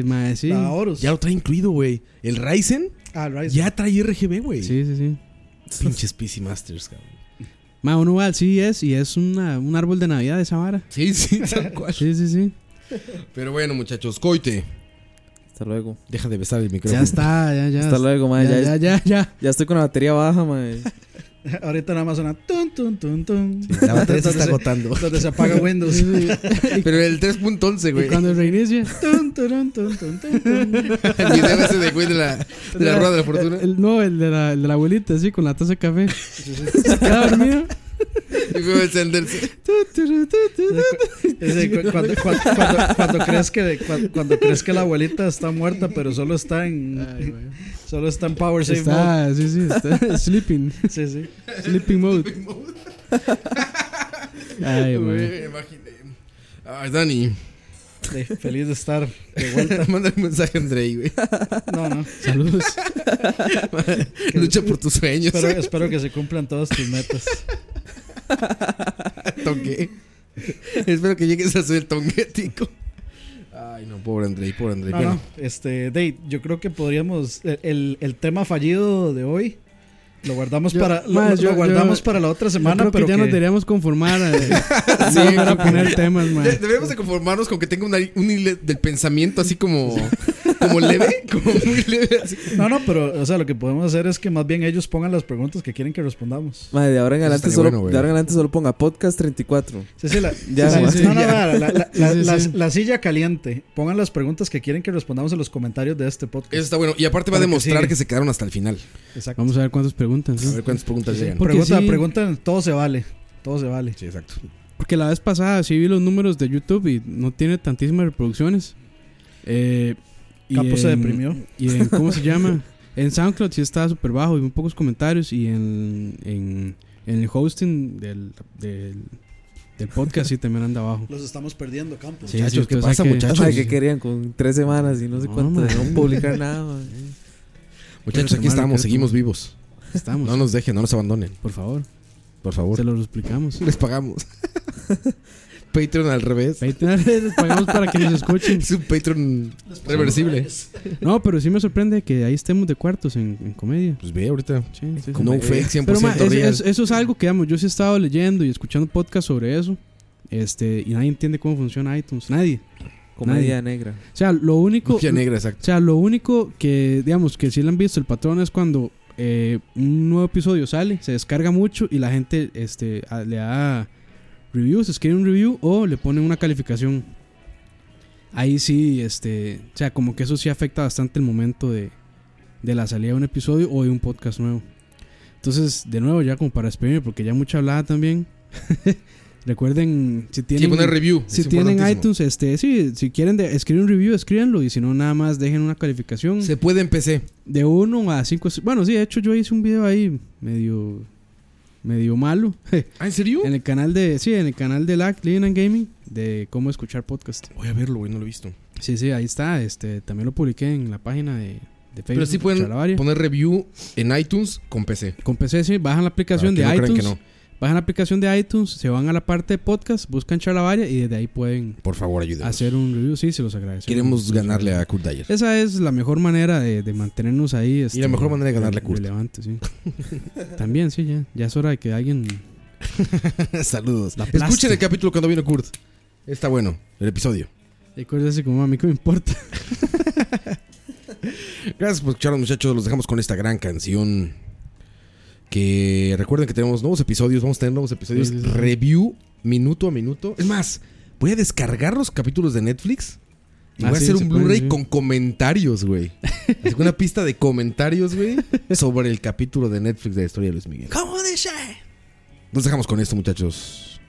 [SPEAKER 4] RGB, ma, sí.
[SPEAKER 5] La Horus.
[SPEAKER 3] Ya lo trae incluido, güey. El Ryzen
[SPEAKER 5] Ah, Ryzen.
[SPEAKER 3] ya trae RGB, güey.
[SPEAKER 4] Sí, sí, sí.
[SPEAKER 3] Pinches PC Masters, cabrón.
[SPEAKER 4] Ma, uno va al CES y es una, un árbol de Navidad esa vara.
[SPEAKER 3] Sí, sí, tal cual.
[SPEAKER 4] Sí, sí, sí.
[SPEAKER 3] Pero bueno, muchachos, coite.
[SPEAKER 7] Hasta luego.
[SPEAKER 3] Deja de besar el micrófono.
[SPEAKER 4] Ya está, ya, ya.
[SPEAKER 7] Hasta luego, ma.
[SPEAKER 4] Ya, ya,
[SPEAKER 7] Ya,
[SPEAKER 4] ya, ya.
[SPEAKER 7] ya estoy con la batería baja, ma.
[SPEAKER 5] Ahorita nada más suena tun, tun, tun, tun.
[SPEAKER 3] La batería se
[SPEAKER 5] Donde
[SPEAKER 3] está
[SPEAKER 5] se-
[SPEAKER 3] agotando.
[SPEAKER 5] Donde se apaga Windows.
[SPEAKER 3] Pero el 3.11,
[SPEAKER 4] Y
[SPEAKER 3] güey.
[SPEAKER 4] cuando reinicia,
[SPEAKER 5] Tun, turun, tun, tun, tun, tun.
[SPEAKER 3] El video ese de güey de la, de la rueda de la fortuna.
[SPEAKER 4] el, no, el de, la, el de la abuelita, así, con la taza de café. Se queda dormido.
[SPEAKER 3] Y fue a encenderse.
[SPEAKER 4] Tu, tu, tu, tu, tu.
[SPEAKER 5] Ese, cu- cuando, cuando, cuando- cuando crees que, cuando, cuando crees que la abuelita está muerta, pero solo está en,
[SPEAKER 4] Ay, güey.
[SPEAKER 5] solo está en Power Save Mode.
[SPEAKER 4] Está, sí, sí, está sleeping,
[SPEAKER 5] Sí, sí.
[SPEAKER 4] sleeping mode. Ay, güey.
[SPEAKER 3] Güey, me imaginé. Ay, Dani.
[SPEAKER 5] Eh, Feliz de estar de vuelta.
[SPEAKER 3] Manda un mensaje a Andrei, güey.
[SPEAKER 5] No, no.
[SPEAKER 4] Saludos.
[SPEAKER 3] Lucha por tus sueños.
[SPEAKER 5] Espero, espero que se cumplan todas tus metas.
[SPEAKER 3] Tongue. Espero que llegues a ser el tonguético. Ay, no, pobre Andrei, pobre Andrei.
[SPEAKER 5] No,
[SPEAKER 3] bueno,
[SPEAKER 5] no. Este, Dave, yo creo que podríamos. el- El, el tema fallido de hoy lo guardamos
[SPEAKER 4] Yo-
[SPEAKER 5] para. lo-
[SPEAKER 4] más,
[SPEAKER 5] lo,
[SPEAKER 4] yo-
[SPEAKER 5] guardamos
[SPEAKER 4] yo-
[SPEAKER 5] para la otra
[SPEAKER 4] Yo
[SPEAKER 5] semana,
[SPEAKER 4] creo que
[SPEAKER 5] pero.
[SPEAKER 4] ya nos
[SPEAKER 5] que-
[SPEAKER 4] deberíamos conformar a,
[SPEAKER 3] Sí,
[SPEAKER 4] a
[SPEAKER 3] creo que-
[SPEAKER 4] poner temas, man.
[SPEAKER 3] de- deberíamos de conformarnos con que tenga una- un hilo del pensamiento así como, como leve, como muy leve. Así.
[SPEAKER 5] No, no, pero, o sea, lo que podemos hacer es que más bien ellos pongan las preguntas que quieren que respondamos.
[SPEAKER 7] Ma, de ahora en
[SPEAKER 3] Eso
[SPEAKER 7] adelante
[SPEAKER 3] estaría
[SPEAKER 7] solo,
[SPEAKER 3] bueno, güey.
[SPEAKER 7] de ahora en adelante solo ponga podcast 34.
[SPEAKER 5] Sí, sí, la,
[SPEAKER 7] Ya,
[SPEAKER 5] sí,
[SPEAKER 7] ma.
[SPEAKER 5] sí, no, no, la, la- la-
[SPEAKER 4] Sí, sí,
[SPEAKER 5] la-
[SPEAKER 4] sí.
[SPEAKER 5] la silla caliente. Pongan las preguntas que quieren que respondamos en los comentarios de este podcast.
[SPEAKER 3] Eso está bueno. Y aparte va a
[SPEAKER 5] Para que
[SPEAKER 3] demostrar
[SPEAKER 5] sigue.
[SPEAKER 3] que se quedaron hasta el final.
[SPEAKER 5] Exacto.
[SPEAKER 4] Vamos a ver cuántas preguntas.
[SPEAKER 3] A
[SPEAKER 4] ¿no?
[SPEAKER 3] ver cuántas preguntas llegan.
[SPEAKER 4] Porque
[SPEAKER 5] Pregunta,
[SPEAKER 4] sí.
[SPEAKER 5] preguntan, todo se vale. Todo se vale.
[SPEAKER 3] Sí, exacto.
[SPEAKER 4] Porque la vez pasada sí vi los números de YouTube y no tiene tantísimas reproducciones. Eh, y
[SPEAKER 5] Capo se
[SPEAKER 4] en-
[SPEAKER 5] deprimió.
[SPEAKER 4] Y en, ¿cómo se llama? En SoundCloud sí estaba súper bajo y muy pocos comentarios. Y en, en, en el hosting del, del, del podcast sí también anda bajo.
[SPEAKER 5] Los estamos perdiendo, Campos.
[SPEAKER 4] Sí,
[SPEAKER 3] Muchachos, ¿qué
[SPEAKER 4] entonces
[SPEAKER 3] pasa,
[SPEAKER 4] hay que-
[SPEAKER 3] muchachos?
[SPEAKER 7] Ma, que querían con tres semanas y no sé
[SPEAKER 4] No,
[SPEAKER 7] cuánto
[SPEAKER 4] ma.
[SPEAKER 7] de no publicar nada, ma.
[SPEAKER 3] Muchachos, aquí
[SPEAKER 4] Hermano,
[SPEAKER 3] estamos,
[SPEAKER 4] qué-
[SPEAKER 3] seguimos vivos.
[SPEAKER 4] Estamos,
[SPEAKER 3] No nos dejen, no nos abandonen,
[SPEAKER 4] por favor.
[SPEAKER 3] por favor.
[SPEAKER 4] Se los explicamos.
[SPEAKER 3] Les pagamos. Patreon al revés.
[SPEAKER 4] Patreon, les pagamos para que nos escuchen.
[SPEAKER 3] Es un Patreon reversible.
[SPEAKER 4] No, pero sí me sorprende que ahí estemos de cuartos en, en comedia.
[SPEAKER 3] Pues ve ahorita.
[SPEAKER 4] Sí, sí, sí.
[SPEAKER 3] No fake, 100%
[SPEAKER 4] Pero ma, eso,
[SPEAKER 3] real.
[SPEAKER 4] eso- eso es algo que digamos, yo sí he estado leyendo y escuchando podcasts sobre eso. Este, y nadie entiende cómo funciona iTunes, nadie.
[SPEAKER 7] Comedia negra.
[SPEAKER 4] O sea, lo único
[SPEAKER 3] Copia
[SPEAKER 4] o
[SPEAKER 3] negra, exacto.
[SPEAKER 4] sea, lo único que digamos que sí le han visto el patrón es cuando eh, un nuevo episodio sale, se descarga mucho y la gente este a- le da reviews, escribe un review o le ponen una calificación. Ahí sí, este, o sea, como que eso sí afecta bastante el momento de, de la salida de un episodio o de un podcast nuevo. Entonces, de nuevo, ya como para despedirme, porque ya mucha hablada también. Recuerden, si
[SPEAKER 3] Sí,
[SPEAKER 4] tienen,
[SPEAKER 3] poner review.
[SPEAKER 4] si
[SPEAKER 3] es
[SPEAKER 4] tienen
[SPEAKER 3] importantísimo.
[SPEAKER 4] iTunes, este, sí, si quieren de- escribir un review, escríbanlo. Y si no, nada más dejen una calificación
[SPEAKER 3] Se puede en PC.
[SPEAKER 4] de 1 a 5. Bueno, sí, de hecho, yo hice un video ahí medio, medio malo.
[SPEAKER 3] ¿Ah, en serio?
[SPEAKER 4] En el canal de, sí, en el canal de LAC, Living and Gaming, de cómo escuchar podcast.
[SPEAKER 3] Voy a verlo, güey, no lo he visto.
[SPEAKER 4] Sí, sí, ahí está. Este, también lo publiqué en la página de, de Facebook.
[SPEAKER 3] Pero sí pueden
[SPEAKER 4] Chalabaria.
[SPEAKER 3] poner review en iTunes con PC.
[SPEAKER 4] Con PC, sí, bajan la aplicación de
[SPEAKER 3] Para que no crean
[SPEAKER 4] iTunes.
[SPEAKER 3] que no.
[SPEAKER 4] Bajan la aplicación de iTunes, se van a la parte de podcast, buscan Charlavaria y desde ahí pueden
[SPEAKER 3] Por favor, ayúdenos.
[SPEAKER 4] hacer un review. Sí, se los agradecemos.
[SPEAKER 3] Queremos ganarle a Kurt Dyer.
[SPEAKER 4] Esa es la mejor manera de, de mantenernos ahí. este,
[SPEAKER 3] la mejor manera de ganarle a Kurt.
[SPEAKER 4] Relevante, sí. También, sí, ya. Ya es hora de que alguien
[SPEAKER 3] Saludos.
[SPEAKER 4] La plástica.
[SPEAKER 3] Escuchen el capítulo cuando vino Kurt. Está bueno, el episodio.
[SPEAKER 4] Y Kurt dice como, a mí qué me importa.
[SPEAKER 3] Gracias por escucharnos, muchachos. Los dejamos con esta gran canción. Que recuerden que tenemos nuevos episodios. Vamos a tener nuevos episodios.
[SPEAKER 4] Sí, sí, sí.
[SPEAKER 3] Review minuto a minuto. Es más, voy a descargar los capítulos de Netflix. Y
[SPEAKER 4] Ah,
[SPEAKER 3] voy a
[SPEAKER 4] sí,
[SPEAKER 3] hacer
[SPEAKER 4] se
[SPEAKER 3] un Blu-ray
[SPEAKER 4] pueden, sí.
[SPEAKER 3] con comentarios, güey. Así que una pista de comentarios, güey. Sobre el capítulo de Netflix de la historia de Luis Miguel. ¿Cómo dice? Nos dejamos con esto, muchachos.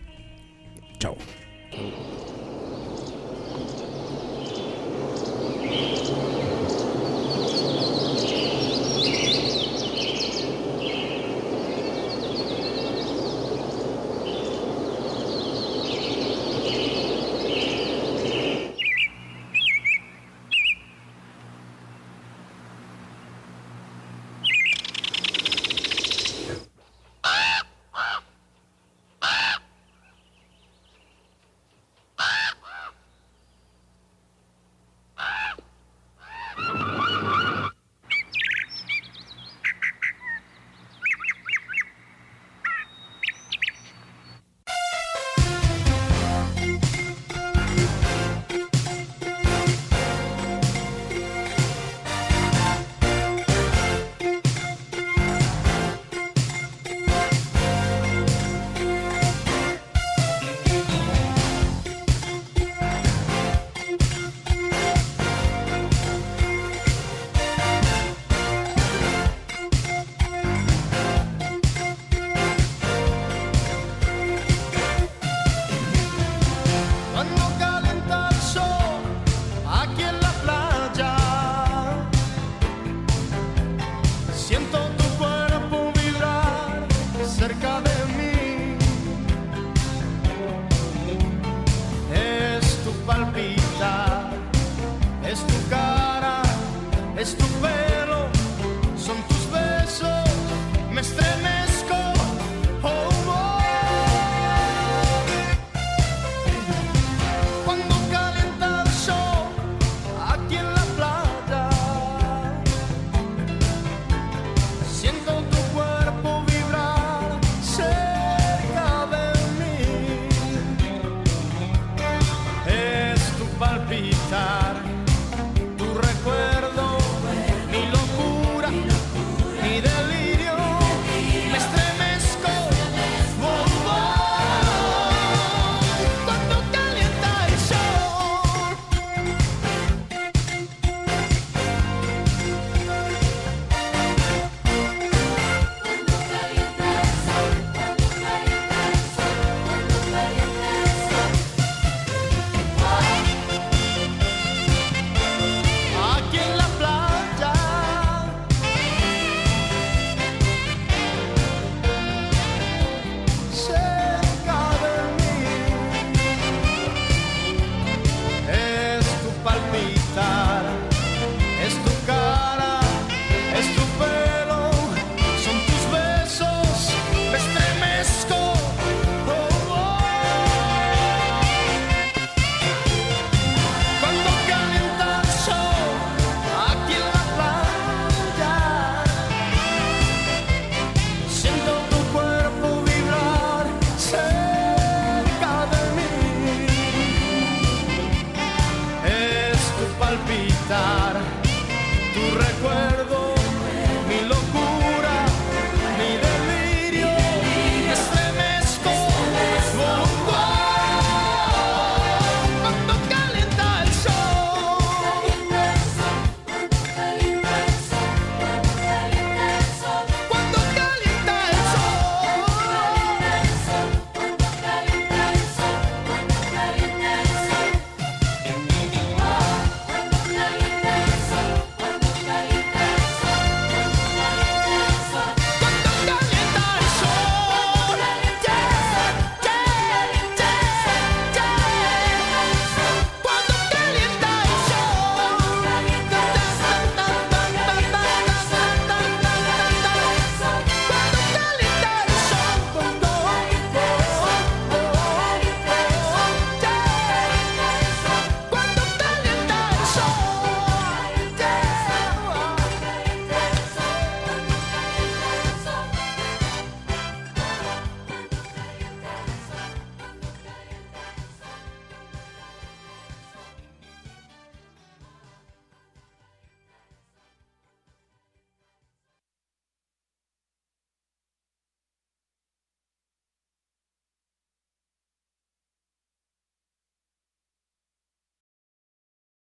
[SPEAKER 3] Chao.
[SPEAKER 8] Cuando calenta el sol aquí en la playa, siento tu cuerpo vibrar cerca de mí. Es tu palpita, es tu cara, es tu pelo. oh, oh,